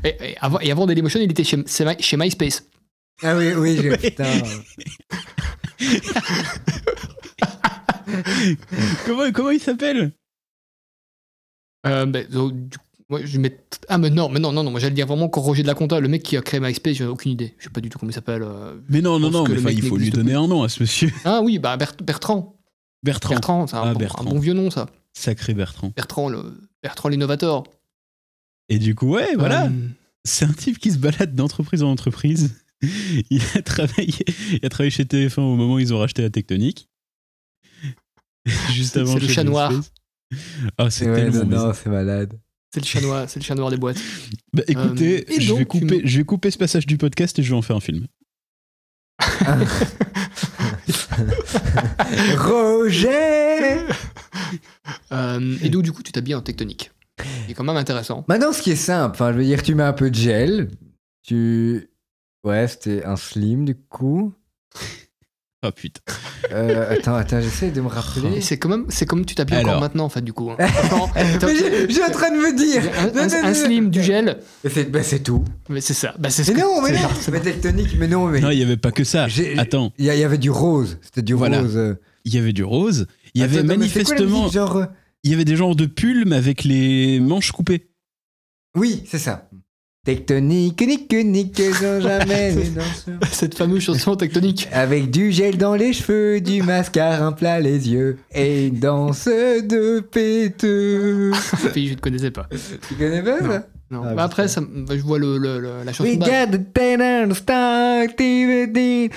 Et, et avant, et avant Dailymotion, il était chez, chez My- chez MySpace.
Ah oui, oui, je- putain.
Comment, comment il s'appelle
Euh, ben, donc, du coup, ouais, je mets... Ah, mais non, mais non, non, non, moi j'allais dire vraiment encore Roger de la Conta, le mec qui a créé MySpace, j'ai aucune idée. Je sais pas du tout comment il s'appelle. euh.
Mais non, non,
Je pense
non,
que
mais
le
enfin,
mec
il faut lui
n'existe
donner un nom à ce monsieur.
Ah oui, bah Bert- Bertrand.
Bertrand.
Bertrand, c'est un,
Ah,
bon,
Bertrand.
un bon vieux nom ça.
Sacré Bertrand.
Bertrand, le... Bertrand l'innovateur.
Et du coup, ouais, voilà.
Euh,
C'est un type qui se balade d'entreprise en entreprise. Il a, travaillé, il a travaillé chez TF1 au moment où ils ont racheté la Tectonique. Juste
C'est-
avant
c'est le
chez
chat noir.
Dead Space. Ah, c'est
Ouais,
tellement
non,
bizarre.
non, c'est malade.
c'est le chat noir, c'est le chat noir des boîtes.
Bah, écoutez,
Euh, et
je,
donc,
vais
tu
couper,
me-
je vais couper ce passage du podcast et je vais en faire un film.
Roger
Euh, et donc du coup, tu t'habilles en tectonique. C'est quand même intéressant.
Maintenant, ce qui est simple, enfin, je veux dire, tu mets un peu de gel. Tu. Ouais, c'était un slim du coup.
Ah putain.
Euh, attends, attends, j'essaie de me
Et
rappeler.
c'est quand même, c'est comme tu t'habilles encore
Alors.
maintenant en fait du coup. hein. Franchement, t'as-
Mais j'ai- j'ai en train de me dire
un,
Non,
un-
non,
un
non,
slim, du gel,
Et C'est bah, c'est tout.
mais c'est ça. Bah, c'est ce
Mais
que-
non, mais
c'est
non
ça, c'est-
Mais tectonique, mais non, mais.
Non, il n'y avait pas que ça.
J'ai-
Attends,
Il y, a- il y avait du rose, c'était du
Voilà.
rose. euh.
il y avait du rose. Il y avait
Attends, non, mais c'est quoi la
manifestement.
musique, genre. euh,
Il y avait des genres de pulls, mais avec les manches coupées.
Oui, c'est ça. Tectonique, nique, nique, sans jamais les danseurs.
Cette fameuse chanson tectonique.
Avec du gel dans les cheveux, du mascara un plat les yeux et une danse de péteux.
Puis je ne connaissais pas.
tu connais pas ça
Non.
Ah,
Bah, après,
putain.
ça, m- bah, je vois le, le- le- la chanson.
We
de base.
got the tenant star activity.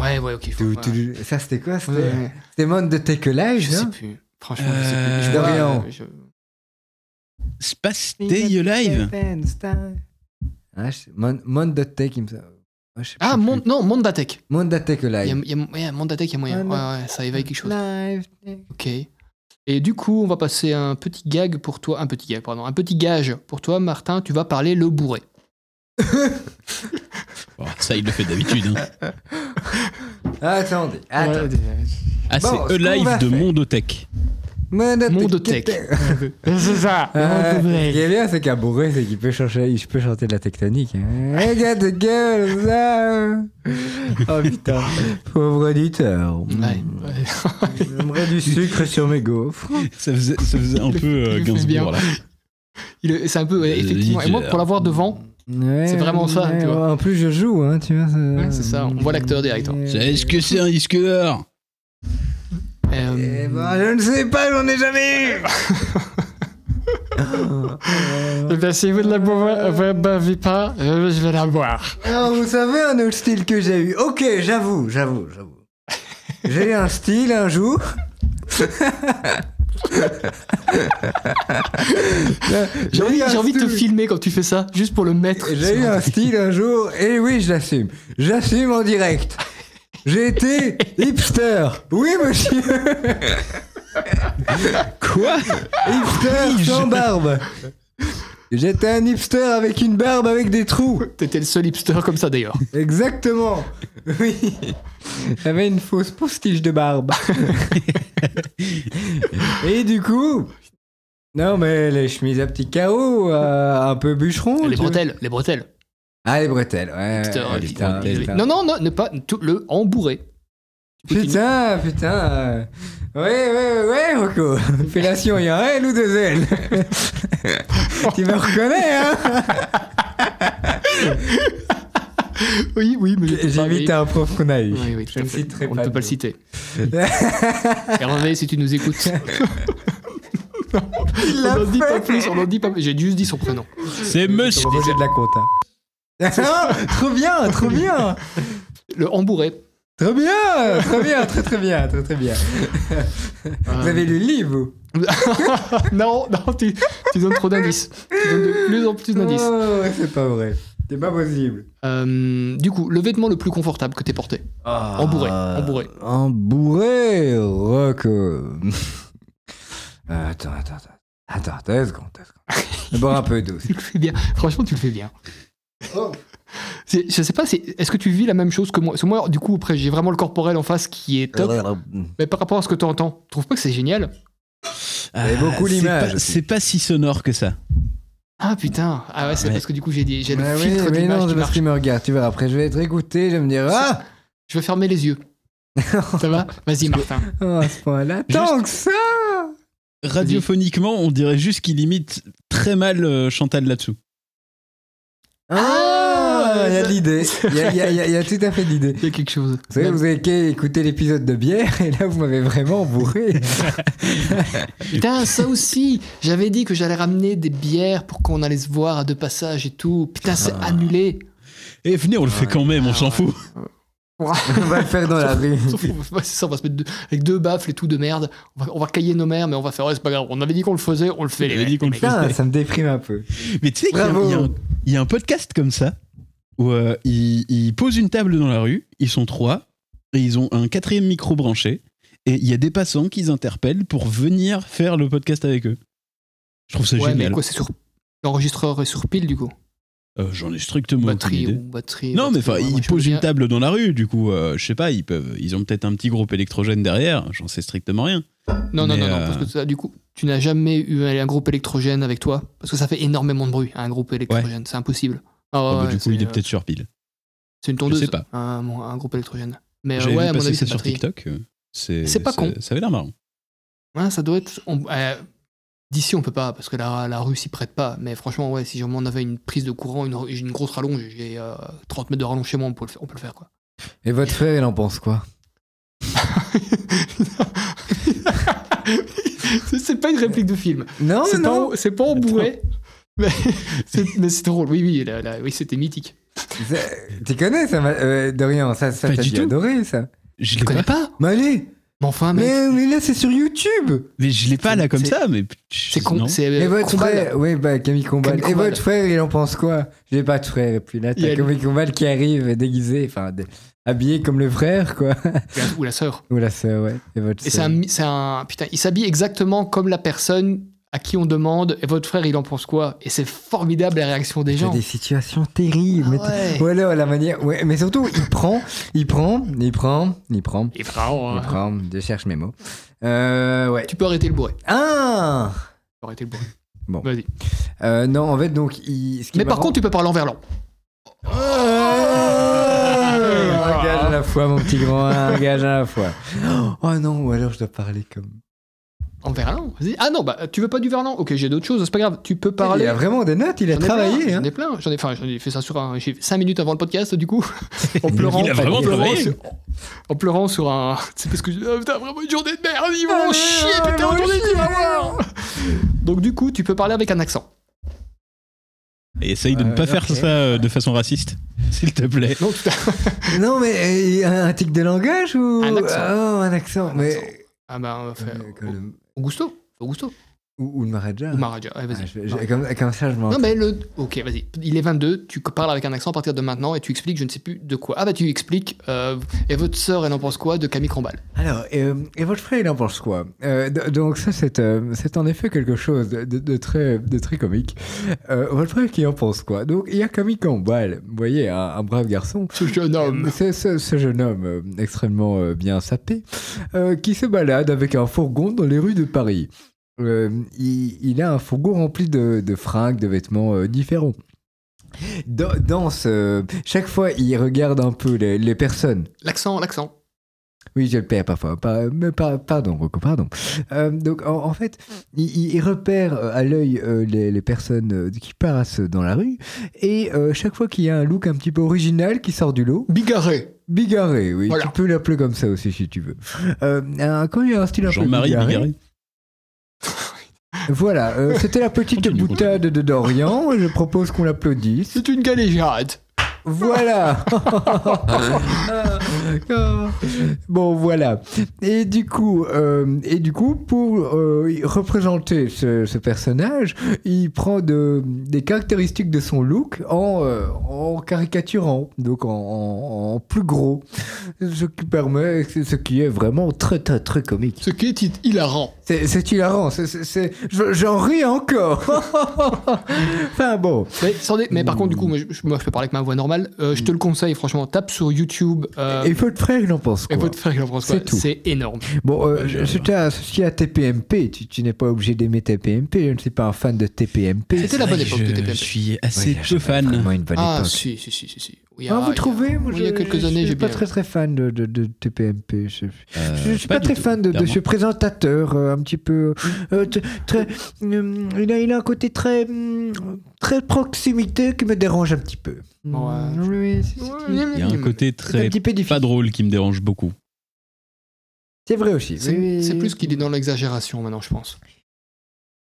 Ouais, ouais, ok. faut-
Tout,
ouais.
tout, tout. Ça c'était quoi C'était
Ouais, ouais.
c'était Monde de Take a
Je
Life,
sais
non
plus. Franchement, je sais plus.
Euh,
Je vois,
Dorian.
euh, je-
Space
We
Day
got the
Live
tenant star. Ah, je sais- Mon- Monde de Take, il me semble. Ah, je sais
Ah,
plus.
mon... non, Mondatech.
Monde de Take a
Il y a,
Live.
il y a- ouais, Mondatech, il y a moyen.
Ouais,
Ouais, ouais, ça éveille quelque chose.
Live.
Ok. Et du coup, on va passer à un petit gag pour toi. Un petit gag, pardon. Un petit gage pour toi, Martin. Tu vas parler le bourré.
Oh, Ça, il le fait d'habitude. hein.
Ah, Attendez, attendez.
Ah,
Bon, ce
c'est
qu'on va
E-Live de
faire.
Mondotech.
Monde de
Mondotech. C'est ça.
Euh, ce qui est bien, c'est qu'à bourré, c'est qu'il peut chanter, je peux chanter de la tectonique. hein. Hey, got the girls, ah. Oh putain, pauvre auditeur.
Ouais.
J'aimerais du sucre sur mes gaufres.
Ça faisait, ça faisait un peu euh,
Il le fait bien.
Gainsbourg, là.
Il est- C'est un peu, ouais, effectivement. Et moi, pour l'avoir devant,
Ouais,
C'est vraiment ça,
ouais,
tu vois.
En plus, je joue, hein, tu vois.
Ouais, c'est ça, on voit l'acteur direct, hein.
Euh,
Est-ce que c'est un disque d'or
Euh,
eh ben, je ne sais pas, j'en ai jamais eu.
eh ben, si vous
Euh,
ne la boire- vous ne bavez pas, euh, je vais la boire.
Ah, vous savez un autre style que j'ai eu. Ok, j'avoue, j'avoue, j'avoue. J'ai eu un style un jour.
J'ai envie, j'ai envie de te filmer quand tu fais ça, juste pour le mettre.
J'ai eu un style un jour, et oui, je l'assume. J'assume en direct. J'ai été hipster. Oui, monsieur.
Quoi
Hipster sans barbe. J'étais un hipster avec une barbe avec des trous.
T'étais le seul hipster comme ça d'ailleurs.
Exactement. Oui. J'avais une fausse postiche de barbe. Et du coup. Non, mais les chemises à petits carreaux, euh, un peu bûcheron.
les
tu-
bretelles, les bretelles.
Ah, les bretelles, ouais.
Hipster,
ouais,
les
putain,
bretelles.
putain.
Non, non, non, ne pas tout le embourré.
Putain, putain. euh, Ouais, ouais, ouais, Rocco. Fellation, il y a un L ou deux L Tu me reconnais, hein
Oui, oui, mais
J'évite un prof qu'on a eu.
Oui, oui, tout
Je
à
ne
fait.
citerai
On
pas
ne peut
de
pas le
nom.
citer. Hervé, si tu nous écoutes.
Il
on
l'a
n'en dit
fait.
pas plus, on n'en dit pas plus. J'ai juste dit son prénom.
C'est monsieur.
Roger de la hein. compta. Ah, trop bien, trop bien,
Le embourré.
trop bien, très bien, très très bien, très très bien. Vous avez lu le livre, vous
Euh, non, non, tu, tu donnes trop d'indices. Tu donnes de plus en plus d'indices.
Oh, c'est pas vrai, c'est pas possible.
Euh, du coup, le vêtement le plus confortable que t'aies porté.
En
Embourré, embourré.
En bourré, rock. euh. Attends, attends, attends. Attends, deux secondes, deux secondes. D'abord un peu douce.
Tu le fais bien. Franchement, tu le fais bien.
Oh.
C'est- Je sais pas, c'est- est-ce que tu vis la même chose que moi Parce que moi, du coup, après, j'ai vraiment le corporel en face qui est top. Mais par rapport à ce que tu entends, tu trouves pas que c'est génial
avait beaucoup
Ah, c'est
l'image
pas-
aussi.
C'est pas si sonore que ça.
Ah putain Ah ouais, c'est
Ouais.
parce que du coup, j'ai dit- j'ai le
Ouais, Bah oui,
filtre
mais
d'image
non,
qui
parce
marche.
qu'il me regarde. Tu verras, après, je vais être écouté, je vais me dire Ah
Je vais fermer les yeux. ça va Vas-y, Martin.
oh, à ce point-là. Tant que ça
Radiophoniquement, on dirait juste qu'il imite très mal euh, Chantal là-dessous.
Ah, il y a de l'idée. Il y, a- il y a- il y a- il y a tout à fait de l'idée.
Il y a quelque chose.
Vous savez, vous avez qu'à écouter l'épisode de bière et là, vous m'avez vraiment bourré.
Putain, ça aussi J'avais dit que j'allais ramener des bières pour qu'on allait se voir à deux passages et tout. Putain, c'est
Ah.
annulé
Et venez, on le fait quand même, on s'en fout.
on va le faire dans la rue.
Sauf qu'on va- ouais, c'est ça, on va se mettre deux- avec deux baffles et tout de merde. On va, on va cailler nos mères, mais on va faire, ouais, c'est pas grave. On avait dit qu'on le faisait, on le fait. les
On avait
mecs.
dit qu'on le
Putain,
faisait.
ça me déprime un peu.
Mais tu sais qu'il y a-
Eh ben, Bravo.
il y, a un- il y a un podcast comme ça où euh, ils, ils posent une table dans la rue, ils sont trois, et ils ont un quatrième micro branché, et il y a des passants qu'ils interpellent pour venir faire le podcast avec eux. Je trouve ça
Ouais, mais
génial.
quoi, c'est sur. L'enregistreur est sur pile, du coup.
Euh, J'en ai strictement
Bah,
aucune
batterie
idée.
ou batterie.
Non, mais enfin,
batterie, ouais, moi,
ils
je veux
posent
bien-
une table dans la rue, du coup, euh, je sais pas, ils peuvent, ils ont peut-être un petit groupe électrogène derrière, j'en sais strictement rien.
Non, non,
mais,
non, non,
euh,
parce que ça, du coup, tu n'as jamais eu un groupe électrogène avec toi, parce que ça fait énormément de bruit, un groupe électrogène, c'est impossible. Ah
Ah
ouais,
bah, du coup, il
c'est,
est
euh,
peut-être sur pile.
C'est une tondeuse.
sais pas.
Un, mon- un groupe électrogène. Mais euh,
J'avais
ouais, à
vu
mon
passer
avis,
ça
c'est
sur
batterie.
TikTok. euh,
C'est pas con.
Ça avait l'air marrant.
Ouais, ça doit être. on- euh, D'ici, on peut pas, parce que la, la rue s'y prête pas. Mais franchement, ouais, si on avait une prise de courant, une, une grosse rallonge, j'ai euh, 30 mètres de rallonge chez moi, on peut le faire, on peut le faire quoi.
Et votre frère, il en pense quoi
C'est- c'est pas une réplique de film.
Non,
C'est pas,
Oh, non.
en- c'est pas embourré. Mais c'est mais c'est drôle, oui, oui, là, là, oui c'était mythique.
C'est- Tu connais ça, ma- euh, Dorian Ça, ça
Pas
t'as
du
dû
tout.
adorer, ça.
Je
Tu
l'ai
connais
pas,
pas
Mais allez
Mais enfin, mec.
mais, mais là, c'est sur YouTube
mais je l'ai pas là comme
C'est-
ça, mais
C'est con,
non.
c'est
Et
euh,
votre
Combal.
frère Oui, bah, Camille Combal.
Camille
Et
Combal.
votre frère, il en pense quoi J'ai pas de frère. Et puis là,
Il y a
t'as
lui.
Camille Combal qui arrive déguisé, enfin, dé- habillé comme le frère, quoi.
ou la sœur.
Ou la sœur, ouais. Et votre
Et c'est
sœur.
un, mi- c'est un putain, il s'habille exactement comme la personne à qui on demande et votre frère il en pense quoi Et c'est formidable la réaction des
T'as
gens. Ah
des situations terribles. mais t'as-
ouais.
Ouais, là, la manière. Ouais, mais surtout, il prend, il prend, il prend, il hein. prend,
Et frère,
il
euh,
prend. Je cherche mes mots. Euh, ouais.
tu peux arrêter le bourré. Tu
Ah
peux arrêter le bourré.
Bon.
Vas-y.
Euh, Non, en fait, donc, il. ce qui est
Mais par
marrant-
contre, tu peux parler en verlan. Ah
un gage Ah à la fois, mon petit grand, un gage à la fois. Oh non, ou alors je dois parler comme.
En verlan Vas-y. Ah non, bah tu veux pas du verlan Ok, j'ai d'autres choses, c'est pas grave. Tu peux parler.
Il a vraiment des notes, il a
J'en ai plein,
travaillé. hein.
J'en ai plein. J'en ai, enfin, j'en ai fait ça sur un. J'ai 5 minutes avant le podcast, du coup. en pleurant.
Il a vraiment
en pleurant
travaillé.
sur- En pleurant sur un. C'est parce que. je- Ah, putain, vraiment une journée de merde, ils vont
Allez,
chier,
ouais, ils
putain,
vont
aujourd'hui, tu vas
chier.
voir Donc, du coup, tu peux parler avec un accent.
Et essaye de ne
Ouais,
pas faire
ok.
ça euh, de façon raciste, s'il te plaît.
Non, tout à
Non, mais euh, un un tic de langage ou.
Un accent.
Ah, un accent.
Un accent.
mais.
Ah bah, on va faire.
Euh, comme le-
Augusto Augusto
Ou, ou le Maharaja.
Ou Maharaja Ouais,
Ah,
vas-y.
je- je- comme, comme ça, je m'en.
Non, mais le. Ok, vas-y. Il est 22, tu parles avec un accent à partir de maintenant et tu expliques, je ne sais plus de quoi. Ah bah, tu expliques. euh, et votre sœur, elle en pense quoi de Camille Crambal
Alors, euh, et votre frère, il en pense quoi Euh, d- Donc ça, c'est euh, c'est en effet quelque chose de, de- de très, de très comique. Euh, votre frère, qui en pense quoi Donc, il y a Camille Campbell, vous voyez, un, un brave garçon.
Ce jeune homme.
Euh, C'est ce, ce jeune homme euh, extrêmement euh, bien sapé euh, qui se balade avec un fourgon dans les rues de Paris. Euh, il, il a un fourgon rempli de, de fringues, de vêtements euh, différents. Dans, dans ce- chaque fois, il regarde un peu les- les personnes.
L'accent, l'accent.
Oui, je le perds parfois. Par- mais par- pardon, Rocco, pardon. Euh, donc, en, en fait, il, il- il repère euh, à l'œil euh, les, les personnes euh, qui passent dans la rue. Et euh, chaque fois qu'il y a un look un petit peu original qui sort du lot,
Bigarré.
bigarré, oui.
Voilà.
Tu peux l'appeler comme ça aussi si tu veux. Euh, un- quand il y a un style un peu
Jean-Marie Bigarré.
Voilà, euh, c'était la petite
Continue,
boutade de Dorian. Je propose qu'on l'applaudisse.
C'est une galéjade.
Voilà. Euh, bon, voilà. Et du coup, euh, et du coup, pour euh, y- représenter ce, ce personnage, il prend de- des caractéristiques de son look en, euh, en caricaturant, donc en, en- en plus gros, ce qui permet, ce qui est vraiment très très très comique.
Ce qui est hit- hilarant.
C'est c'est hilarant. c'est- c'est- c'est- je- J'en ris encore. enfin bon.
Mais, sans dé- mais par contre, du coup, moi je, moi, je peux parler avec ma voix normale. Euh, je te le conseille, franchement, tape sur YouTube. euh,
Et votre frère, il en pense
et
quoi
votre frère, il en pense quoi
C'est tout.
C'est énorme.
Bon,
Bah,
euh, c'était associé à TPMP. Tu, tu n'es pas obligé d'aimer TPMP. Je ne suis pas un fan de TPMP.
C'était la bonne époque de
Je
TPMP.
suis
Oui,
assez peu
j'avais
fan.
Vraiment une bonne
Ah,
époque.
si, si, si, si. si. Il y a-
Ah,
il y
vous
a-
trouvez Moi,
oui, il y a
je-
quelques
je
années,
suis
j'ai
pas
bien-
très très fan de, de, de TPMP. Je,
Euh,
je suis pas,
du
très
tout,
fan de, de
clairement.
ce présentateur, euh, un petit peu euh, t- très. euh, il, a, il a un côté très hum, très proximité qui me dérange un petit peu. Hum, Oui, c'est- c'est-
Il y a un côté
c'est un
très
petit peu
pas
difficile.
drôle qui me dérange beaucoup.
C'est vrai aussi.
C'est
oui, oui,
c'est
oui.
plus qu'il est dans l'exagération maintenant, je pense.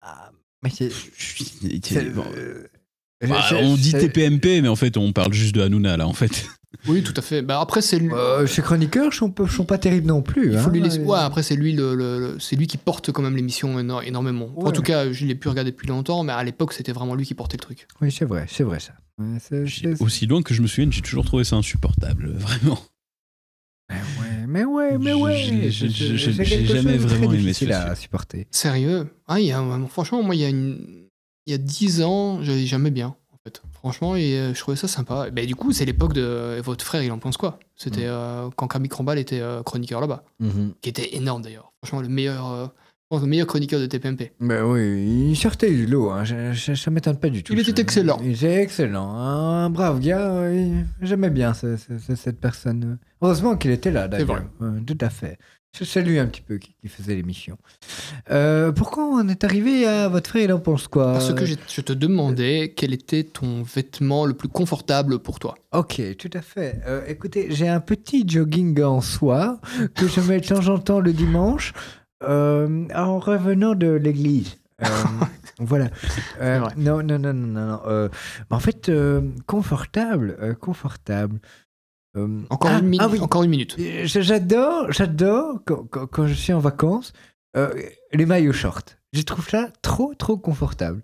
Ah, mais c'est- c'est-
C'est- bon.
euh,
Bah,
c'est-
on dit
c'est-
TPMP, mais en fait, on parle juste de Hanouna, là, en fait.
Oui, tout à fait. Bah, après, c'est lui.
Euh, ces chroniqueurs sont, pas- sont pas terribles non plus.
Il faut
hein.
lui laisser- Ouais, après, c'est lui, le, le- le- c'est lui qui porte quand même l'émission éno- énormément. En
Ouais.
tout cas, je l'ai plus regardé depuis longtemps, mais à l'époque, c'était vraiment lui qui portait le truc.
Oui, c'est vrai, c'est vrai ça. Ouais, c'est- c'est-
Aussi loin que je me souviens, j'ai toujours trouvé ça insupportable, vraiment.
Ouais, mais ouais, mais
Je-
ouais.
je- je-
c'est-
je-
c'est
j'ai
quelque
jamais
chose de très
vraiment aimé
difficile
ce
à
film.
supporter.
Sérieux ah, il y a- Franchement, moi, il y a, une... il y a 10 ans, j'allais jamais bien. En fait. Franchement, et, euh, je trouvais ça sympa. Ben, du coup, c'est l'époque de euh, votre frère, il en pense
Mm.
quoi C'était euh, quand Camille Crambal était euh, chroniqueur là-bas,
Mhm.
qui était énorme d'ailleurs. Franchement, le meilleur, euh, je pense le meilleur chroniqueur de TPMP.
Mais Bah oui, il sortait du lot, hein, je- je- ça m'étonne pas du tout.
Il était
ça.
excellent.
Il était excellent, hein. un brave gars, oui. j'aimais bien ce- ce- ce- cette personne. Heureusement qu'il était là
C'est
d'ailleurs, Ouais, tout à fait. C'est- C'est lui un petit peu qui, qui faisait l'émission. Euh, pourquoi on est arrivé à votre frère, il en pense quoi
Parce que j'ai- je te demandais quel était ton vêtement le plus confortable pour toi.
Ok, tout à fait. Euh, écoutez, j'ai un petit jogging en soie que je mets de temps en temps le dimanche euh, en revenant de l'église. Euh, voilà. Euh,
vrai.
non, non, non, non, non. non. Euh, mais en fait, euh, confortable, euh, confortable. Euh,
Encore,
ah,
une, minute,
ah oui,
encore une minute.
euh, j- J'adore, j'adore quand, quand- quand je suis en vacances euh, les maillots shorts. Je trouve ça trop, trop confortable.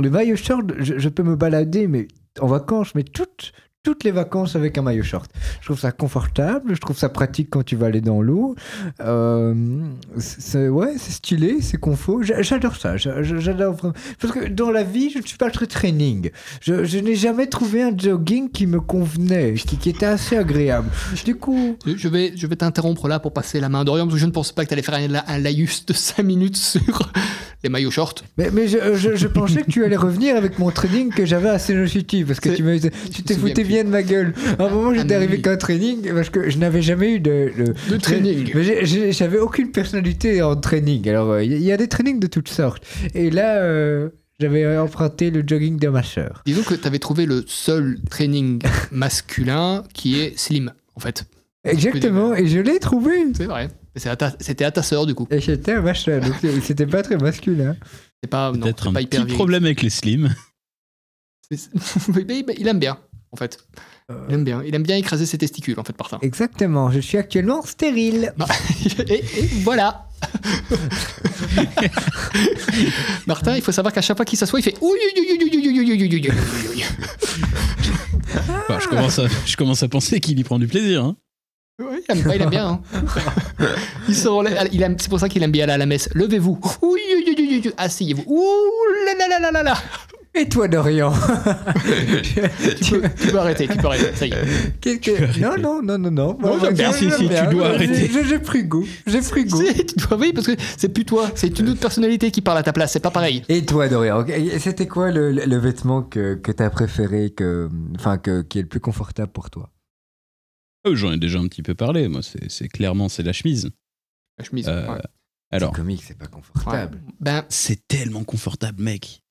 Le maillot short, je, je peux me balader mais en vacances, mais toutes, toutes les vacances avec un maillot short. Je trouve ça confortable, je trouve ça pratique quand tu vas aller dans l'eau. Euh, c'est- c'est- ouais, c'est stylé, c'est confo. J'a- J'adore ça, j'a- j'a- j'adore vraiment. Parce que dans la vie, je ne suis pas très training. Je, je n'ai jamais trouvé un jogging qui me convenait, qui, qui était assez agréable. Du coup,
Je vais, je vais t'interrompre là pour passer la main à Dorian, parce que je ne pensais pas que tu allais faire un, la- un laïus de 5 minutes sur les maillots shorts.
Mais, mais je, je- je pensais que tu allais revenir avec mon training que j'avais à Senocity parce que
C'est-
tu me disais- tu t'es
me souviens
foutu
plus.
bien de ma gueule. À un moment, j'étais
mais
arrivé
oui.
qu'un training parce que je n'avais jamais eu de. de-
De training.
Mais j'ai- j'ai- j'avais aucune personnalité en training. Alors, euh, il y, y a des trainings de toutes sortes. Et là, euh, j'avais emprunté le jogging de ma sœur.
Disons que t'avais trouvé le seul training masculin qui est slim, en fait.
Exactement, et je l'ai trouvé.
C'est vrai. C'est à ta- C'était à ta sœur, du coup.
Et c'était un machin, donc c'était pas très masculin.
C'est pas, non,
Peut-être
c'est
un
pas
petit
hyper viril.
problème avec les slims.
Mais- mais- mais il aime bien, en fait. Il aime bien. Il aime bien écraser ses testicules, en fait, par ça.
Exactement, je suis actuellement stérile.
et, et voilà. Martin, il faut savoir qu'à chaque fois qu'il s'assoit, il fait ouïe, ouïe, ouïe, ouïe, ouïe, ouïe, ouïe, ouïe, ouïe, ouïe. Ah.
Enfin, je, commence à, je commence à penser qu'il y prend du plaisir. hein.
Oui, il aime pas, il aime bien. hein. il se relève. Ah, il aime- C'est pour ça qu'il aime bien aller à la messe. Levez-vous. Ouïe, ouïe, ouïe, ouïe, ouïe. Asseyez-vous. Ouh là là là là là là.
Et toi, Dorian
Tu peux, tu peux arrêter, tu peux arrêter. Ça y est.
Euh,
Qu'est-ce que- Non, non, non, non, non. Moi,
j'aime
moi,
bien.
je-
Si,
j'aime
si, tu
bien.
dois
J'ai-
arrêter.
j'ai- J'ai pris goût. J'ai pris goût.
C'est- Tu dois, oui, parce que c'est plus toi, c'est
Euh.
une autre personnalité qui parle à ta place, c'est pas pareil.
Et toi, Dorian, et c'était quoi le, le- le vêtement que, que t'as préféré, que, enfin, que, qui est le plus confortable pour toi
Euh, J'en ai déjà un petit peu parlé. Moi, c'est c'est clairement, c'est la chemise.
La chemise.
Euh,
ouais.
Alors,
C'est comique, c'est pas
Ouais.
confortable.
Ben,
c'est tellement confortable, mec.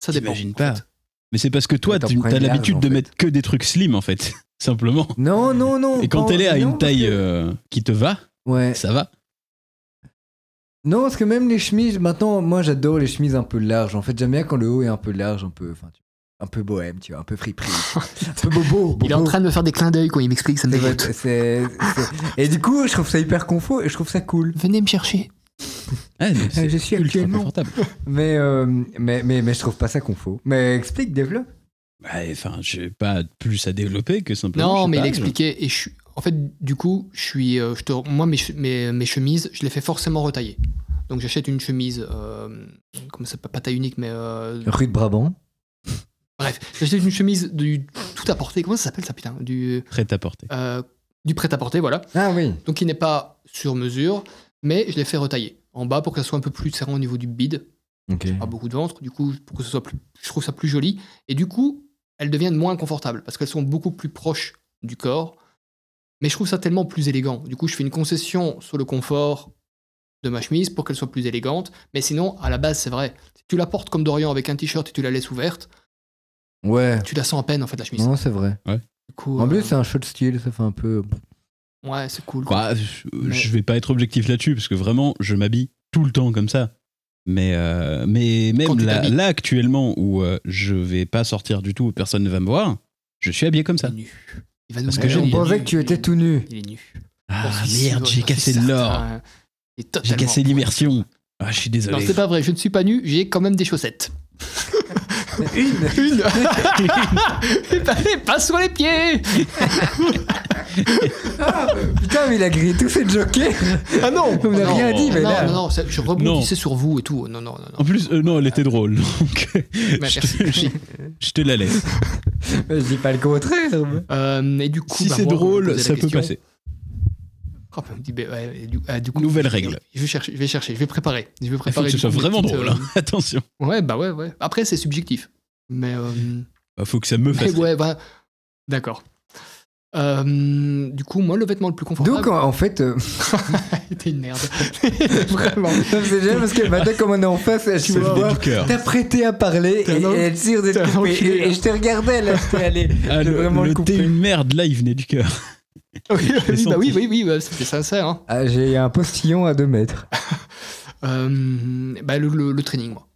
ça dépend.
T'imagines
en
pas.
fait.
Mais c'est parce que toi,
Mais t'en
tu
prends une
as l'habitude
large, en
de
fait.
mettre que des trucs slim, en fait. Simplement.
Non, non, non.
Et quand
pas-
elle est à
non,
une taille euh, qui te va,
Ouais.
ça va.
Non, parce que même les chemises, maintenant, moi j'adore les chemises un peu larges. En fait, j'aime bien quand le haut est un peu large, un peu, enfin, tu- un peu bohème, tu vois, un peu friperie. un peu bobo. bobo.
Il est en train de me faire des clins d'œil quand il m'explique, ça me
C'est vrai,
dégoûte.
c'est- c'est- Et du coup, je trouve ça hyper confort et je trouve ça cool. Euh,
Venez me chercher.
Ah, non, c'est
je suis
ultra
actuellement-
confortable.
Mais, euh, mais, mais, mais je trouve pas ça confort. Mais explique, développe.
Ouais, Enfin, je n'ai pas plus à développer que simplement. je
Non,
sais
mais il
pas,
expliquait. Et je suis- en fait, du coup, je suis, euh, je te- moi, mes, che- mes, mes chemises, je les fais forcément retailler. Donc j'achète une chemise, euh, comment ça s'appelle, pas taille unique, mais. euh,
Rue de Brabant.
bref, j'achète une chemise du tout à porter. Comment ça s'appelle ça, putain Du,
je- Prêt à porter.
euh, du prêt à porter, voilà.
Ah oui.
Donc il n'est pas sur mesure, mais je l'ai fait retailler en bas pour que ça soit un peu plus serré au niveau du bide.
Ok.
pas beaucoup de ventre, du coup, pour que ce soit plus, je trouve ça plus joli. Et du coup, elles deviennent moins confortables parce qu'elles sont beaucoup plus proches du corps. Mais je trouve ça tellement plus élégant. Du coup, je fais une concession sur le confort de ma chemise pour qu'elle soit plus élégante. Mais sinon, à la base, c'est vrai. Si tu la portes comme Dorian avec un t-shirt et tu la laisses ouverte,
Ouais.
tu la sens à peine en fait la chemise.
Non, c'est vrai.
Du coup,
En
euh,
plus, c'est un show de style, ça fait un peu.
ouais, c'est cool. quoi.
Bah, je,
Mais-
je vais pas être objectif là-dessus parce que vraiment, je m'habille tout le temps comme ça. Mais, euh, mais
Quand
même
tu
là,
t'habilles.
là, actuellement où euh, je vais pas sortir du tout, personne ne va me voir, je suis habillé comme ça.
Il est nu. Il va nous
Parce que
montrer.
j'ai-
On
Il est
pensait
nu,
que tu
il est
étais
nu.
tout nu.
Il est nu.
Ah
Oh, si, si,
merde,
ouais,
j'ai cassé de l'or,
certain. Il est
j'ai
totalement-
cassé l'immersion. Ah, je suis
Non,
désolé.
c'est pas vrai, je ne suis pas nu, j'ai quand même des chaussettes.
Une
Une Et pas, et pas sur les pieds
Ah, Putain, mais il a grillé tous ses jokers.
Ah non
On n'a
Non,
rien dit, mais
Non,
là.
non, non, c'est- je rebondissais sur vous et tout. Non, non, non. non.
En plus, euh, non, elle était drôle. Donc,
Bah, merci.
je, te, je- je te la laisse.
Je dis pas le contraire. moi.
Euh, et du coup,
Si
bah,
c'est
moi, on me
drôle,
posait la
ça peut
question.
passer.
Oh, bah, on me dit, bah, ouais, et du- ah, du coup,
Nouvelle
je-
règle.
Je vais chercher, je vais chercher, je vais préparer. Je vais
Il faut
préparer.
que ce
du
soit
coup, des
vraiment
petites,
drôle.
euh,
hein. Attention.
Ouais, bah ouais, ouais. Après, c'est subjectif. Mais, euh,
Il Bah, faut que ça me
mais
fasse.
ouais, bah, d'accord. Euh, du coup, moi, le vêtement le plus confortable.
Donc, en, en fait, euh,
T'es une merde. Vraiment.
ça me fait génial parce que maintenant, comme on est en face, tu
C'est
vas
le
voir.
déducteur.
T'as prêté à parler
T'es un
et,
en-
et elle tire des
t'es un
trucs. Et,
enculé,
et- et je te regardais là, j'étais allé.
Ah,
de
le,
vraiment le
le
couper.
thé une merde, là, il venait du cœur.
oui, oui,
l'ai
bah oui,
senti.
oui, oui, bah, c'était sincère. Hein.
Ah, j'ai un postillon à 2 mètres.
Euh, bah, le, le- le training, moi.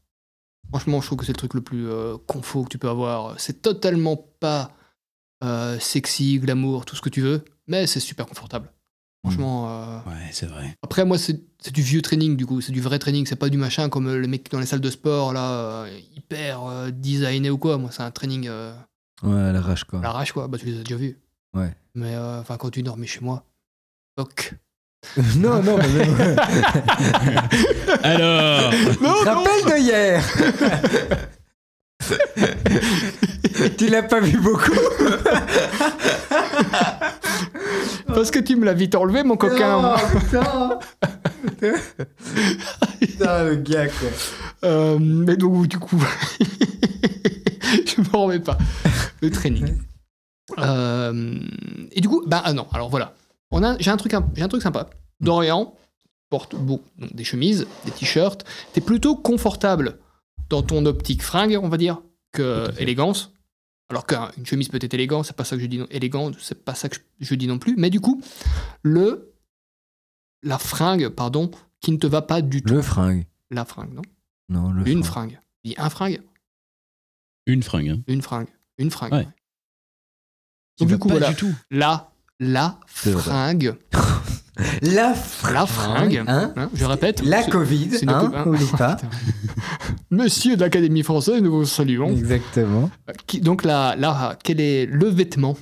Franchement, je trouve que c'est le truc le plus euh, confo que tu peux avoir. C'est totalement pas euh, sexy, glamour, tout ce que tu veux, mais c'est super confortable. Franchement, euh,
Ouais, c'est vrai.
après moi, c'est c'est du vieux training du coup, c'est du vrai training, c'est pas du machin comme euh, les mecs dans les salles de sport là, euh, hyper euh, designé ou quoi. Moi, c'est un training euh,
Ouais, la rage quoi.
à l'arrache quoi. Bah, tu les as déjà vus.
Ouais.
Mais euh, enfin, quand tu dormais chez moi, fuck.
non, non, mais même...
Alors,
Rappel de hier Tu l'as pas vu beaucoup
Parce que tu me l'as vite enlevé, mon coquin.
Oh, putain hein. Putain, le gars, quoi.
Euh, mais donc, du coup, je me remets pas. Le training. Euh, et du coup, bah ah non, alors voilà. On a, j'ai, un truc, j'ai un truc sympa. Dorian porte bon, donc des chemises, des t-shirts. T'es plutôt confortable dans ton optique fringue, on va dire, que élégance. Alors qu'une chemise peut être élégante, c'est pas ça que je dis non, élégante, c'est pas ça que je, je dis non plus. Mais du coup, le la fringue, pardon, qui ne te va pas du tout.
Le fringue.
La fringue, non
Non, le fringue.
Une fringue. Je dis un fringue,
Une fringue. Hein.
une fringue, une fringue.
Ouais.
ouais.
Qui
Donc
va
du coup,
pas
voilà.
du tout.
La, la
C'est vrai.
fringue.
La fringue.
La fringue.
Hein
Hein, je répète.
la
ce-
Covid,
c'est une co-
hein,
hein.
n'oublie pas.
Monsieur de l'Académie française, nous vous saluons.
Mm. Exactement.
Euh, qui- donc là, là, quel est le vêtement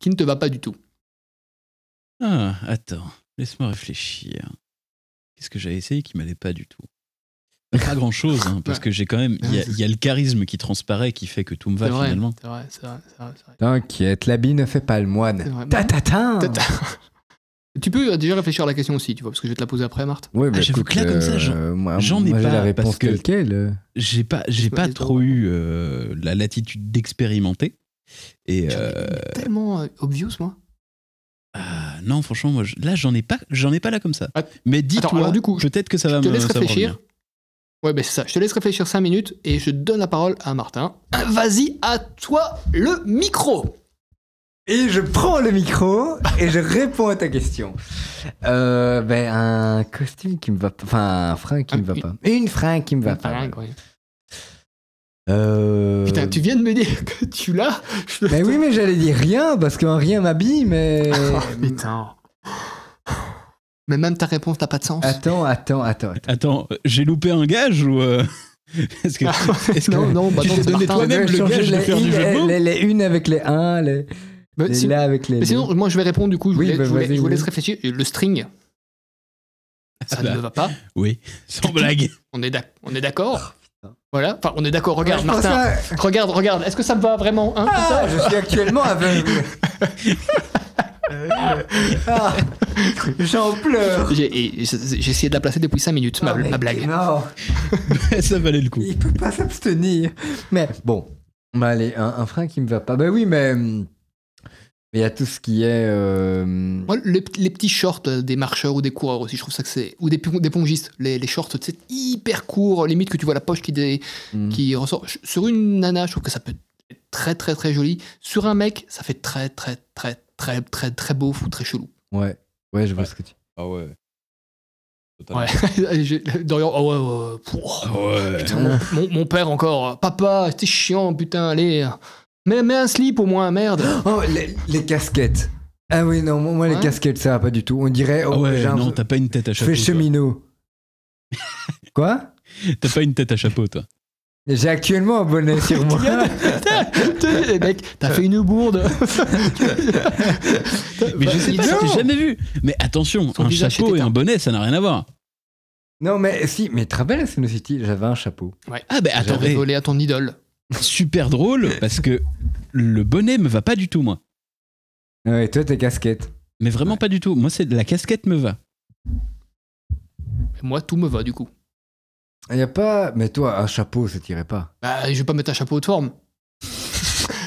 qui ne te va pas du tout
Ah, attends. Laisse-moi réfléchir. Qu'est-ce que j'avais essayé qui m'allait pas du tout Pas grand-chose, hein, parce que j'ai quand même. Il y, a- il y a le charisme qui transparaît qui fait que tout me va
C'est vrai,
finalement.
c'est vrai, c'est vrai, c'est vrai, c'est vrai.
T'inquiète, l'habit ne fait pas le
C'est vrai.
moine. Tatatin
Tata. Tu peux euh, déjà réfléchir à la question aussi, tu vois, parce que je vais te la poser après, Marthe.
Ouais, mais
Ah, j'avoue
écoute,
que là, comme ça,
euh,
j'en-
moi,
j'en ai
moi, j'ai
pas,
la réponse
parce que-
telle quelle. euh.
J'ai pas, j'ai
peux
pas
les
trop
avoir.
eu euh, la latitude d'expérimenter. Et
J'en ai
euh,
une Tellement euh, obvious, moi.
ah, non, franchement, moi, je- là, j'en ai pas, j'en ai pas là comme ça.
Att-
Mais
Attends,
dis-toi,
alors, du coup, je
peut-être que ça va
je te
me.
laisse
ça va me
réfléchir.
revenir.
Ouais, ben c'est ça. Je te laisse réfléchir 5 minutes et je donne la parole à Martin. Vas-y, à toi le micro.
Et je prends le micro et je réponds à ta question. Euh, ben, un costume qui me va pas. Enfin, un fringue qui me va
Une-
pas. Une fringue qui me va pas.
Fringue, ouais.
Euh...
Putain, tu viens de me dire que tu l'as. Je-
Mais oui, mais j'allais dire rien parce qu'un rien m'habille, mais.
Oh, putain. Mais même ta réponse n'a pas de sens.
attends, attends, attends. attends.
Attends, j'ai loupé un gage ou euh, est-ce que, est-ce que-
Ah, non, non, bah
tu
non,
t'es
c'est
donné
Martin.
toi-même
Je
le
dois changer
gage de
les
faire du
in-
jeu de mots
les, les une avec les un, les,
Mais
les
si-
là avec les.
mais sinon,
deux.
moi je vais répondre du coup. Je,
Oui,
voulais-
bah,
je voulais-
vas-y,
je vous laisse
oui. Ah
réfléchir. Le string, ça ne
Bah,
me va pas.
Oui, sans blague.
On est d'ac- on est d'accord. Voilà. Enfin, on est d'accord. Regarde,
Ah, Je pense
Martin.
à-
Regarde, regarde. Est-ce que ça me va vraiment hein, comme ça
Ah, je suis actuellement aveugle. Ah, J'en pleure.
J'ai et- et c'est- j'ai essayé de la placer depuis 5 minutes, ma,
Ah, mais
ma blague.
Non,
ça valait le coup.
il peut pas s'abstenir. Mais bon, bah allez, un, un frein qui me va pas. Bah oui, mais hum, mais il y a tout ce qui est. euh,
Moi, le- les petits shorts euh, des marcheurs ou des coureurs aussi, je trouve ça que c'est. Ou des, pon- des pongistes. Les, les shorts, c'est hyper court, limite que tu vois la poche qui, dé-
hum,
qui ressort. Je- Sur une nana, je trouve que ça peut être très, très, très joli. Sur un mec, ça fait très, très, très, très, très, très beau ou très chelou.
Ouais, ouais, je vois ce que tu.
Ah ouais.
Ouais. Je- Dorian, oh ouais, ouais, ouais. Pouh.
Ah ouais.
Ah
Putain, mon, mon- mon père encore. euh, Papa, t'es chiant, putain, allez. Mets, mets un slip au moins, merde.
Oh, les, les casquettes. Ah oui, non, moi moi, les
Ouais.
casquettes, ça va pas du tout. On dirait.
Ah
oh,
ouais,
j'ai un-
non, t'as pas une tête à
je
chapeau.
fais
toi.
cheminot. Quoi
T'as pas une tête à chapeau, toi.
J'ai actuellement un bonnet sur moi.
Eh, mec, t'as fait une bourde.
Mais je sais pas,
Bah, Non.
je t'ai jamais vu. Mais attention,
Son
un
visage
chapeau
était
et un
un-
bonnet, ça n'a rien à voir.
Non, mais si, mais te rappelles à Sin City, j'avais un chapeau.
Ah bah attends,
J'avais
eh,
volé à ton idole.
super drôle parce que le bonnet me va pas du tout moi.
Ah Ouais, toi, tes casquettes.
Mais vraiment pas du tout. Moi c'est la casquette me va.
Et Moi, tout me va du coup.
Y a pas. Mais toi, un chapeau, ça t'irait pas.
Bah, je vais pas mettre un chapeau haute forme.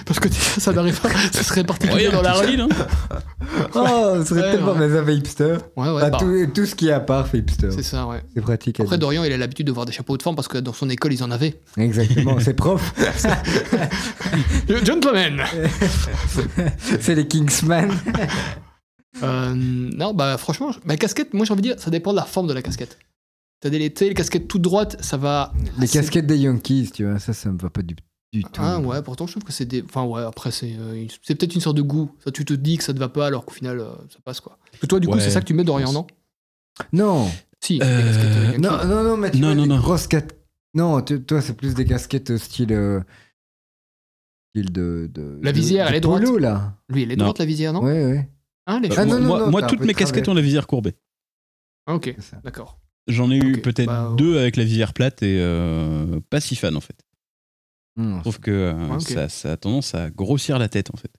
Parce que déjà, ça n'arrive pas. Ça serait particulier
Voyons,
dans la
tout
rue.
style, hein.
Oh, ce serait
Ouais,
tellement.
ouais.
Mais ça fait hipster.
Ouais, ouais,
Bah,
bah,
tout, tout ce qui est à part fait hipster.
c'est ça, ouais.
C'est pratique à
Après,
dire.
Dorian, il a l'habitude de voir des chapeaux haute forme parce que dans son école, ils en avaient.
Exactement, c'est prof.
Le Gentleman
c'est les Kingsman.
Euh, non, bah franchement, je- bah, casquette, moi j'ai envie de dire, ça dépend de la forme de la casquette. T'as des tu sais, les casquettes toutes droites, ça va.
Les
c'est-
casquettes des Yankees, tu vois, ça, ça me va pas du, du tout.
Ah ouais, pourtant je trouve que c'est des. Enfin ouais, après c'est euh, une- c'est peut-être une sorte de goût. Ça, tu te dis que ça te va pas alors qu'au final euh, ça passe quoi. Parce que toi, du coup,
Ouais,
c'est ça que tu mets Dorian,
je
non
Non,
Si,
Euh,
les casquettes. euh, Yankee.
non, non, non, mais tu
Non,
vois,
non,
les
non.
grosses casquettes. Non, tu- toi, c'est plus des casquettes euh, style. euh, style de, de.
La
de-
visière,
de
elle est droite.
polo, là.
Lui, elle est
Non.
droite la visière, non
Ouais, ouais.
Hein, les
Ah, non,
moi,
non,
moi-
non,
moi,
t'as un
toutes
peu
mes
travers.
casquettes ont la visière courbée.
Ah, ok,
C'est ça.
d'accord.
J'en ai eu
Ok,
peut-être
bah, ouais.
deux avec la visière plate et euh, pas si fan en fait.
Hmm.
Je trouve que euh,
Ouais, Ah, ok.
ça, ça a tendance à grossir la tête en fait.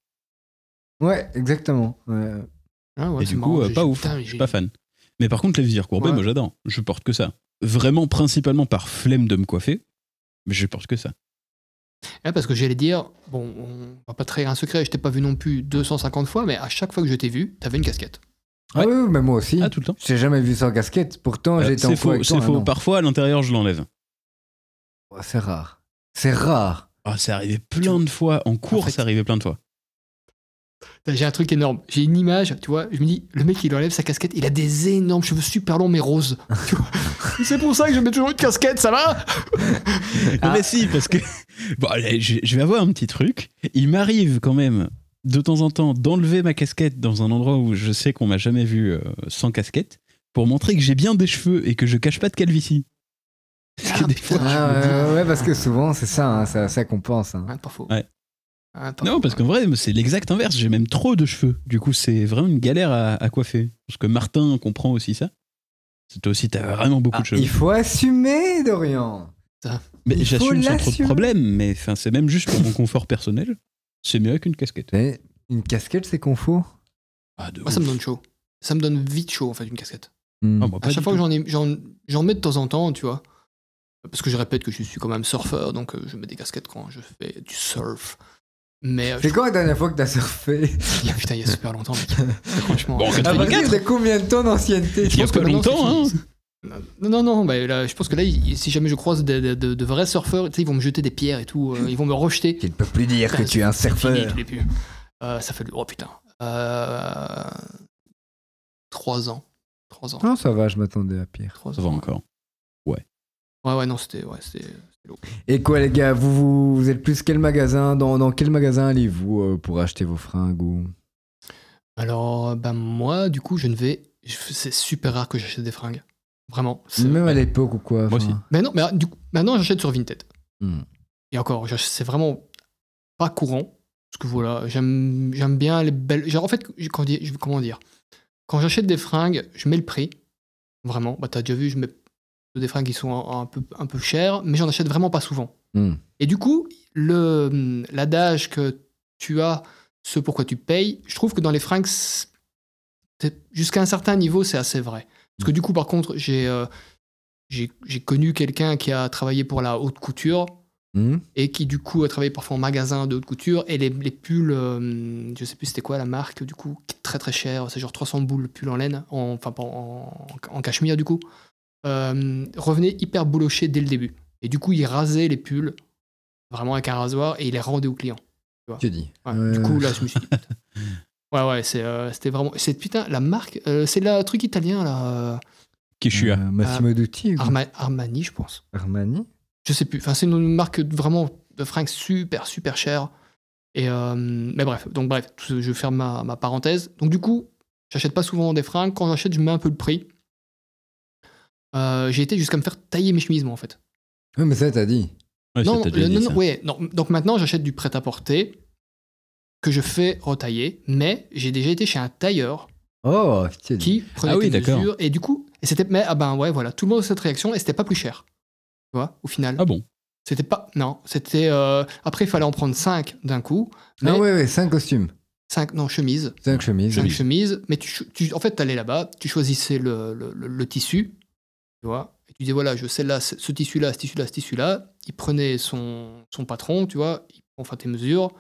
Ouais, exactement. Ouais.
Ah, ouais,
et
c'est
du
marrant,
coup, euh,
j'ai-
pas
j'ai-
ouf.
putain, mais
Je
j'ai-
suis pas fan. Mais par contre, la visière courbée,
Ouais.
moi j'adore. Je porte que ça. vraiment principalement par flemme de me coiffer, mais je porte que ça.
Ouais, Hein, parce que j'allais dire, bon, on va pas trahir un secret, je t'ai pas vu non plus 250 fois, mais à chaque fois que je t'ai vu, t'avais une casquette.
Ah oui, oui, mais moi
Mmh.
aussi.
Ah, tout le temps.
Je t'ai jamais vu sans casquette. Pourtant,
Euh,
j'étais en
C'est
faux.
hein,
faux, c'est faux. Parfois, à l'intérieur, je l'enlève.
Oh, C'est rare. C'est rare.
Ah, c'est arrivé plein de fois. En cours,
En fait-
c'est arrivé plein de fois.
Putain, J'ai un truc énorme. J'ai une image, tu vois. Je me dis, le mec, il enlève sa casquette, il a des énormes cheveux super longs, mais roses. Tu vois. c'est pour ça que je mets toujours une casquette, ça va
Ah.
Mais si, parce que bon, allez, je, je vais avoir un petit truc. Il m'arrive quand même de temps en temps d'enlever ma casquette dans un endroit où je sais qu'on m'a jamais vu euh, sans casquette pour montrer que j'ai bien des cheveux et que je cache pas de calvitie. Parce que
Ah,
des
putain,
fois-
Ah,
je me dis-
ouais, ouais, ouais, parce que souvent, c'est ça, hein, ça, ça qu'on pense. hein.
Ah, pas faux.
Ouais.
Ah, pas
Non,
faux.
parce qu'en vrai, c'est l'exact inverse. J'ai même trop de cheveux. Du coup, c'est vraiment une galère à, à coiffer. Parce que Martin comprend aussi ça. C'est toi aussi, t'as vraiment beaucoup
Ah,
de cheveux.
il faut assumer, Dorian.
Mais
il faut
j'assume sans trop de
l'assumer.
problème. Mais enfin, c'est même juste pour mon confort personnel. C'est mieux qu'une casquette.
Mais une casquette, c'est qu'on faut.
Ah, de
Moi, ça me
ouf.
donne chaud. Ça me donne vite chaud, en fait, une casquette.
Hmm.
Ah, moi, pas
à
du
chaque fois
tout.
que j'en ai- j'en j'en mets de temps en temps, tu vois. Parce que je répète que je suis quand même surfeur, donc euh, je mets des casquettes quand je fais du surf. Mais euh,
C'est quand la dernière fois que t'as surfé Ah,
il y a- putain, il y a super longtemps, mec. Franchement. euh,
Bon, en
À
84,
partir de combien de temps d'ancienneté
Il y a
pense que
pas
maintenant,
longtemps, hein
c'est Non, non, non, bah, là, je pense que là, il- si jamais je croise des- des- de, de vrais surfeurs, tu sais, ils vont me jeter des pierres et tout, euh, ils vont me rejeter.
Tu ne peux plus dire que tu es un
Bah, Fini,
surfeur.
tu l'es plus. Euh, ça fait le. Oh putain. Euh... 3 ans. 3 ans.
Non, ça va, je m'attendais à pire.
Trois
Ça va
ans.
encore.
Ouais, ouais, non, c'était. Ouais, c'était... euh.
Et quoi, les gars, vous, vous, vous êtes plus quel magasin dans, dans quel magasin allez-vous euh, pour acheter vos fringues ou...
Alors, bah, moi, du coup, je ne vais. je- C'est super rare que j'achète des fringues. Vraiment. c'est-
Même à l'époque ou quoi enfin.
Moi aussi.
Mais non, mais ah, du coup, maintenant, j'achète sur Vinted.
Hmm.
Et encore, je- c'est vraiment pas courant. Parce que voilà, j'aime j'aime bien les belles. Genre, en fait, je- quand je dis- je- comment dire Quand j'achète des fringues, je mets le prix. Vraiment. Bah, t'as déjà vu, je mets des fringues qui sont un, un peu, un peu chères, mais j'en achète vraiment pas souvent.
Hmm.
Et du coup, le- l'adage que tu as, ce pourquoi tu payes, je trouve que dans les fringues, c'est- c'est- jusqu'à un certain niveau, c'est assez vrai.
Hmm.
Parce que du coup, par contre, j'ai euh, j'ai j'ai connu quelqu'un qui a travaillé pour la haute couture
Hmm
et qui du coup a travaillé parfois en magasin de haute couture et les, les pulls euh, je sais plus c'était quoi la marque du coup qui est très très cher c'est genre 300 boules le pull en laine en- enfin pas en, en, en cachemire du coup euh, revenait hyper bouloché dès le début et du coup il rasait les pulls vraiment avec un rasoir et il les rendait aux clients
Que dis Euh,
Ouais.
Ouais.
du coup là je me suis dit putain. ouais ouais c'est, euh, c'était vraiment c'est putain la marque euh, c'est le truc italien là euh,
Keshua.
Euh, Massimo Dutti ou
Arma- Armani je pense
Armani
je sais plus. Enfin, c'est une marque vraiment de fringues super, super chère. Et euh, mais bref, donc bref, tout- je ferme ma, ma parenthèse. Donc du coup, j'achète pas souvent des fringues. Quand j'achète, je mets un peu le prix. Euh, j'ai été jusqu'à me faire tailler mes chemises, moi, en fait.
Oui, mais ça, t'as dit.
Ouais, ça,
non,
t'as déjà
euh,
dit
non,
ça.
non, ouais, non. Donc maintenant, j'achète du prêt-à-porter que je fais retailler. Mais j'ai déjà été chez un tailleur
Oh, tu as dit.
qui prenait
Ah oui,
tes
d'accord.
mesures. Et du coup, et c'était, mais ah ben ouais, voilà, tout le monde a cette réaction et c'était pas plus cher. Tu vois, au final.
Ah bon
C'était pas. Non, c'était. euh, Après, il fallait en prendre 5 d'un coup. Mais
Ah ouais, ouais, cinq costumes,
5, non, chemises.
cinq chemises.
5 chemises. Mais tu, cho- tu- en fait, t'allais là-bas, tu choisissais le, le- le- le tissu. Tu vois Et tu disais, voilà, je veux celle-là, ce ce tissu-là, ce tissu-là, ce tissu-là. Il prenait son, son patron, tu vois. Il prend enfin tes mesures.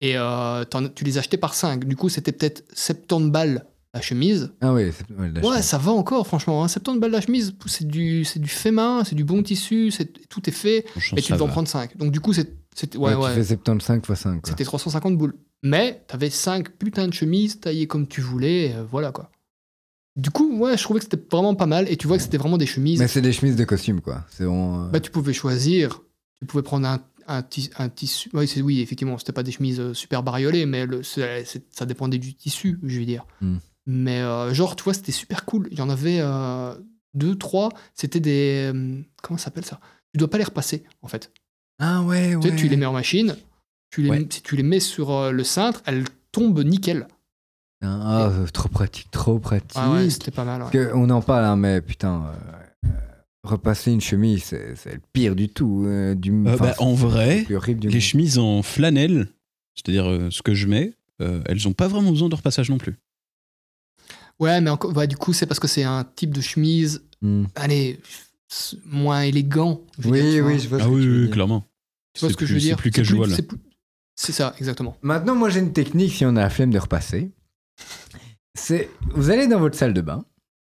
Et euh, t'en- tu les achetais par 5. Du coup, c'était peut-être 70 balles la chemise.
Ah ouais, c'est- ouais, là, je-
Ouais, ça va encore, franchement. hein, 70 balles la chemise. C'est du, c'est du fait main, c'est du bon tissu, c'est- tout est fait.
Franchement,
Et tu
ça
dois en
va.
prendre 5. Donc, du coup, c'est- c'était.
Ouais,
Ouais, ouais.
Tu fais 75 fois 5.
C'était 350 boules. Mais t'avais 5 putains de chemises taillées comme tu voulais, et, euh, voilà quoi. Du coup, ouais, je trouvais que c'était vraiment pas mal, et tu vois que c'était vraiment des chemises.
Mais c'est des chemises de costume, quoi. C'est vraiment, euh,
Bah, tu pouvais choisir, tu pouvais prendre un, un, ti- un tissu. Oui, c'est- oui, effectivement, c'était pas des chemises euh, super bariolées, mais le, c'est- c'est- ça dépendait du tissu, je veux dire.
Hmm.
Mais euh, genre, tu vois, c'était super cool. Il y en avait euh, deux, trois. C'était des. hum, comment ça s'appelle ça Tu dois pas les repasser, en fait.
Ah ouais,
Tu,
ouais.
sais, tu les mets en machine, tu les,
Ouais.
si tu les mets sur euh, le cintre, elles tombent nickel.
Ah, ah, trop pratique, trop pratique.
Ah ouais, c'était pas mal. ouais.
Parce que on en parle, hein, mais putain, euh, euh, repasser une chemise, c'est c'est le pire du tout. euh, du,
Euh,
enfin,
bah, en
c'est
vrai,
le plus horrible du
Les
monde.
chemises en flanelle, c'est-à-dire euh, ce que je mets, euh, elles n'ont pas vraiment besoin de repassage non plus.
Ouais, mais encore, bah, du coup, c'est parce que c'est un type de chemise.
Hmm.
Allez, s- moins élégant. je veux
Oui,
dire, tu vois.
oui, je vois ce
Ah
que
oui,
tu veux
oui,
dire.
clairement.
Tu vois ce
C'est
que
plus-
je veux
c'est
dire
plus
C'est
casual.
c'est plus- C'est ça, exactement.
Maintenant, moi, j'ai une technique si on a la flemme de repasser. C'est, vous allez dans votre salle de bain,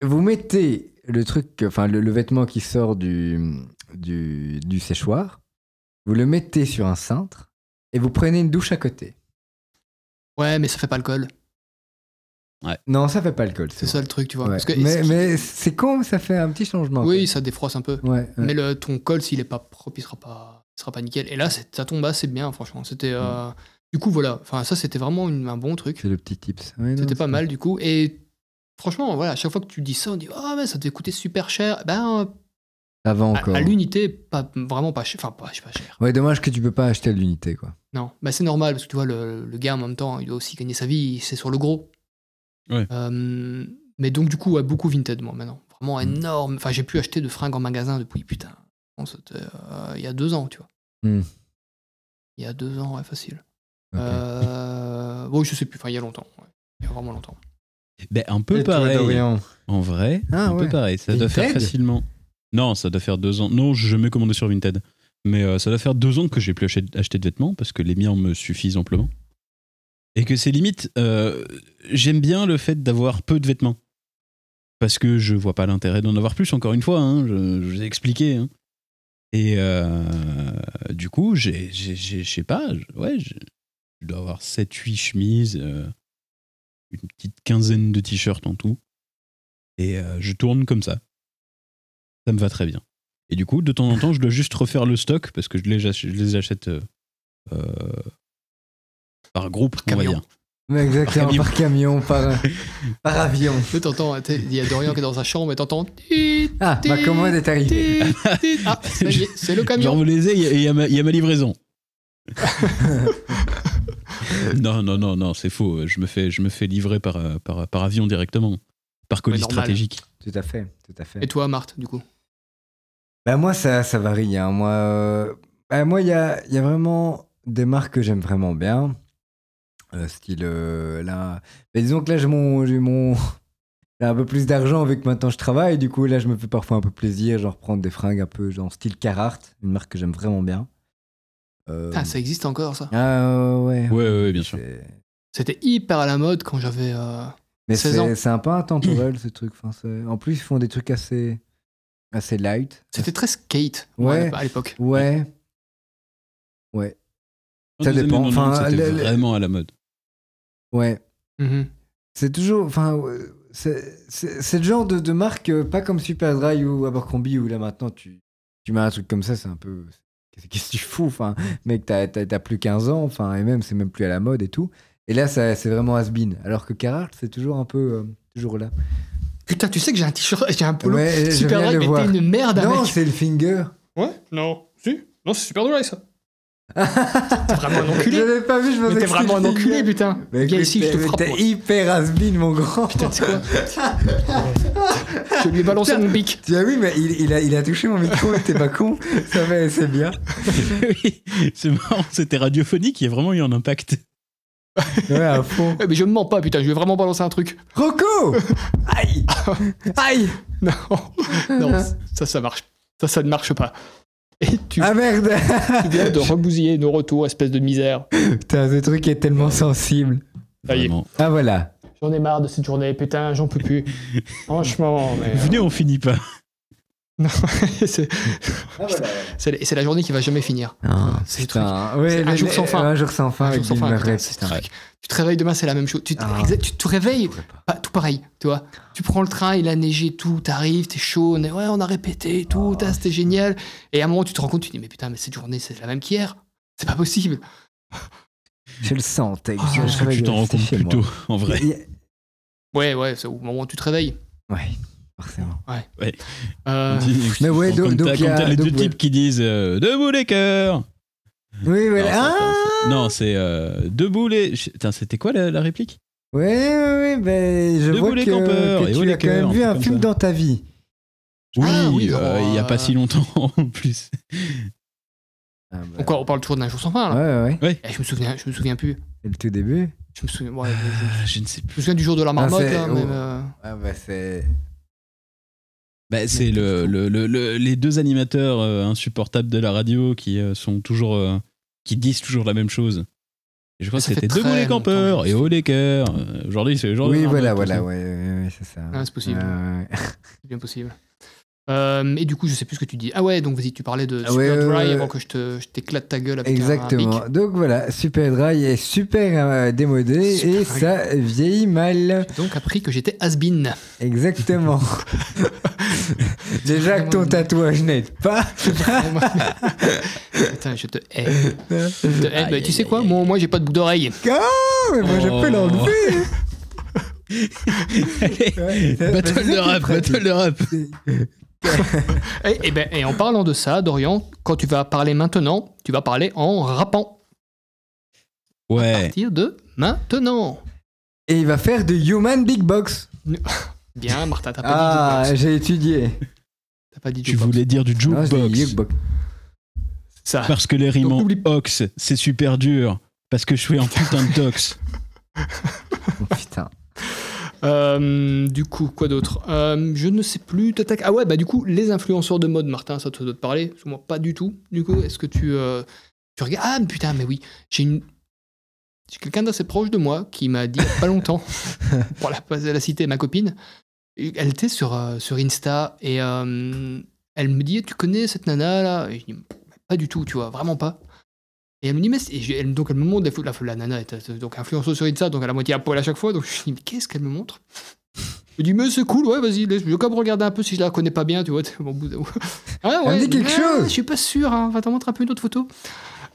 vous mettez le truc, enfin le, le vêtement qui sort du, du, du séchoir, vous le mettez sur un cintre et vous prenez une douche à côté.
Ouais, mais ça fait pas le col.
Non, ça fait pas le col.
C'est
vrai.
ça le truc, tu vois.
Ouais.
Parce que-
mais
est-ce qu'il-
mais c'est con, ça fait un petit changement.
oui, ça défroisse un peu.
quoi. Ouais, ouais.
Mais le, ton col, s'il est pas propre, il sera pas, il sera pas nickel. Et là, c'est- ça tombe assez bien, franchement. C'était, euh, du coup, voilà. Enfin, ça, c'était vraiment une- un bon truc.
Mm. C'est le petit tips. Ouais, non,
C'était pas
c'est-
mal, du coup. Et franchement, voilà, à chaque fois que tu dis ça, on dit ah mais ça devait coûter super cher. Ben,
Ça va
à,
encore.
à l'unité, pas vraiment pas cher. Enfin, pas, pas cher.
Ouais, dommage que tu peux pas acheter à l'unité, quoi.
Non, bah c'est normal parce que tu vois, le, le gars en même temps, il doit aussi gagner sa vie, c'est sur le gros.
Ouais.
Euh, mais donc, du coup, ouais, beaucoup Vinted, moi, maintenant. Vraiment énorme. Enfin, j'ai pu acheter de fringues en magasin depuis, putain, je pense, c'était, euh, il y a deux ans, tu vois.
Hmm.
Il y a deux ans, ouais, facile.
Ok.
Euh, bon, je sais plus, enfin, il y a longtemps. ouais. Il y a vraiment longtemps.
Ben, un
Et
peu
toi,
pareil.
Dorian
En vrai,
Ah,
un
ouais.
peu pareil. Ça doit faire
Vinted
facilement. Non, ça doit faire deux ans. Non, je me commandais sur Vinted. Mais euh, ça doit faire deux ans que j'ai plus ach- acheté de vêtements parce que les miens me suffisent amplement. Et que c'est limite. euh, J'aime bien le fait d'avoir peu de vêtements. Parce que je vois pas l'intérêt d'en avoir plus, encore une fois. hein, je, je vous ai expliqué. hein. Et euh, du coup, j'ai- j'ai- j'ai- je sais pas. je- Ouais, je je dois avoir 7-8 chemises, euh, une petite quinzaine de t-shirts en tout et euh, je tourne comme ça. Ça me va très bien. Et du coup, de temps en temps, je dois juste refaire le stock parce que je les, ach- je les achète euh, euh, par groupe, on va
camion.
dire.
Mais Exactement,
camion.
par camion, par, par avion.
Tu sais, t'entends, t'es- il y a Dorian qui est dans sa chambre et t'entends. tit,
Ah, ma
tit,
commande est arrivée.
tit, tit. Ah, ça y est, c'est le
Genre,
camion.
vous les avez, il y, a ma- il y a ma livraison. non, non, non, non, c'est faux. Je me fais, je me fais livrer par, euh, par, par avion directement, par colis
Ouais, normal.
stratégique.
Tout à fait, tout à fait.
Et toi, Marthe, du coup
Bah moi, ça, ça varie. hein. Moi, euh, bah moi, il y a, il y a vraiment des marques que j'aime vraiment bien. Euh, style euh, là. Mais disons que là, j'ai mon, j'ai mon, j'ai un peu plus d'argent vu que maintenant je travaille. Du coup, là, je me fais parfois un peu plaisir, genre prendre des fringues un peu genre style Carhartt, une marque que j'aime vraiment bien. Euh,
Ah, ça existe encore, ça.
ah, ouais.
Ouais, ouais, ouais, bien sûr.
C'est-
C'était hyper à la mode quand j'avais. euh,
Mais
16 ans.
c'est c'est un peu intemporel ce truc. Enfin, c'est- en plus, ils font des trucs assez, assez light.
C'était très skate
Ouais.
ouais. à l'époque.
Ouais. Ça
Dans les années
dépend,
90,
enfin,
c'était
le- le-
vraiment à la mode.
Ouais.
Mhm.
C'est toujours. Enfin, euh, c'est c'est- c'est le genre de, de marque, euh, pas comme Superdry ou Abercrombie, où là maintenant tu, tu mets un truc comme ça, c'est un peu. Qu'est-ce qu'est-ce que tu fous Enfin, mec, t'as t'as- t'as plus 15 ans, enfin, et même, c'est même plus à la mode et tout. Et là, ça- c'est vraiment has-been. Alors que Carhartt, c'est toujours un peu. euh, toujours là.
Putain, tu sais que j'ai un t-shirt, j'ai un polo
Ouais, je
super
viens de
drôle,
le
mais
voir.
t'es une merde
Non,
avec.
c'est le finger.
Ouais Non, si Non, c'est super drôle ça. t'es vraiment un
Je
enculé.
l'avais pas vu, je pensais
Mais
que
t'es vraiment un
c'était le
enculé,
finger.
putain.
Mais
Viens
écoute,
ici, je te
t'es-
frappe.
T'es
moi.
hyper has-been, mon grand.
Putain, tu sais quoi Je lui ai balancé mon bic.
Tu as oui, mais il, il a, il a touché mon micro, t'es pas con. Ça fait, c'est bien.
Oui, c'est marrant, c'était radiophonique, il y a vraiment eu un impact.
Ouais, à fond.
Eh, mais je me mens pas, putain, je lui ai vraiment balancé un truc.
Rocco Aïe Aïe
Non, non, ça, ça marche. Ça, ça ne marche pas. Et tu,
Ah merde
tu viens de rebousiller nos retours, espèce de misère.
Putain, ce truc est tellement sensible.
Ça y est.
Vraiment.
Ah voilà.
J'en ai marre de cette journée, putain, j'en peux plus. Franchement, mais.
Venez, on finit pas.
Non, c'est c'est la- c'est la journée qui va jamais finir. Ah, c'est
putain. Ah, Ouais,
C'est un
le-
jour sans
le-
fin.
Un jour sans fin
Un
avec
jour sans
Bill
fin,
Murray,
putain, c'est
putain.
ce truc. Tu te réveilles demain, c'est la même chose. Tu, te-
Ah.
exact, tu te réveilles,
pourrais pas.
pas- tout pareil, tu vois. Tu prends le train, il a neigé, et tout, t'arrives, t'es chaud, on est- ouais, on a répété, et tout,
Ah.
t'as, c'était génial. Et à un moment, tu te rends compte, tu te dis, mais putain, mais cette journée, c'est la même qu'hier. C'est pas possible.
Je le sentais.
Ah,
je-
Je pense que
je-
tu t'en rends
c'était
compte
chez
plus
moi.
tôt, en vrai.
Il-
Ouais, ouais, c'est au moment où tu te réveilles.
Ouais, forcément.
Euh,
Mais ouais, donc-
Comme t'as-
donc il y
comme
a-
t'as les
donc
deux
ouais.
types qui disent euh, debout les cœurs.
Oui,
Non, c'est-
voilà. Ah
Non, c'est euh, debout les. Putain, c'était quoi la, la réplique
Ouais, ouais, ouais, ben, je
Debout
vois que,
les campeurs,
que
et haut
tu
les
as quand même
cœurs,
vu
un
un
truc
film
comme ça.
dans ta vie.
Oui,
Ah, oui,
euh,
dans,
il y a
euh,
pas si longtemps en plus.
Ah, bah,
donc, on parle toujours d'un jour sans fin,
Ouais,
là.
ouais, ouais.
Eh, je, me souviens, je me souviens plus.
Et le tout début.
Je me souviens, ouais, je,
Ah, je ne sais
je me souviens du jour de la marmotte,
c'est-
là, mais,
oh.
euh,
Ah bah c'est...
Bah, c'est le, le- le- le- les deux animateurs euh, insupportables de la radio qui euh, sont toujours euh, qui disent toujours la même chose. Et je crois
Ah, Ça
que
fait
c'était debout
très
les campeurs
longtemps.
et haut les cœurs. Euh, Aujourd'hui, c'est le genre
Oui,
de-
voilà,
de-
voilà, ouais, ouais, ouais, c'est ça.
Ah, c'est possible.
Euh,
C'est bien possible. Euh, et du coup, je sais plus ce que tu dis. Ah ouais, donc vas-y, tu parlais de
Ah ouais,
Superdry
ouais, ouais, ouais.
avant que je te- je t'éclate ta gueule avec un- un
Exactement.
bic.
Donc voilà, Super Dry est super euh, démodé
Super
et
dry.
ça vieillit mal.
J'ai donc appris que j'étais has-been.
Exactement. Déjà que ton tatouage n'aide pas.
Putain, je te hais. Je te hais. Bah, tu sais quoi Moi, moi j'ai pas de boucle d'oreille.
Oh, mais moi je
Oh.
peux l'enlever.
Allez, Battle de rap, battle de rap.
Et, et ben, et en parlant de ça, Dorian, quand tu vas parler maintenant, tu vas parler en rappant. À
Ouais.
partir de maintenant.
Et il va faire de Human Big Box.
Bien, Martin, t'as pas,
Ah,
dit jukebox.
j'ai étudié.
T'as pas dit
Tu
jukebox.
voulais dire du
Non, j'ai dit
jukebox
jukebox.
ça.
parce que les rimes en
n'oublie pas.
ox c'est super dur parce que je suis en putain de tox.
Putain.
Euh, du coup, quoi d'autre Euh, Je ne sais plus. t'attaques- Ah ouais, bah du coup, les influenceurs de mode, Martin, ça te doit te parler. Parce que moi, pas du tout. Du coup, est-ce que tu, euh, tu regardes Ah mais putain, mais oui, j'ai une. J'ai quelqu'un d'assez proche de moi qui m'a dit il y a pas longtemps, pour la, la citer, ma copine, elle était sur, euh, sur Insta et euh, elle me dit Tu connais cette nana là Et je dis Pas du tout, tu vois, vraiment pas. Et elle me dit, mais c'est- et je- elle- donc elle me montre des photos. La, la nana est euh, donc influenceuse sur Insta, donc elle a moitié à poil à chaque fois. Donc je me dis, mais qu'est-ce qu'elle me montre Je dis, mais c'est cool, ouais, vas-y, laisse. Je vais quand même regarder un peu si je la connais pas bien, tu vois. t'es Au bout de- Ah,
Elle me dit quelque
ah,
chose.
Je suis pas sûr, hein, va t'en montrer un peu une autre photo.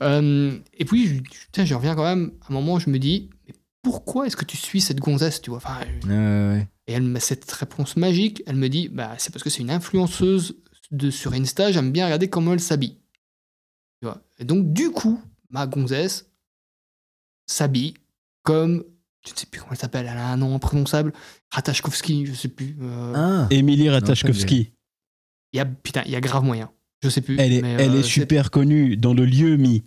Euh, et puis, je, putain, je reviens quand même. À un moment, je me dis, mais pourquoi est-ce que tu suis cette gonzesse, tu vois enfin, je-
Ouais,
Et elle m'a cette réponse magique. Elle me dit, bah, c'est parce que c'est une influenceuse de, sur Insta, j'aime bien regarder comment elle s'habille. Tu vois. Et donc, du coup, ma gonzesse s'habille comme. Je ne sais plus comment elle s'appelle, elle a un nom imprononçable. Ratachkovski, je ne sais plus.
ouais.
euh,
Ah.
Émilie
ça me dit-
Ratachkovski.
il y a, putain, il y a grave moyen. Je sais plus.
Elle est,
mais,
elle
euh,
est super connue dans le lieu mi.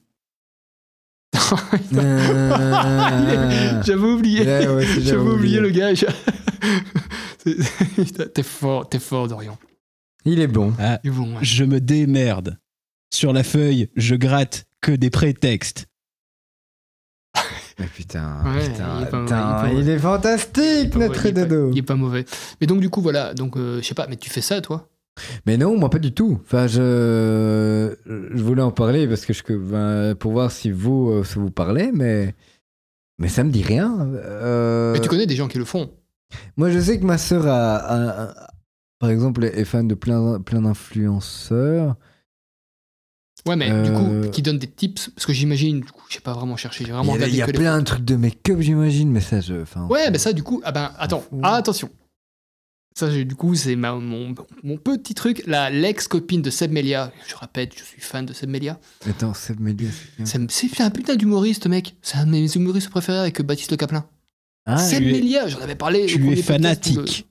Ah.
Euh,
J'avais oublié.
Ouais, ouais, c'est-
J'avais oublié le gage. C'est- Putain, t'es fort, t'es fort, Dorian.
Il est bon.
Et bon, ouais.
Je me démerde. Sur la feuille, je gratte que des prétextes.
Mais putain,
Ouais,
putain,
il est
putain,
pas- il est pas-
il est
Il est
fantastique notre
pas mauvais, il est pas-
dodo.
Il est pas mauvais. Mais donc, du coup, voilà. Donc, euh, je sais pas, mais tu fais ça, toi
Mais non, moi pas du tout. Enfin, je, je voulais en parler parce que je, ben, pour voir si vous, euh, ça vous parlait, mais mais ça me dit rien. Euh,
Mais tu connais des gens qui le font.
Moi, je sais que ma sœur a, a- a- par exemple, est fan de plein plein d'influenceurs.
Ouais, mais du
Euh,
coup, qui donnent des tips. Parce que j'imagine, du coup, j'ai pas vraiment cherché.
Il
J'ai
y
vraiment
a, il
regardé
y a
que les-
plein de trucs de make-up, j'imagine, mais ça, je. enfin,
Ouais, mais ça, du coup, ah ben, attends,
fou.
ah, attention. Ça, j'ai- du coup, c'est ma- mon, mon petit truc. La l'ex-copine de Seb Melia, je répète, je suis fan de Seb Melia.
Attends, Seb Melia, c'est bien.
C'est c'est un putain d'humoriste, mec. C'est un de mes humoristes préférés avec Baptiste Le Caplin.
Ah,
Seb
tu es-
Melia, j'en avais parlé. au
tu
premier
es
podcast où le-
fanatique.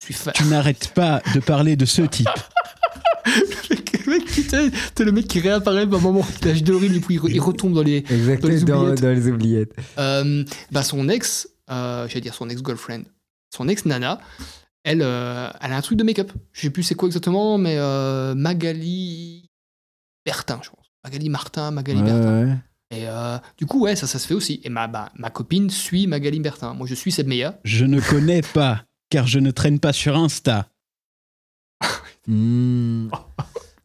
Je suis fan.
Tu n'arrêtes pas de parler de ce type.
mec, putain, t'es le mec qui réapparaît par moment, il lâche de rire et puis il re- il retombe dans les,
Exactement,
Dans les
dans,
oubliettes.
dans les oubliettes.
Euh, bah son ex, euh, j'allais dire son ex-girlfriend, son ex-nana, elle, euh, elle a un truc de make-up. Je sais plus c'est quoi exactement, mais euh, Magali Bertin, je pense. Magali Martin, Magali
Ouais,
Bertin.
ouais.
Et euh, du coup, ouais, ça, ça se fait aussi. Et ma, bah, ma copine suit Magali Bertin. Moi, je suis cette meilleure.
Je ne connais pas, car je ne traîne pas sur Insta.
Hmm.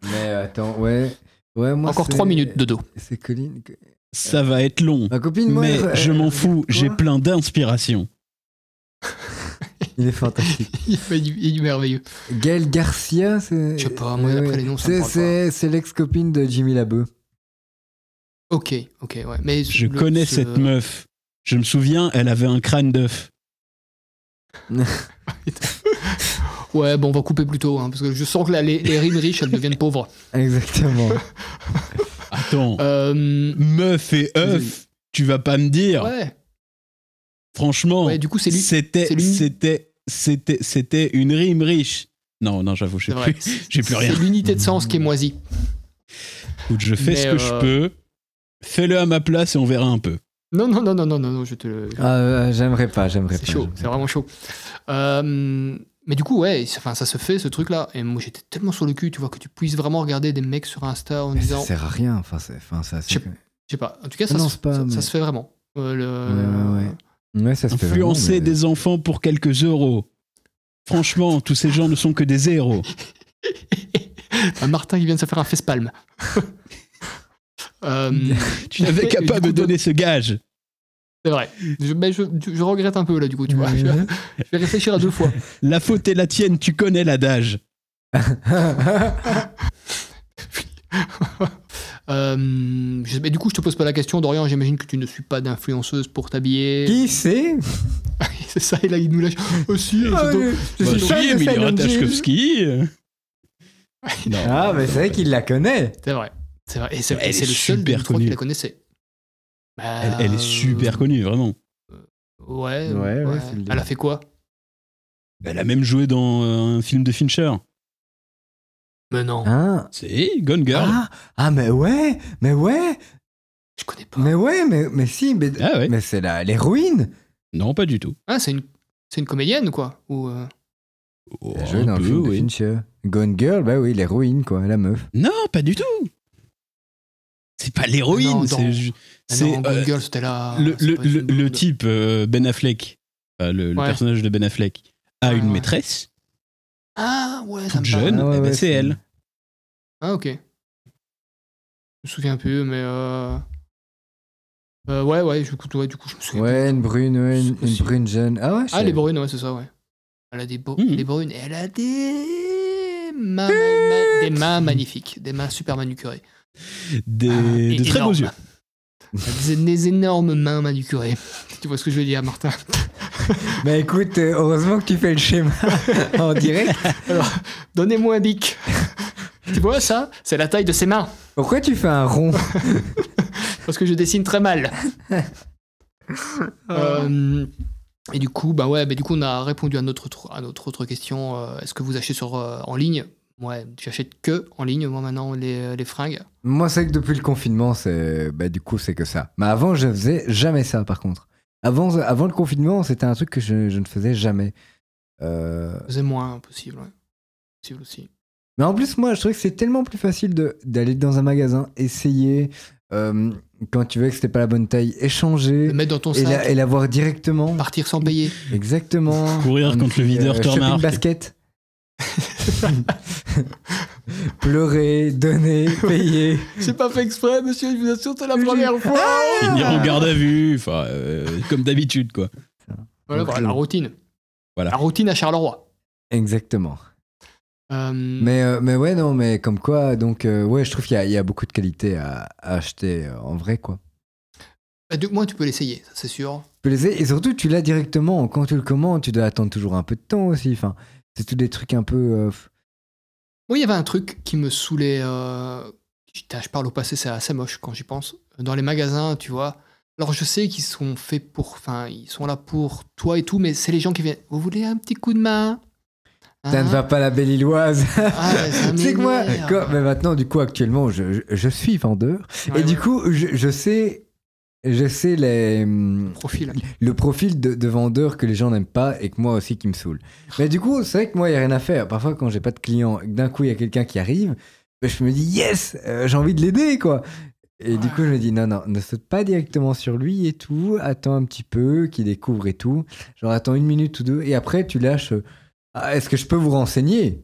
Mais attends, ouais. ouais moi,
Encore
c'est-
3 minutes de dos.
C'est Colline. que-
Ça va être long.
Ma copine, moi.
Mais
elle-
je
elle-
m'en
elle-
fous,
quoi
j'ai plein d'inspiration.
Il est fantastique.
il, est, il est merveilleux.
Gaël Garcia, c'est.
Je sais pas, moi,
Ouais,
après
ouais.
les noms, ça me
C'est-
parle
C'est c'est l'ex-copine de Jimmy Labeu.
Ok, ok, ouais. Mais
Je
le-
connais
ce-
cette meuf. Je me souviens, elle avait un crâne d'œuf.
Ouais, bon, on va couper plus tôt, hein, parce que je sens que là, les, les rimes riches, elles deviennent pauvres.
Exactement.
Attends,
Euh,
meuf et œuf, tu vas pas me dire.
ouais.
Franchement,
Ouais, du coup, oh, c'est lui.
c'était,
c'est lui.
c'était, c'était, c'était une rime riche. Non, non, j'avoue, je
C'est
sais
vrai.
plus. J'ai plus rien.
C'est l'unité de sens qui est moisie.
Écoute, je fais
Mais,
ce que
euh,
je peux. Fais-le à ma place et on verra un peu.
Non, non, non, non, non, non, non, je te le.
Ah, euh, j'aimerais pas, j'aimerais pas.
C'est chaud, c'est vraiment chaud. Euh, Mais du coup, ouais, ça, enfin, ça se fait ce truc-là. Et moi, j'étais tellement sur le cul, tu vois, que tu puisses vraiment regarder des mecs sur Insta en
Mais ça
disant.
sert à rien. Enfin, c'est- enfin, ça, c'est-
Je sais Je sais pas. En tout cas, ça,
Non,
se,
c'est pas-
ça, ça
mais-
se fait vraiment. Euh, le...
Ouais, ouais, ouais. Ouais, ça se fait vraiment,
Influencer
mais-
des enfants pour quelques euros. Franchement, tous ces gens ne sont que des héros.
Un Martin qui vient de se faire un facepalm. euh,
Tu n'avais qu'à
Et
pas
du
me
coup,
donner ce gage.
C'est vrai. Je, mais je, je regrette un peu là, du coup, tu vois. Je,
Ouais.
je vais réfléchir à deux fois.
La faute est la tienne, tu connais l'adage.
Euh, je- mais du coup, je te pose pas la question, Dorian. J'imagine que tu ne suis pas d'influenceuse pour t'habiller.
Qui c'est
C'est ça, et là, il nous lâche. Oh, euh, Aussi,
Ah, oui, je
Bah,
suis fan de
Emilio
Silent Hill.
Ratajkowski. Non.
Ah, mais c'est vrai qu'il la connaît.
C'est vrai. C'est vrai. Et c'est,
Elle
et c'est
est
le seul des
super
trois qui
connue.
la connaissait. Bah,
Elle, elle est super connue, vraiment.
Ouais.
Ouais,
ouais.
ouais, c'est le
Elle
délire.
a fait quoi
Bah, Elle a même joué dans euh, un film de Fincher.
Mais non,
Hein
C'est Gone Girl.
ah, ah, mais ouais, mais ouais,
je connais pas.
mais ouais, mais, mais si, mais,
Ah ouais.
mais c'est la- l'héroïne.
Non, pas du tout.
Ah, c'est une, c'est une comédienne, quoi. Ou euh,
Oh,
Elle a joué
un
dans le
peu,
film de
oui.
Fincher. Gone Girl, bah oui, l'héroïne, quoi, la meuf.
Non, pas du tout. C'est pas l'héroïne.
Non, dans-
c'est ju-
ah
c'est,
non, Gone
euh,
Girl, c'était
Ah,
là.
le, le- le- le type euh, Ben Affleck, enfin, le, le
Ouais.
personnage de Ben Affleck, a
Ah,
une
ouais.
maîtresse
Ah, ouais, ça
toute
me parle.
jeune.
Ah ouais,
eh ben,
ouais,
c'est
c'est-
elle.
Ah, ok. Je me souviens plus, mais. Euh... euh, ouais, ouais, je, ouais, du coup, je me souviens.
Ouais, une brune, ouais,
C'est
une, une
possible.
brune jeune. Ah ouais, je
Ah,
savais
les brunes, ouais, c'est ça, ouais. Elle a des, bru-
Mhm.
des brunes. Elle a des mains, ma- des mains magnifiques. Des mains super manucurées.
Des,
Et
Ah,
de très beaux
énormes.
yeux.
Elle a des, des énormes mains manucurées. Tu vois ce que je veux dire, Martin
Bah écoute, euh, heureusement que tu fais le schéma en direct.
Donnez-moi un bic. tu vois ça C'est la taille de ses mains.
Pourquoi tu fais un rond
Parce que je dessine très mal. Euh, et du coup, bah ouais, bah du coup, on a répondu à notre, autre- à notre autre question. euh, Est-ce que vous achetez sur, euh, en ligne Ouais, j'achète que en ligne, moi maintenant, les, les fringues.
Moi, c'est vrai que depuis le confinement, c'est bah, du coup, c'est que ça. Mais avant, je faisais jamais ça, par contre. Avant, avant le confinement, c'était un truc que je, je ne faisais jamais. Euh,
C'est moins possible, ouais. Possible aussi.
Mais en plus, moi, je trouve que c'est tellement plus facile de- d'aller dans un magasin, essayer, euh, quand tu vois que c'était pas la bonne taille, échanger
Le mettre dans ton
et
sac,
la, et la voir directement.
partir sans payer.
Exactement.
Courir
Un
contre
petit,
le videur
euh,
Turmar.
shopping basket. Pleurer, donner, payer.
C'est pas fait exprès, monsieur, je Ah vous assure, c'est la première fois.
Finir
Ah,
en garde à vue, enfin, euh, comme d'habitude, quoi.
Voilà, voilà, la routine.
Voilà.
La routine à Charleroi.
Exactement.
Euh,
Mais, euh, mais ouais, non, mais comme quoi, donc, euh, ouais, je trouve qu'il y, a- il y a beaucoup de qualités à, à acheter euh, en vrai, quoi.
bah, du- moi, tu peux l'essayer, ça, c'est sûr.
Tu peux les- Et surtout, tu l'as directement. Quand tu le commandes, tu dois attendre toujours un peu de temps aussi. Enfin, c'est tout des trucs un peu. euh, f-
Moi, il y avait un truc qui me saoulait. euh, putain, je parle au passé, c'est assez moche quand j'y pense. Dans les magasins, tu vois. Alors, je sais qu'ils sont faits pour. Enfin, ils sont là pour toi et tout, mais c'est les gens qui viennent. Vous voulez un petit coup de main
Ça ne
Hein
va pas la belle illoise.
Ah, ouais, ça
tu sais que moi,
m'énerve.
quand- mais maintenant, du coup, actuellement, je, je, je suis vendeur.
Ouais,
et du
ouais,
coup, je, je sais. Je sais les, hum,
Profil.
le profil de, de vendeur que les gens n'aiment pas et que moi aussi qui me saoule. Mais du coup, c'est vrai que moi, il n'y a rien à faire. Parfois, quand j'ai pas de client et que d'un coup, il y a quelqu'un qui arrive, ben, je me dis, yes, euh, j'ai envie de l'aider, quoi. Et du coup, je me dis, non, non, ne saute pas directement sur lui et tout. Attends un petit peu, qu'il découvre et tout. Genre, attends une minute ou deux. Et après, tu lâches, euh, Ah, est-ce que je peux vous renseigner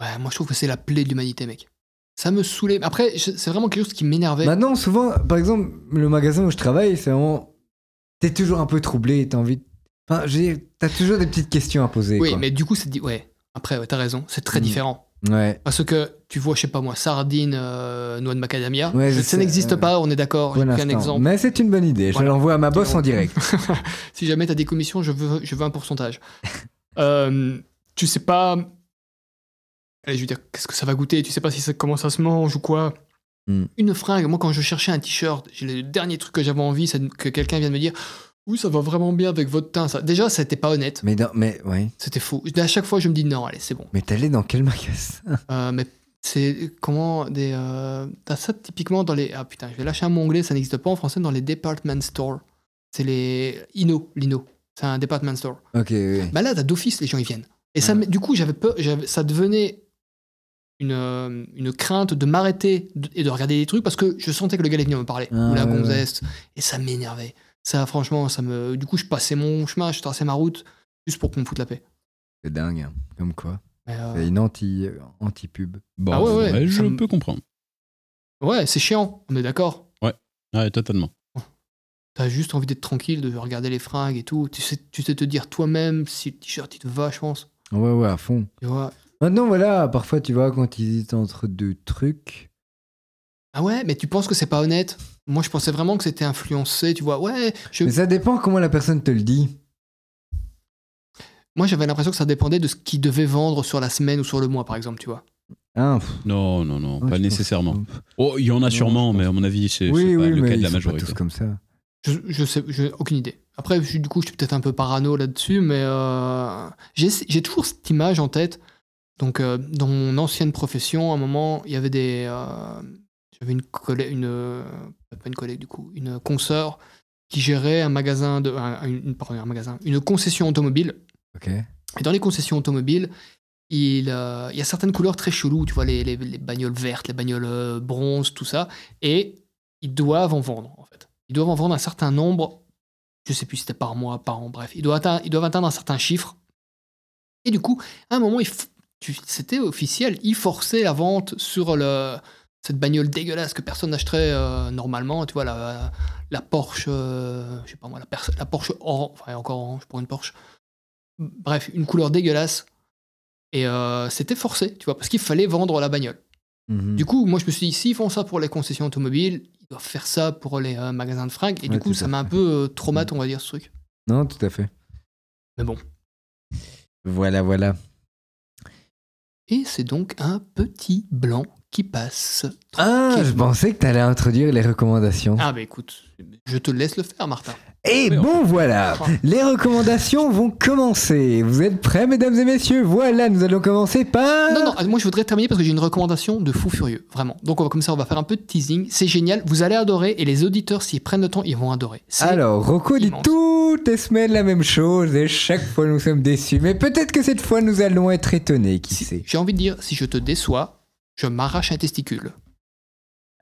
Ouais, moi, je trouve que c'est la plaie de l'humanité, mec. Ça me saoulait. Après, je- c'est vraiment quelque chose qui m'énervait.
Maintenant, souvent, par exemple, le magasin où je travaille, c'est vraiment. T'es toujours un peu troublé, t'as envie. de- Enfin, j'ai- t'as toujours des petites questions à poser.
oui,
quoi.
mais du coup, c'est. dit- Ouais, après, ouais, t'as raison. C'est très
Mm.
différent.
Ouais.
Parce que tu vois, je sais pas moi, sardine, euh, noix de macadamia,
Ouais, je
ça
sais,
n'existe
euh,
pas, on est d'accord,
Pour
j'ai pris un
l'instant.
exemple.
Mais c'est une bonne idée.
Voilà.
Je l'envoie à ma boss en direct.
Si jamais t'as des commissions, je veux, je veux un pourcentage. Euh, tu sais pas. Allez, je veux dire, qu'est-ce que ça va goûter Tu sais pas si ça, comment ça se mange ou quoi
Hmm.
Une fringue, moi quand je cherchais un t-shirt, j'ai- le dernier truc que j'avais envie, c'est que quelqu'un vienne me dire Oui, ça va vraiment bien avec votre teint. Ça. Déjà, c'était pas honnête,
Mais, dans, mais, ouais.
c'était faux. À chaque fois, je me dis Non, allez, c'est bon.
mais t'allais dans quel magasin
Euh, mais c'est comment des euh, t'as ça typiquement dans les ah putain je vais lâcher un mot anglais ça n'existe pas en français dans les department stores c'est les Ino Lino c'est un department store
Ok, oui.
bah là t'as d'office les gens ils viennent Et ça, me- du coup, j'avais peur, j'avais- ça devenait une, euh, une crainte de m'arrêter de- et de regarder des trucs parce que je sentais que le gars allait venir me parler
Ah,
ou la
ouais, ouais.
gonzesse et ça m'énervait. Ça, franchement, ça me. Du coup, je passais mon chemin, je traçais ma route juste pour qu'on me foute la paix.
C'est dingue, hein. comme quoi.
Mais, euh,
C'est une anti- euh, anti-pub.
Bon,
Ah ouais, ouais,
je
ça me-
peux comprendre.
ouais, c'est chiant, on est d'accord.
Ouais, totalement.
T'as juste envie d'être tranquille, de regarder les fringues et tout. Tu sais, tu sais te dire toi-même si le t-shirt il te va, je pense.
ouais, ouais, à fond.
Tu vois.
Maintenant, voilà, parfois, tu vois, quand ils hésitent entre deux trucs.
Ah ouais, mais tu penses que c'est pas honnête Moi, je pensais vraiment que c'était influencé, tu vois. Ouais, je-
Mais ça dépend comment la personne te le dit.
moi j'avais l'impression que ça dépendait de ce qu'ils devaient vendre sur la semaine ou sur le mois, par exemple, tu vois.
Hein, pff,
Non, non, non,
ouais, je
pas
pense-
nécessairement. Oh, il y en a sûrement,
je pense-
mais à mon avis, c'est
Oui,
c'est pas
oui,
le
mais
cas de
ils
la
sont pas
majorité.
tous comme ça.
Je, je sais, j'ai aucune idée. Après, je- du coup, je suis peut-être un peu parano là-dessus, mais euh, j'ai j'ai toujours cette image en tête. Donc, euh, dans mon ancienne profession, à un moment, il y avait des. euh, J'avais une collègue, une, euh, pas une collègue du coup, une consoeur qui gérait un magasin de, un- une, pardon, un magasin, une concession automobile.
Ok.
Et dans les concessions automobiles, il, euh, il y a certaines couleurs très cheloues, tu vois, les, les- les bagnoles vertes, les bagnoles euh, bronze, tout ça. Et ils doivent en vendre, en fait. Ils doivent en vendre un certain nombre, je sais plus si c'était par mois, par an, bref. Ils doivent atteindre, ils doivent atteindre un certain chiffre. Et du coup, à un moment, ils f- tu- c'était officiel, ils forçaient la vente sur le, cette bagnole dégueulasse que personne n'achèterait euh, normalement, tu vois, la, la Porsche, euh, je sais pas moi, la, pers- la Porsche orange, enfin encore orange pour une Porsche. Bref, une couleur dégueulasse. Et euh, c'était forcé, tu vois, parce qu'il fallait vendre la bagnole.
Mhm.
Du coup, moi je me suis dit, s'ils font ça pour les concessions automobiles, ils doivent faire ça pour les euh, magasins de fringues. Et
Ouais, Mm.
du coup,
tout à
ça m'a un peu euh, traumatisé, on va dire, ce truc.
Non, tout à fait.
Mais bon.
Voilà, voilà.
Et c'est donc un petit blanc qui passe.
Ah, je pensais que t'allais introduire les recommandations.
Ah bah écoute, je te laisse le faire, Martin.
Et
Oui,
bon, voilà.
Oh.
Les recommandations vont commencer. Vous êtes prêts, mesdames et messieurs Voilà, nous allons commencer par.
Non, non, moi je voudrais terminer parce que j'ai une recommandation de fou furieux, vraiment. Donc on va comme ça, on va faire un peu de teasing. C'est génial, vous allez adorer et les auditeurs, s'ils prennent le temps, ils vont adorer. C'est-
Alors, Rocco dit
immense.
toutes les semaines la même chose et chaque fois nous sommes déçus. Mais peut-être que cette fois nous allons être étonnés, qui sait.
J'ai envie de dire, si je te déçois, je m'arrache un testicule.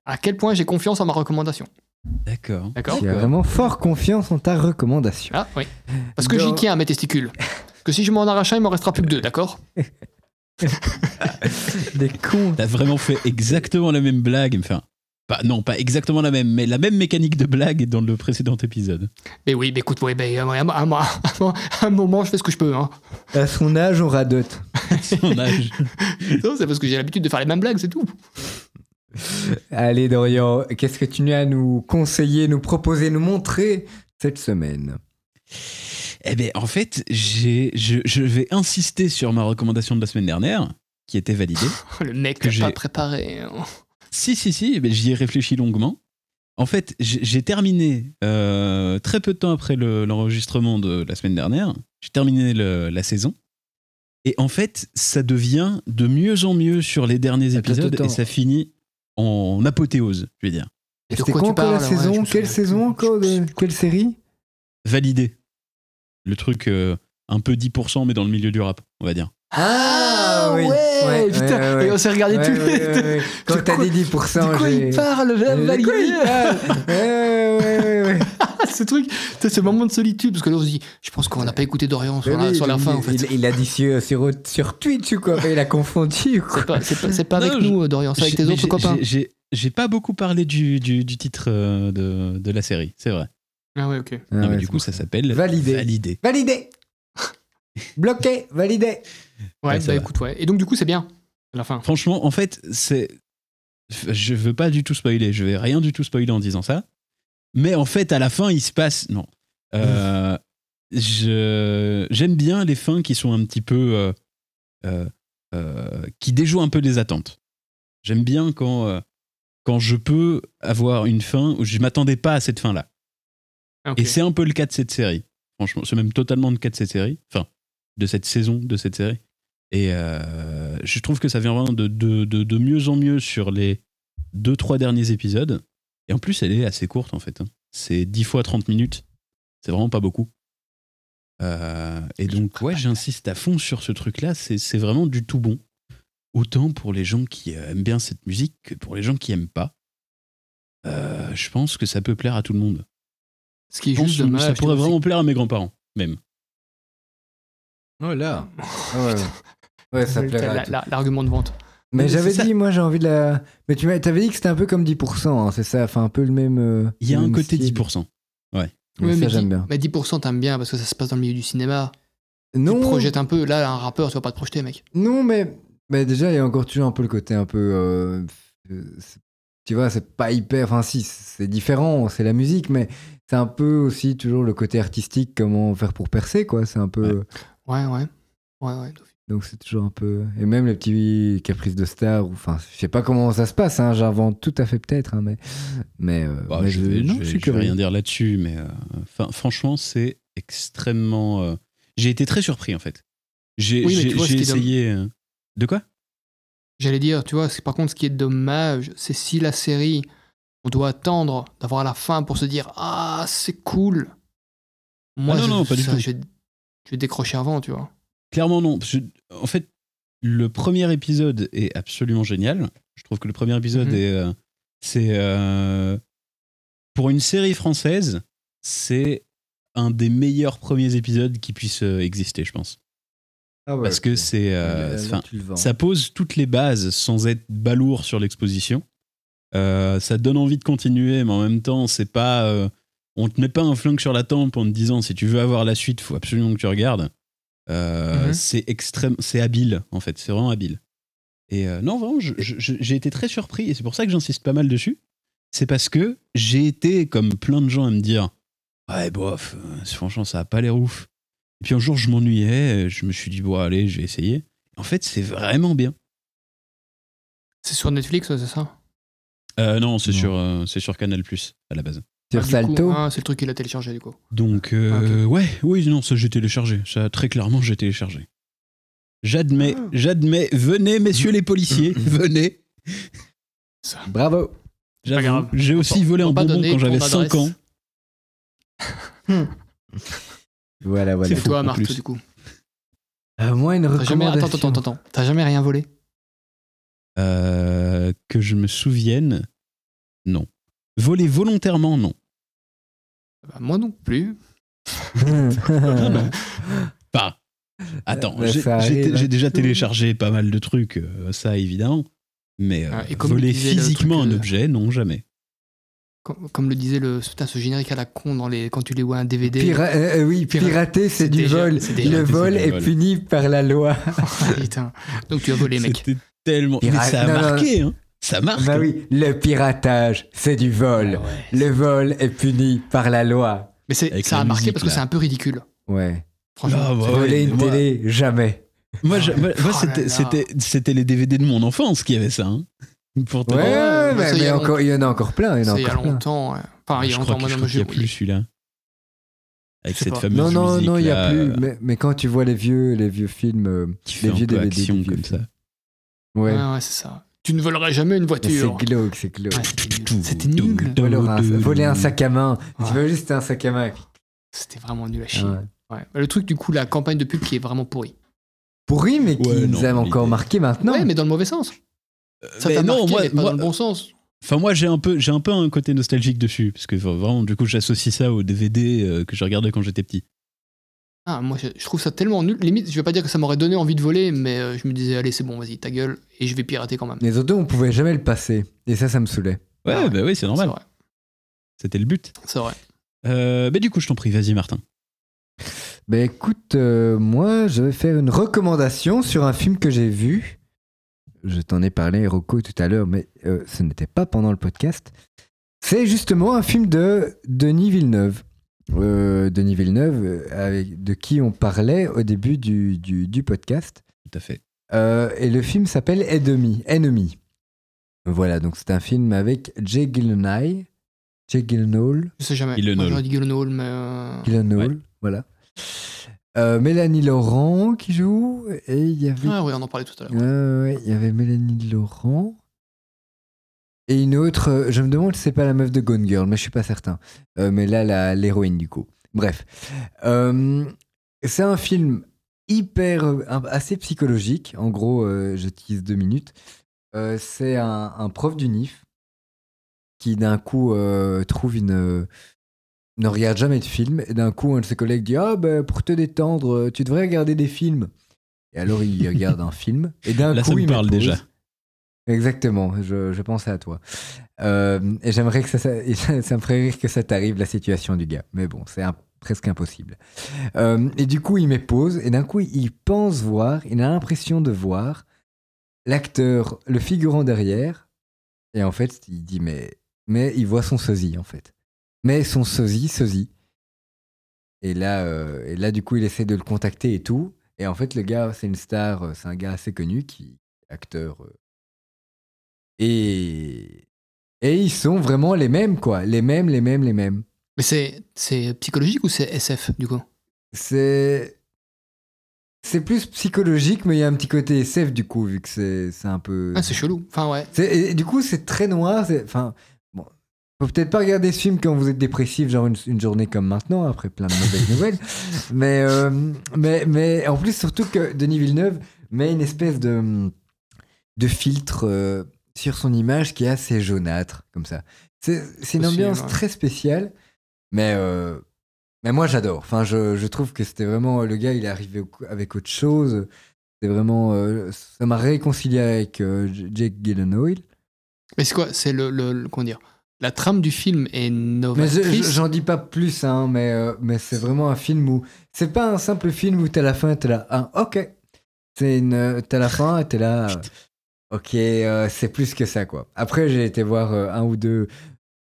À quel point j'ai confiance en ma recommandation,
D'accord.
d'accord
Tu as vraiment fort confiance en ta recommandation.
Ah oui. Parce que j'y
Dans-
tiens à mes testicules. Parce que si je m'en arrache un, il m'en restera plus que deux, d'accord
Des cons.
T'as vraiment fait exactement la même blague. Enfin, pas, non, pas exactement la même, mais la même mécanique de blague dans le précédent épisode.
Mais oui, mais écoute, ouais, ben, euh, à, un- à un moment, je fais ce que je peux. Hein.
À son âge, on radote.
Son âge.
Non, C'est parce que j'ai l'habitude de faire les mêmes blagues, c'est tout.
Allez, Dorian, qu'est-ce que tu as à nous conseiller, nous proposer, nous montrer cette semaine
Eh bien, en fait, j'ai, je, je vais insister sur ma recommandation de la semaine dernière, qui était validée.
Oh, Le mec
Que
que j'ai pas
j'ai-
préparé. hein.
si, si, si, eh ben, j'y ai réfléchi longuement. En fait, j'ai j'ai terminé, euh, très peu de temps après le- l'enregistrement de la semaine dernière, j'ai terminé le- la saison. Et en fait, ça devient de mieux en mieux sur les derniers
plateau
épisodes
temps.
et ça finit en apothéose, je vais dire.
Et de
C'était
quoi
quand
tu
encore la
parles, ouais, je
saison
me
Quelle
souviens
saison
plus.
encore de- Quelle série
Validé. Le truc euh, un peu 10%, mais dans le milieu du rap, on va dire.
Ah, oui. Ouais,
putain,
ouais, ouais,
et on s'est regardé
Ouais,
tous les
ouais, ouais, ouais. Quand
De
t'as
quoi-
dit 10%,
De quoi
j'ai-
il parle, la
De quoi il
validé
parle Ouais, ouais, ouais, ouais.
Ah, ce truc, tu sais, ce moment de solitude, parce que là on se dit, je pense qu'on n'a pas écouté Dorian sur, la,
Oui,
sur la
il-
fin en fait.
Il, il a dit sur, sur, sur Twitch ou quoi mais Il a confondu ou quoi
C'est pas, c'est pas- c'est pas
Non,
avec
je-
nous, euh, Dorian, c'est avec
J'ai-
tes
mais
autres
j'ai-
copains.
j'ai- J'ai j'ai pas beaucoup parlé du, du- du titre euh, de, de la série, c'est vrai.
Ah ouais, ok.
Non,
Ah ouais,
mais du
c'est
coup,
bon.
ça s'appelle
Validé.
Validé.
Validé Bloqué, validé
Ouais,
Ouais, ça
bah
va.
écoute, ouais. Et donc du coup, c'est bien, la fin.
Franchement, en fait, c'est. Je veux pas du tout spoiler, je vais rien du tout spoiler en disant ça. Mais en fait, à la fin, il se passe. Non. Euh, je- J'aime bien les fins qui sont un petit peu. euh, euh, euh, qui déjouent un peu les attentes. J'aime bien quand, euh, quand je peux avoir une fin où je m'attendais pas à cette fin-là.
Ah, ok.
Et c'est un peu le cas de cette série. Franchement, c'est même totalement le cas de cette série. Enfin, de cette saison, de cette série. Et euh, je trouve que ça vient vraiment de, de, de- de mieux en mieux sur les deux, trois derniers épisodes. Et en plus, elle est assez courte, en fait. hein. C'est 10 fois 30 minutes. C'est vraiment pas beaucoup. Euh, et donc, ouais, j'insiste à fond sur ce truc-là. C'est c'est vraiment du tout bon. Autant pour les gens qui euh, aiment bien cette musique que pour les gens qui aiment pas. Euh, je pense que ça peut plaire à tout le monde.
Ce qui est
Je pense
juste
que
dommage.
ça pourrait
c'est-
vraiment plaire à mes grands-parents, même.
Oh là ouais, ouais. Ouais, ça
c'est-
plairait. à
la-
tout.
la- L'argument de vente.
Mais
Mais
j'avais
c'est ça.
dit, moi j'ai envie de la. Mais tu m'as- t'avais dit que c'était un peu comme 10%, hein, c'est ça Enfin, un peu le même. euh,
Il y a
le
un
même
côté
style.
10%.
Mais ça,
mais,
j'aime
dix-
bien.
mais 10% t'aimes bien parce que ça se passe dans le milieu du cinéma. Tu
Non,
te projettes un peu. Là, un rappeur, tu vas pas te projeter, mec.
non mais... mais déjà, il y a encore toujours un peu le côté un peu. euh, euh, c'est- Tu vois, c'est pas hyper. Enfin, si, c'est différent, c'est la musique, mais c'est un peu aussi toujours le côté artistique, comment faire pour percer, quoi. C'est un peu.
Ouais, ouais. Ouais, ouais.
Donc c'est toujours un peu. Et même les petits caprices de star, ou enfin, je sais pas comment ça se passe, hein, j'invente tout à fait peut-être, hein, mais. Mais. euh,
Bah,
mais
je, vais,
non,
je vais-
suis
je vais
curieux.
rien dire là-dessus, mais euh, enfin, franchement, c'est extrêmement. euh, J'ai été très surpris en fait. J'ai
Oui, mais
j'ai-
tu vois,
j'ai
ce qui est dommage-
essayé. euh, De quoi
J'allais dire, tu vois, c'est- par contre, ce qui est dommage, c'est si la série, on doit attendre d'avoir la fin pour se dire Ah, c'est cool. Moi,
Ah non,
je,
non, pas du
ça,
tout.
Je, vais- je vais décrocher avant, tu vois.
Clairement non. parce que, en fait, le premier épisode est absolument génial. Je trouve que le premier épisode
Mhm.
est, euh, c'est euh, pour une série française, c'est un des meilleurs premiers épisodes qui puisse euh, exister, je pense.
Ah ouais,
Parce que
ok.
c'est,
Là,
euh,
là,
enfin,
tu le vends.
ça pose toutes les bases sans être balourd sur l'exposition. Euh, ça donne envie de continuer, mais en même temps, c'est pas. euh, on te met pas un flingue sur la tempe en te disant si tu veux avoir la suite, faut absolument que tu regardes. Euh,
Mhm.
C'est extrême, c'est habile en fait, c'est vraiment habile. Et euh, non, vraiment, je- je- je- j'ai été très surpris et c'est pour ça que j'insiste pas mal dessus. C'est parce que j'ai été comme plein de gens à me dire ouais bof, euh, franchement ça a pas l'air ouf. Et puis un jour je m'ennuyais, je me suis dit bon allez, je vais essayer. En fait, c'est vraiment bien.
C'est sur Netflix, ouais, c'est ça
Euh, non, c'est
Non.
sur, euh, c'est sur Canal Plus à la base.
Sur
Ah, du
Salto
coup, ah, C'est le truc qu'il a téléchargé, du coup.
Donc,
Ah,
euh, ouais, oui, non, ça j'ai téléchargé. Ça, très clairement, j'ai téléchargé. J'admets,
Ah.
j'admets. Venez, messieurs les policiers,
Mm.
venez.
Bravo
J'avoue,
grave.
J'ai aussi
pas-
volé
on
un
va pas
bonbon
donner
quand j'avais
ton
5 ans.
adresse.
Voilà, voilà.
Et
fou,
toi,
en
Marc,
plus.
du coup
Euh, moi, une
T'as jamais...
recommandation.
Attends, attends, attends, attends. T'as jamais rien volé
Euh, que je me souvienne, non. Voler volontairement, non.
Bah, Moi non plus.
Ah bah, pas. Attends,
Bah,
j'ai-
ça
j'ai
hein.
arrive.
j'ai déjà téléchargé pas mal de trucs, euh, ça évidemment. Mais euh,
Ah, et comme
voler
il disait le truc,
physiquement un
euh,
objet, non, jamais.
Comme, comme le disait le, putain, ce générique à la con dans les, quand tu les vois un DVD.
Pira- euh, euh, oui,
Pira-
pirater, c'est
c'est
du
déjà-
vol.
c'est Ah, déjà-
Le
c'est
vol
du
est
vol.
puni par la loi.
Putain. Donc tu as volé, mec.
C'était tellement. Mais
Pira-
ça a
Non, non,
marqué, hein. Ça marque.
bah oui, le piratage, c'est du vol. Le vol est puni par la loi.
Mais c'est,
Avec
ça
la
a marqué
musique,
parce que
là.
c'est un peu ridicule.
Ouais.
Franchement.
Ah, bah ouais,
Voler
mais
une
moi-
télé, jamais.
Moi, je- moi- moi,
Oh là
c'était,
là.
c'était, c'était les DVD de mon enfance qui avaient ça. Hein. Pour te
Ouais,
dire.
ouais,
mais,
ça, il y
mais
a
encore, il y en a encore plein. Il y en
C'est
a
il y a
encore plein.
longtemps. ouais. Enfin, Ah, il y
Ah, je
a longtemps,
crois que-
moi,
je
non,
crois
mais
qu'il n'y a
je-
plus celui-là. Avec
Je sais
cette
pas.
fameuse
Non, non,
musique
non, il n'y a
là,
plus.
euh,
Mais, mais quand tu vois les vieux, les vieux films, euh,
qui fait
les
un
vieux
peu
DVD,
action
des vieux
comme ça.
films. ouais.
Ouais, ouais, c'est ça. Tu ne volerais jamais une
Mais C'est
Ah, voiture.
glauque, c'est glauque.
Ouais, c'était nul. C'était nul.
Tout,
Ou alors un-
tout, tout.
voler un sac à main. Tu
Ouais.
vois juste un sac à main. et puis-
C'était vraiment nul à
Ah
chier.
ouais.
Ouais. Bah, Le truc, du coup, la campagne de pub qui est vraiment pourrie.
Pourri, mais qui
Ouais,
nous
non,
a encore
l'idée.
marqué maintenant.
Ouais, mais dans le mauvais sens. Ça
Mais
t'a
non,
marqué,
moi,
mais pas
moi-
dans le bon sens.
Enfin, moi, j'ai un peu, j'ai un peu un côté nostalgique dessus, parce que enfin, vraiment, du coup, j'associe ça aux DVD euh, que je regardais quand j'étais petit.
Ah, moi, je, je trouve ça tellement nul. Limite, je vais pas dire que ça m'aurait donné envie de voler, mais euh, je me disais, allez, c'est bon, vas-y, ta gueule, et je vais pirater quand même.
Les autos, on pouvait jamais le passer. Et ça, ça me saoulait.
Ouais,
Ah ouais.
bah oui, c'est normal.
C'est vrai.
C'était le but.
C'est vrai.
Euh, mais du coup, je t'en prie, vas-y, Martin.
Ben écoute, euh, moi, je vais faire une recommandation sur un film que j'ai vu. Je t'en ai parlé, Rocco, tout à l'heure, mais euh, ce n'était pas pendant le podcast. C'est justement un film de Denis Villeneuve. Euh, Denis Villeneuve, euh, avec, de qui on parlait au début du, du- du podcast.
Tout à fait.
Euh, et le film s'appelle Ennemi. Ennemi. Voilà, donc c'est un film avec Jay Gyllenhaal. Jay Gyllenhaal.
Je sais jamais.
Gyllenhaal.
Moi, j'aurais dit Gyllenhaal, mais. euh,
Dylan
Ouais.
Hall, voilà. Euh, Mélanie Laurent qui joue et il y avait
Ah, oui, on en parlait tout à l'heure.
Ouais, ouais, il y avait Mélanie Laurent et une autre euh, je me demande si c'est pas la meuf de Gone Girl mais je suis pas certain Euh, mais là la- l'héroïne du coup bref Euh, C'est un film hyper, euh, un- assez psychologique. En gros, euh, je tease deux minutes. Euh, c'est un, un prof du NIF qui d'un coup euh, trouve une, euh, ne regarde jamais de films et d'un coup un de ses collègues dit ah ben pour te détendre euh, tu devrais regarder des films. Et alors il regarde un film et d'un
Là,
coup
ça me
il
parle
m'épouse.
déjà.
Exactement, je, je pensais à toi. Euh, et j'aimerais que ça, ça, et ça, ça me ferait rire que ça t'arrive la situation du gars. Mais bon, c'est un- presque impossible. Euh, et du coup, il m'épose et d'un coup, il pense voir, il a l'impression de voir l'acteur, le figurant derrière. Et en fait, il dit mais mais il voit son sosie en fait. Mais son sosie, sosie. Et là, euh, et là, du coup, il essaie de le contacter et tout. Et en fait, le gars, c'est une star, euh, c'est un gars assez connu qui acteur. euh, et et ils sont vraiment les mêmes quoi, les mêmes, les mêmes, les mêmes.
Mais c'est, c'est psychologique ou c'est SF du coup
C'est. C'est plus psychologique, mais il y a un petit côté SF du coup, vu que c'est c'est un peu.
Ah, c'est chelou. Enfin, ouais.
C'est- et du coup, c'est très noir. c'est- Enfin, bon, faut peut-être pas regarder ce film quand vous êtes dépressif, genre une, une journée comme maintenant, après plein de mauvaises nouvelles. Mais, euh, mais, mais en plus, surtout que Denis Villeneuve met une espèce de, de filtre euh, sur son image qui est assez jaunâtre, comme ça. C'est c'est une
Au cinéma,
ambiance
ouais.
très spéciale, mais, euh, mais moi j'adore. Enfin, je, je trouve que c'était vraiment. Le gars, il est arrivé au- avec autre chose. C'est vraiment. euh, ça m'a réconcilié avec euh, J- Jake Gyllenhaal.
Mais c'est quoi C'est le, le, le- Comment dire La trame du film
Mais je-
est
je-
novatrice.
j'en dis pas plus, hein, mais, euh, mais c'est vraiment un film où. C'est pas un simple film où t'as la fin et t'es là. Ah, ok. C'est une. euh, T'as la fin et t'es là. euh, ok, euh, c'est plus que ça, quoi. Après, j'ai été voir euh, un ou deux.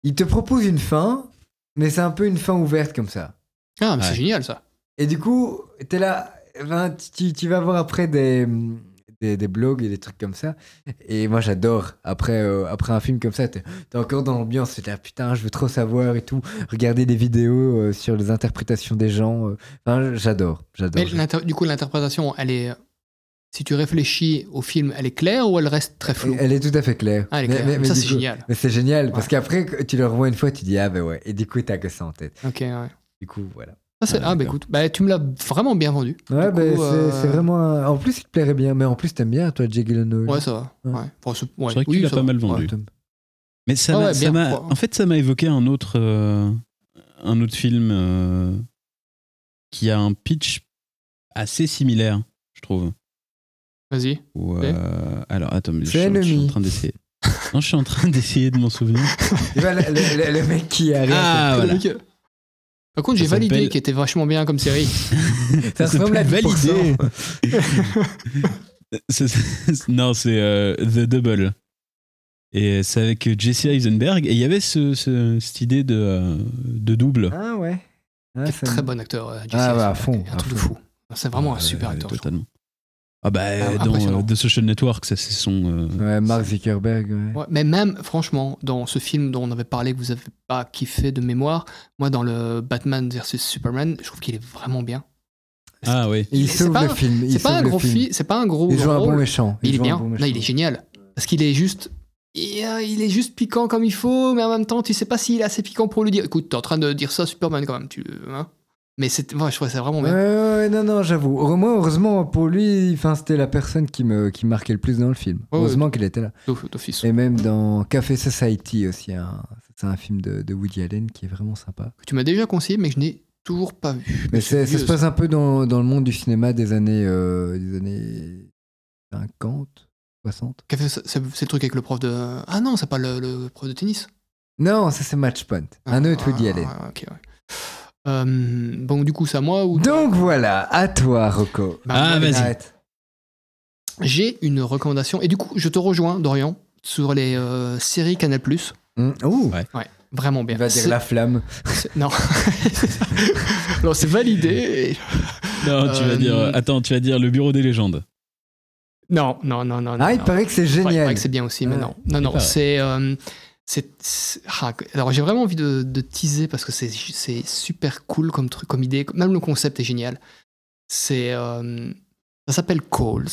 Il te propose une fin, mais c'est un peu une fin ouverte comme ça.
Ah, mais
Ouais.
c'est génial ça.
Et du coup, t'es là, ben, tu, tu vas voir après des, des, des blogs et des trucs comme ça. Et moi, j'adore. Après, euh, après un film comme ça, t'es t'es encore dans l'ambiance. T'es là, putain, je veux trop savoir et tout. Regarder des vidéos euh, sur les interprétations des gens. euh. Enfin, j'adore. J'adore.
Mais l'inter- du coup, l'interprétation, elle est. Si tu réfléchis au film, elle est claire ou elle reste très floue
Elle est tout à fait claire.
Ah, elle est
Mais-
claire.
mais- mais
ça,
du
c'est
coup-
génial.
Mais c'est génial, parce
Ouais.
qu'après, que tu le revois une fois, tu dis, ah ben ouais. Et du coup, t'as que ça en tête.
Ok, ouais.
Du coup, voilà.
Ah, c'est-
Ouais,
ah, bah
d'accord.
écoute, bah, tu me l'as vraiment bien vendu.
Ouais,
Du
ben
coup,
c'est
euh,
c'est vraiment. un- En plus, il te plairait bien. Mais en plus, t'aimes bien, toi, Jake Gyllenhaal.
Ouais, ça va.
Ouais.
Ouais. Enfin, c'est ouais.
C'est vrai que
Oui,
tu l'as
ça
pas
va.
mal
Ouais,
vendu.
t'aimes.
Mais ça
Ah
m'a-
ouais,
ça
bien,
m'a-
quoi.
en fait, ça m'a évoqué un autre, euh, un autre film euh, qui a un pitch assez similaire, je trouve.
Vas-y.
Ou, euh, alors, attends, mais je,
C'est
suis- je suis en
Enemy.
train d'essayer. non, je suis en train d'essayer de m'en souvenir.
Ah,
Tu vois, le, le- le- le mec qui arrive.
Ah, voilà.
Donc, euh, Par contre,
Ça
j'ai validé
s'appelle-
qui était vachement bien comme série.
Ça
Ça
ressemble à
s'appelle
10%.
Validé. C'est- c'est- non, c'est euh, The Double. Et c'est avec euh, Jesse Eisenberg. Et il y avait ce- ce- cette idée de, euh, de double.
Ah ouais. Ah,
Qui est
ça
très
me-
bon acteur. euh, Jesse
Ah, bah, à
Eisenberg.
fond,
Un
à
truc de
fond.
fou. C'est vraiment un
Euh,
super acteur. je trouve.
Totalement. Ah bah,
Ah,
dans
impressionnant.
euh, The Social Network, ça c'est son. euh,
Ouais, Mark Zuckerberg. Ouais.
Ouais, mais même, franchement, dans ce film dont on avait parlé, que vous n'avez pas kiffé de mémoire, moi, dans le Batman vs Superman, je trouve qu'il est vraiment bien.
Ah oui.
Il
C'est
sauve
pas-
le film. il
C'est pas,
sauve
un
le
gros
film.
fi- c'est pas un gros
Il joue un bon
rôle,
méchant.
mais il est
joue un
bien.
bon
Là,
méchant.
il est génial. Parce qu'il est juste. et, euh, il est juste piquant comme il faut, mais en même temps, tu sais pas s'il est assez piquant pour lui dire. Écoute, t'es en train de dire ça à Superman quand même. Tu, hein mais c'est, ouais, je trouvais ça vraiment
Ouais,
bien.
ouais, ouais, non, non, j'avoue. Heure- Moi, heureusement, pour lui, enfin, c'était la personne qui me qui marquait le plus dans le film.
Ouais,
heureusement qu'il était là.
d'off- D'office.
Et même dans Café Society aussi. hein. C'est un film de, de Woody Allen qui est vraiment sympa.
Que tu m'as déjà conseillé, mais que je n'ai toujours pas vu.
Mais
c'est
c'est- ça
vieux,
se passe un peu dans, dans le monde du cinéma des années, euh, des années 50, 60.
Café- C'est, c'est le truc avec le prof de. Ah non, c'est pas le, le prof de tennis.
Non, ça c'est Match Point. Un autre Woody
Ah,
Allen.
ouais, ok, ouais. Euh, bon, du coup, c'est à moi ou
Donc voilà, à toi, Rocco.
Bah,
Ah,
moi,
vas-y.
Arrête.
J'ai une recommandation. Et du coup, je te rejoins, Dorian, sur les euh, séries Canal.
Hum, ouh,
Ouais.
Vraiment bien.
il va dire
C'est-
la flamme.
c'est- Non. non, c'est validé.
Non, tu vas
Euh,
dire. euh, Attends, tu vas dire le bureau des légendes.
Non, non, non, non.
Ah,
non,
il
non.
paraît que c'est
Ouais, il
génial.
paraît que c'est bien aussi, mais
Ouais.
non. Non, non,
paraît.
c'est. euh, c'est- c'est- ah, que- alors j'ai vraiment envie de, de teaser parce que c'est- c'est super cool comme truc, comme idée. Même le concept est génial. C'est. euh, ça s'appelle Calls.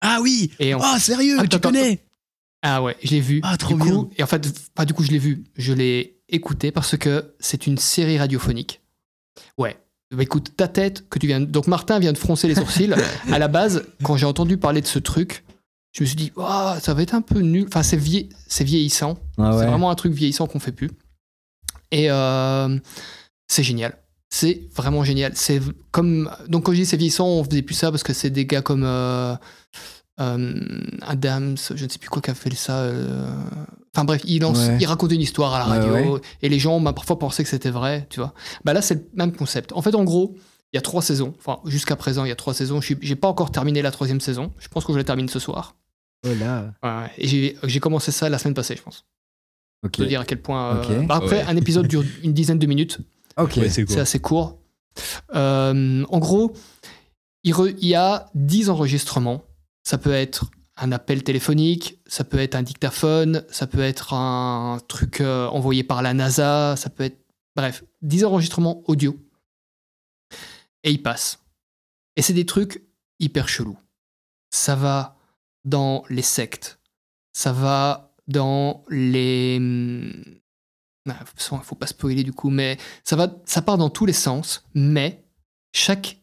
Ah oui
Et en
Oh, sérieux
Attends,
Tu
attends,
connais
Ah ouais, je l'ai vu.
Ah, trop
du coup,
bien.
Et en fait, pas du coup, je l'ai vu. Je l'ai écouté parce que c'est une série radiophonique. Ouais. Bah, écoute, ta tête que tu viens. de- Donc Martin vient de froncer les sourcils. à la base, quand j'ai entendu parler de ce truc, je me suis dit, Ah, ça va être un peu nul. Enfin, c'est vie- c'est vieillissant.
Ah ouais.
C'est vraiment un truc vieillissant qu'on fait plus. Et euh, c'est génial. C'est vraiment génial. C'est v- comme donc quand je dis c'est vieillissant, on faisait plus ça parce que c'est des gars comme euh, euh, Adams, je ne sais plus quoi qui a fait ça. euh, Enfin bref, il lance,
Ouais.
il racontait une histoire à la
Ouais,
radio et les gens bah, parfois pensaient que c'était vrai, tu vois. Bah là c'est le même concept. En fait, en gros, il y a trois saisons. Enfin jusqu'à présent, il y a trois saisons. Je suis- j'ai pas encore terminé la troisième saison. Je pense que je la termine ce soir.
Oh là.
Ouais, ouais. Et j'ai- j'ai commencé ça la semaine passée, je pense
Ok.
te dire à quel point. euh,
Ok.
bah après,
Ouais.
un épisode dure une dizaine de minutes.
Ok.
Ouais, c'est
C'est
quoi
assez court. Euh, en gros, il, re- il y a 10 enregistrements. Ça peut être un appel téléphonique, ça peut être un dictaphone, ça peut être un truc euh, envoyé par la NASA, ça peut être. Bref, 10 enregistrements audio. Et ils passent. Et c'est des trucs hyper chelous. Ça va dans les sectes. Ça va dans les. hum, ah, faut- faut pas spoiler du coup, mais ça, va, ça part dans tous les sens, mais chaque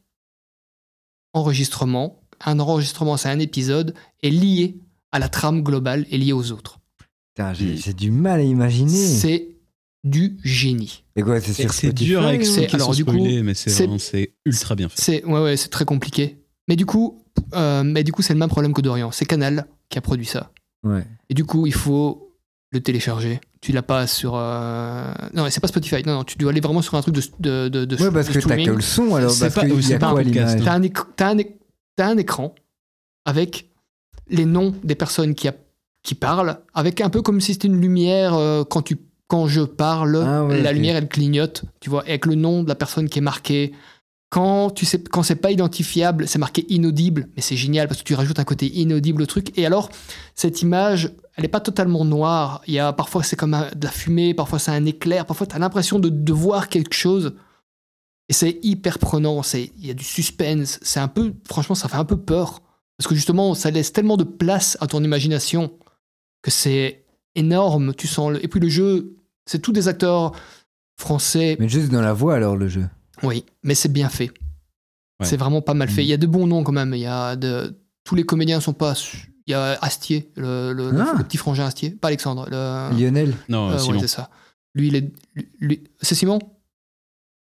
enregistrement, un enregistrement, c'est un épisode, est lié à la trame globale et lié aux autres.
Putain, j'ai j'ai du mal à imaginer.
C'est du génie.
Et quoi, c'est
C'est-
sur
C'est dur à
Spotify, ou-
expliquer
hein. alors,
sans
du coup,
spoiler, mais c'est
c'est-
vraiment- c'est ultra bien fait.
C'est ouais, ouais, c'est très compliqué. Mais du coup, euh, mais du coup, c'est le même problème que Dorian. C'est Canal qui a produit ça.
Ouais.
Et du coup, il faut le télécharger. Tu l'as pas sur. euh, Non, c'est pas Spotify. Non, non, tu dois aller vraiment sur un truc de, de, de, de-
Ouais, parce que
de
t'as
streaming.
que le son alors.
C'est
Parce
pas-
qu'il y
c'est
a
pas un
quoi
podcast,
l'image
T'as un, éc- t'as un éc- t'as un écran avec les noms des personnes qui, a- qui parlent, avec un peu comme si c'était une lumière euh, quand tu quand je parle,
Ah ouais,
la
ok.
lumière elle clignote, tu vois, et avec le nom de la personne qui est marquée. Quand tu sais quand c'est pas identifiable, c'est marqué inaudible, mais c'est génial parce que tu rajoutes un côté inaudible au truc. Et alors cette image, elle n'est pas totalement noire. Il y a parfois c'est comme un- de la fumée, parfois c'est un éclair, parfois tu as l'impression de, de voir quelque chose. Et c'est hyper prenant, c'est il y a du suspense, c'est un peu franchement ça fait un peu peur parce que justement ça laisse tellement de place à ton imagination que c'est énorme, tu sens le... et puis le jeu, c'est tous des acteurs français.
Mais juste dans la voix alors le jeu.
Oui, mais c'est bien fait.
Ouais.
C'est vraiment pas mal fait.
Mhm.
Il y a de bons noms quand même, il y a de tous les comédiens sont pas su- il y a Astier, le, le- le-
Ah.
le petit frangin Astier, pas Alexandre,
Ah.
le
Lionel.
Non,
euh, ouais,
Simon.
c'est ça. Lui, il est. lui- lui- C'est Simon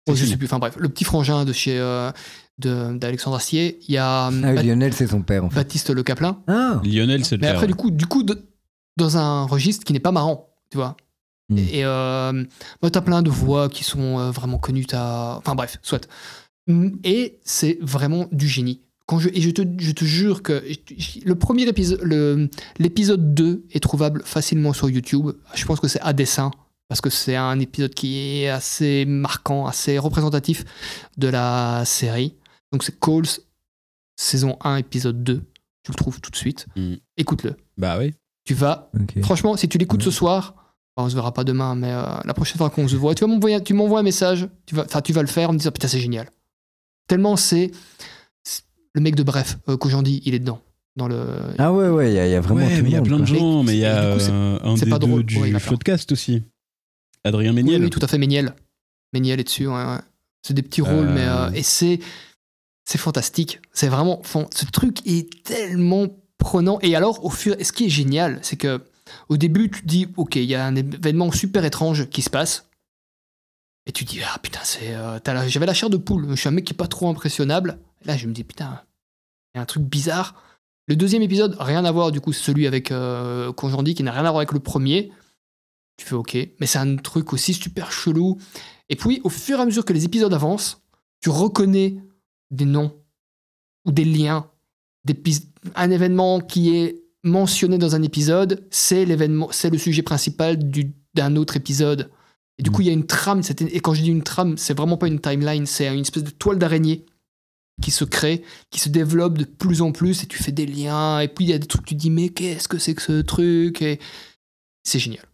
Oh, Je
Simon.
sais plus. Enfin bref, le petit frangin de chez euh, de- d'Alexandre Astier. Il y a euh,
Ah
Bah,
Ba-
oui, Lionel c'est son père en fait.
Baptiste Le Caplin.
Ah.
Lionel, c'est le
Mais
père.
après, du coup, du coup, de- dans un registre qui n'est pas marrant, tu vois.
Hmm.
Et euh, bah, t'as plein de voix qui sont euh, vraiment connues. T'as... Enfin bref, soit. Mm, Et c'est vraiment du génie. Quand je, et je te, je te jure que je- le premier épisode, le- l'épisode 2 est trouvable facilement sur YouTube. Je pense que c'est à dessin, parce que c'est un épisode qui est assez marquant, assez représentatif de la série. Donc c'est Calls, saison 1, épisode 2. Tu le trouves tout de suite.
Mm.
Écoute-le.
Bah oui.
Tu vas
Ok.
Franchement, si tu l'écoutes ce
Ouais.
soir, enfin, on se verra pas demain, mais euh, la prochaine fois qu'on se voit, tu vas m'envoyer, tu m'envoies un message, tu vas, enfin, tu vas le faire en me disant putain c'est génial. Tellement c'est c'est- le mec de bref euh, qu'aujourd'hui il est dedans dans le.
Ah ouais ouais, il y, a- il y a vraiment.
Ouais,
tout
mais il y a
le monde,
plein
quoi.
de gens,
Mais
mais il y a
du coup, c'est-
euh, un
c'est
des
pas drôle
deux
pour les
du
lapins.
podcast aussi. Adrien
Oui,
Méniel.
oui, tout à fait Méniel. Méniel est dessus. ouais, ouais. C'est des petits rôles,
Euh.
mais euh, et c'est c'est fantastique. C'est vraiment fan- ce truc est tellement prenant. Et alors au fur, et ce qui est génial, c'est que au début tu te dis ok, il y a un événement super étrange qui se passe. Et tu te dis ah putain c'est euh, t'as la- j'avais la chair de poule. Je suis un mec qui est pas trop impressionnable. Et là je me dis putain il y a un truc bizarre. Le deuxième épisode, rien à voir du coup, c'est celui avec euh, Conjandi qui n'a rien à voir avec le premier. Tu fais ok, mais c'est un truc aussi super chelou. Et puis, au fur et à mesure que les épisodes avancent, tu reconnais des noms ou des liens. Des pis- un événement qui est mentionné dans un épisode, c'est l'événement, c'est le sujet principal du- d'un autre épisode. Et du coup, il y a une trame. c'était- Et quand je dis une trame, c'est vraiment pas une timeline, c'est une espèce de toile d'araignée qui se crée, qui se développe de plus en plus, et tu fais des liens. Et puis, il y a des trucs, tu te dis, mais qu'est-ce que c'est que ce truc Et c'est génial.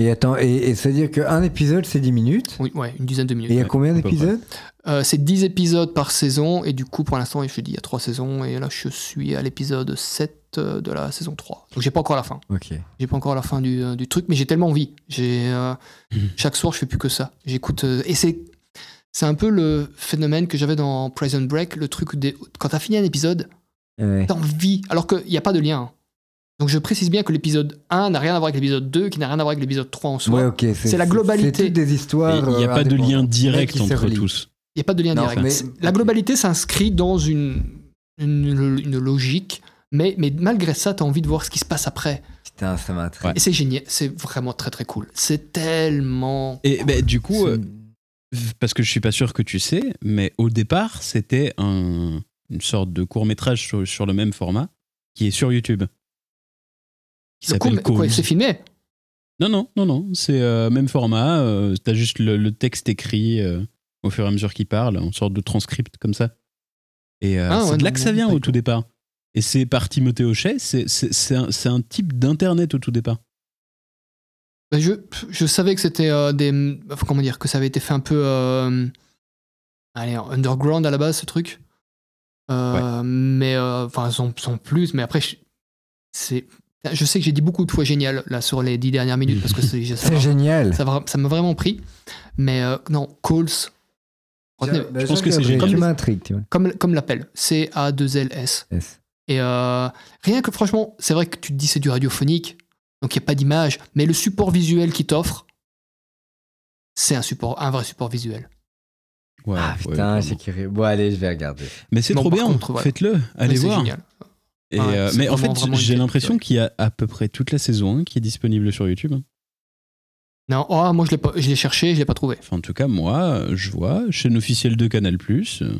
Et attends, et, et ça veut dire qu'un épisode c'est 10 minutes.
Oui, ouais, une dizaine de minutes.
Et il y a
Ouais,
combien
à peu près.
d'épisodes
Euh, c'est 10 épisodes par saison, et du coup, pour l'instant, je te dis, il y a 3 saisons, et là, je suis à l'épisode 7 euh, de la saison 3. Donc, j'ai pas encore la fin.
Ok.
J'ai pas encore la fin du, euh, du truc, mais j'ai tellement envie. J'ai, euh,
Mhm.
Chaque soir, je fais plus que ça. J'écoute. euh, et c'est. c'est- C'est un peu le phénomène que j'avais dans Prison Break, le truc des... quand t'as fini un épisode,
Ouais.
t'as envie, alors qu'il n'y a pas de lien. hein. Donc je précise bien que l'épisode 1 n'a rien à voir avec l'épisode 2, qui n'a rien à voir avec l'épisode 3 en soi.
Ouais, ok.
c'est la globalité.
C'est toutes des histoires.
Il n'y a
euh,
pas de lien
indépendantes, mais
direct
qui se
entre
relient.
tous.
Il n'y a pas de lien
Non,
direct.
mais-
C'est- La globalité s'inscrit dans une, une, une logique, mais, mais malgré ça, tu as envie de voir ce qui se passe après.
Putain, ça m'intrigue.
Ouais.
Et c'est génial, c'est vraiment très très cool. C'est tellement.
Et ben, du coup,
C'est-
euh, parce que je suis pas sûr que tu sais, mais au départ, c'était un- une sorte de court métrage sur, sur le même format qui est sur YouTube. Qui
Le coup,
s'appelle
mais- quoi,
Cause.
C'est filmé
Non, non, non, non. C'est euh, même format. euh, T'as juste le, le texte écrit euh, au fur et à mesure qu'il parle, en sorte de transcript comme ça. Et euh,
Ah,
c'est
ouais,
de là
non,
que ça
non,
vient au
d'accord.
tout départ. Et c'est par Timothée Hochet. C'est c'est- c'est un, c'est un type d'internet au tout départ.
Ben, je, je savais que c'était euh, des. Comment dire Que ça avait été fait un peu. euh, allez, underground à la base, ce truc. Euh, Mais. euh, Enfin, sans, sans plus. Mais après, je- c'est. Je sais que j'ai dit beaucoup de fois génial là sur les dix dernières minutes parce que c'est ça
C'est
m'a-
génial.
ça vra- ça m'a vraiment pris. Mais euh, non, Coles. Retenez,
Bah,
je pense que c'est
regarderai, Tu
génial.
m'intrigues, tu vois.
comme, comme l'appel, C-A-2-L-S.
Yes.
Et euh, rien que franchement, c'est vrai que tu te dis c'est du radiophonique, donc il n'y a pas d'image, mais le support visuel qui t'offre, c'est un support, un vrai support visuel.
Ouais,
Ah
ouais,
putain,
vraiment.
j'ai curieux. Bon, allez, je vais regarder.
mais c'est
Bon,
trop
par
bien.
contre, ouais.
Faites-le. Allez
Mais c'est
voir.
génial.
Et,
Ouais,
euh,
c'est
mais en
vraiment,
fait,
vraiment une
j'ai
qualité,
l'impression
ouais.
qu'il y a à peu près toute la saison 1 qui est disponible sur YouTube. hein.
Non, oh, moi je l'ai pas- je l'ai cherché, je l'ai pas trouvé.
Enfin, en tout cas, moi, euh, je vois, chaîne officielle de Canal. euh,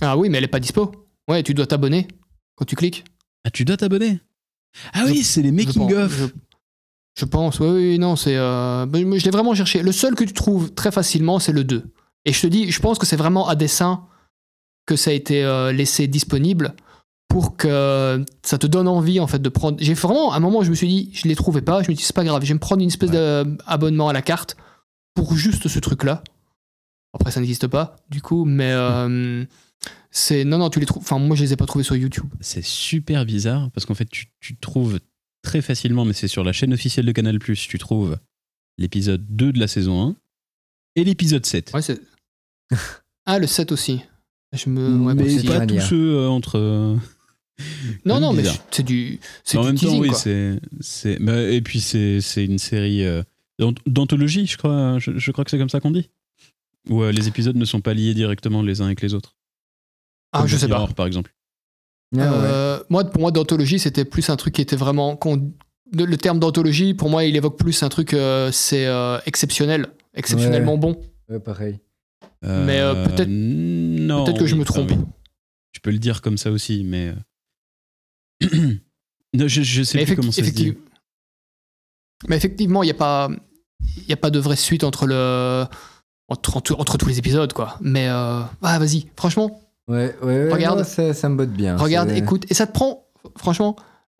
Ah oui, mais elle est pas dispo. Ouais, tu dois t'abonner quand tu cliques.
Ah, tu dois t'abonner Ah
Je-
oui, c'est les
Je pense-
making-of
Je, je pense, oui, oui, non, c'est. euh, mais je l'ai vraiment cherché. Le seul que tu trouves très facilement, c'est le 2. Et je te dis, je pense que c'est vraiment à dessein que ça a été euh, laissé disponible pour que ça te donne envie, en fait, de prendre. J'ai vraiment, à un moment, je me suis dit, je les trouvais pas, je me dis, c'est pas grave, je vais me prendre une espèce d'abonnement à la carte pour juste ce truc-là. Après, ça n'existe pas, du coup, mais. euh, c'est non non tu les trouves enfin moi je les ai pas trouvés sur YouTube
C'est super bizarre parce qu'en fait, tu, tu trouves très facilement, mais c'est sur la chaîne officielle de Canal, tu trouves l'épisode 2 de la saison 1 et l'épisode 7.
ouais c'est ah le 7 aussi je me ouais,
mais
bon, c'est-
c'est
pas
génial.
tous ceux euh, entre. euh,
Non,
Même
non, mais
bizarre.
c'est du, c'est
en
du
même temps,
teasing,
oui,
quoi.
c'est. c'est- mais- Et puis, c'est c'est une série euh, d'ant- d'anthologie, je crois, je, je crois que c'est comme ça qu'on dit. Où euh, les épisodes ne sont pas liés directement les uns avec les autres.
Ah,
Comme
je
The
sais pas.
Mirror, par exemple.
Ah, ouais.
Euh, moi, pour moi, d'anthologie, c'était plus un truc qui était vraiment. qu'on- de- Le terme d'anthologie, pour moi, il évoque plus un truc, euh, c'est euh, exceptionnel, exceptionnellement bon.
Ouais, pareil.
Mais, euh, peut-être-
non,
Peut-être que je
oui,
me
enfin,
trompe.
oui. Je peux le dire comme ça aussi, mais. euh, non, je, je sais
Mais
plus
effecti-
comment ça se dit.
effecti- Mais effectivement, il n'y a pas, il y a pas de vraie suite entre le. Entre, entre- entre tous les épisodes, quoi. Mais euh, ah, vas-y, franchement,
Ouais, ouais, ouais.
Regarde.
non, ça, ça me botte
Ah,
bien.
regarde,
C'est-
écoute. Et ça te prend, franchement,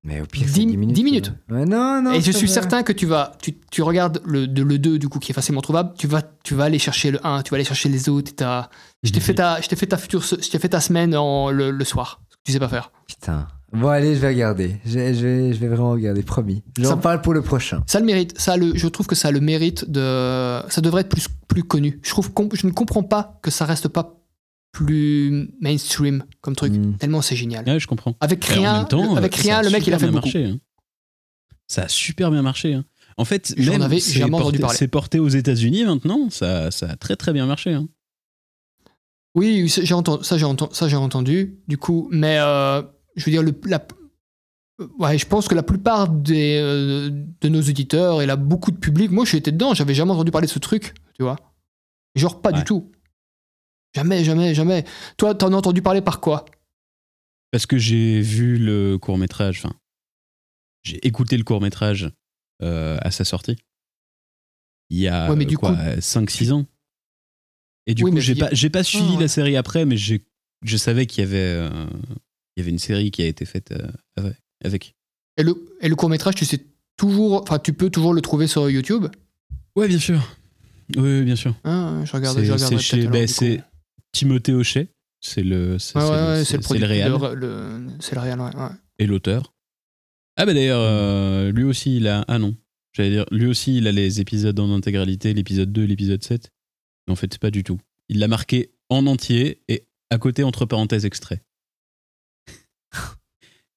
Mais au pire,
Dix-
c'est 10 minutes.
dix
euh.
minutes.
Ouais, non, non.
Et je
ça
suis
va.
certain que tu vas, tu, tu regardes le, de- le 2 du coup qui est facilement trouvable, tu vas, tu vas aller chercher le 1, tu vas aller chercher les autres. et t'as- Je
Mhm.
t'ai fait ta, je t'ai fait ta future, se- je t'ai fait ta semaine en, le, le soir. ce que Tu sais pas faire.
Putain. Bon, allez, je vais regarder. Je, je vais, je vais vraiment regarder, promis. J'en
Ça-
parle pour le prochain.
Ça a le mérite, ça a le, je trouve que ça a le mérite de, ça devrait être plus, plus connu. Je trouve, qu'on- je ne comprends pas que ça reste pas plus mainstream comme truc.
Mm.
Tellement c'est génial.
Ouais, je comprends.
Avec
Mhm. Et en
rien,
même temps,
le, avec
euh, ça
rien, le mec il a
super
fait
bien
beaucoup.
marché, hein. Ça a super bien marché. hein. En fait,
J'en
même
avais
c'est
jamais entendu
porté,
parler.
c'est porté aux États-Unis maintenant. Ça, ça a très très bien marché. hein.
Oui, oui, ça, j'ai entendu, ça j'ai entendu, ça j'ai entendu. Du coup, mais euh, je veux dire le, la, ouais, je pense que la plupart des, euh, de nos auditeurs et là beaucoup de public, moi j'étais dedans, j'avais jamais entendu parler de ce truc, tu vois. Genre pas
Ouais.
du tout. Jamais, jamais, jamais. Toi, t'en as entendu parler par quoi
Parce que j'ai vu le court métrage. Enfin, j'ai écouté le court métrage à sa sortie. Il y a
Ouais, mais du
quoi,
coup-
5-6 ans. Et du
Oui,
coup,
mais
j'ai
il y a- Ah,
pas, j'ai pas suivi
ouais.
la série après, mais j'ai- je savais qu'il y avait, euh, il y avait une série qui a été faite euh, avec- avec.
Et le, et le court métrage, tu sais toujours, enfin tu peux toujours le trouver sur YouTube.
Ouais, bien sûr. Oui, oui, bien sûr.
Hein, je regarde,
C'est-
je
c'est
regarde.
chez- ben, c'est Timothée Hochet, c'est le, c'est
ouais, ouais,
c'est le,
ouais,
c'est-
c'est le
c'est le réal
producteur, le- C'est le réal, ouais, ouais.
et l'auteur. Ah bah d'ailleurs, euh, lui aussi il a. Ah non, j'allais dire, lui aussi il a les épisodes en intégralité, l'épisode 2, l'épisode 7. Mais en fait, c'est pas du tout. il l'a marqué en entier et à côté, entre parenthèses, extrait.
Ah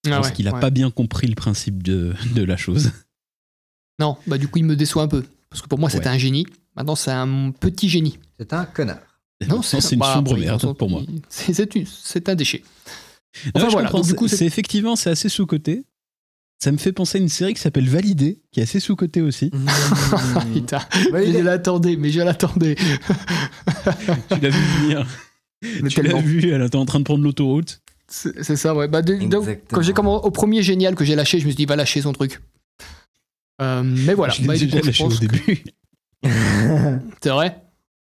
Je pense qu'il n'a pas bien compris le principe de, de la chose.
Non, bah du coup, il me déçoit un peu. Parce que pour moi, c'était
Ouais.
un génie. Maintenant, c'est un petit génie.
C'est un connard.
Non, c'est une
bah,
sombre
après, ils
merde
sont-
pour moi.
C'est- C'est une- c'est un déchet.
Non,
Enfin,
je
voilà,
comprends.
donc, du coup,
c'est
c'est-
effectivement c'est assez sous coté. Ça me fait penser à une série qui s'appelle Validé, qui est assez sous cotée aussi. Mm.
Putain,
Validé.
je l'attendais, mais je l'attendais.
tu l'as vu venir. tu l'as
tellement.
vu, elle était en train de prendre l'autoroute.
C'est c'est ça, ouais. Bah, de- donc,
Exactement.
quand j'ai commencé au premier génial que j'ai lâché, je me suis dit, va lâcher son truc. Euh, mais voilà,
je l'ai
Bah, du
déjà
coup, je
lâché au
pense que-
début.
C'est vrai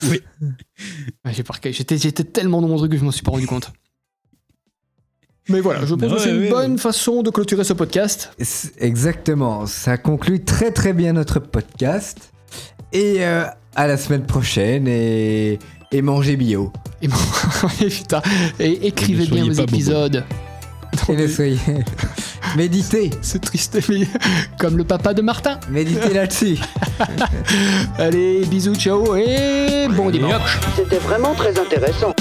Oui.
Ouais, j'ai parqué. J'étais, j'étais tellement dans mon truc que je m'en suis pas rendu compte. Mais voilà, je pense
Ouais,
que c'est une
ouais,
bonne façon de clôturer ce podcast.
C'est- Exactement. Ça conclut très très bien notre podcast. Et euh, à la semaine prochaine et, et mangez bio.
Et, bon, et putain, et écrivez
Ne soyez
bien vos
pas bobo.
épisodes.
Et ne soyez. méditez.
C'est triste, mais comme le papa de Martin.
Méditez là-dessus.
Allez, bisous, ciao et bon dimanche.
C'était vraiment très intéressant.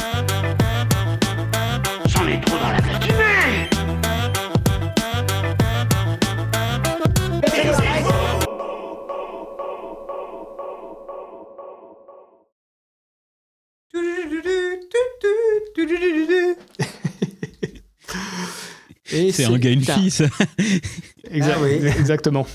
J'en ai trop dans la platinée
Et
C'est un gars, une
putain,
fille, ça.
exact-
Ah oui.
Ah Exactement.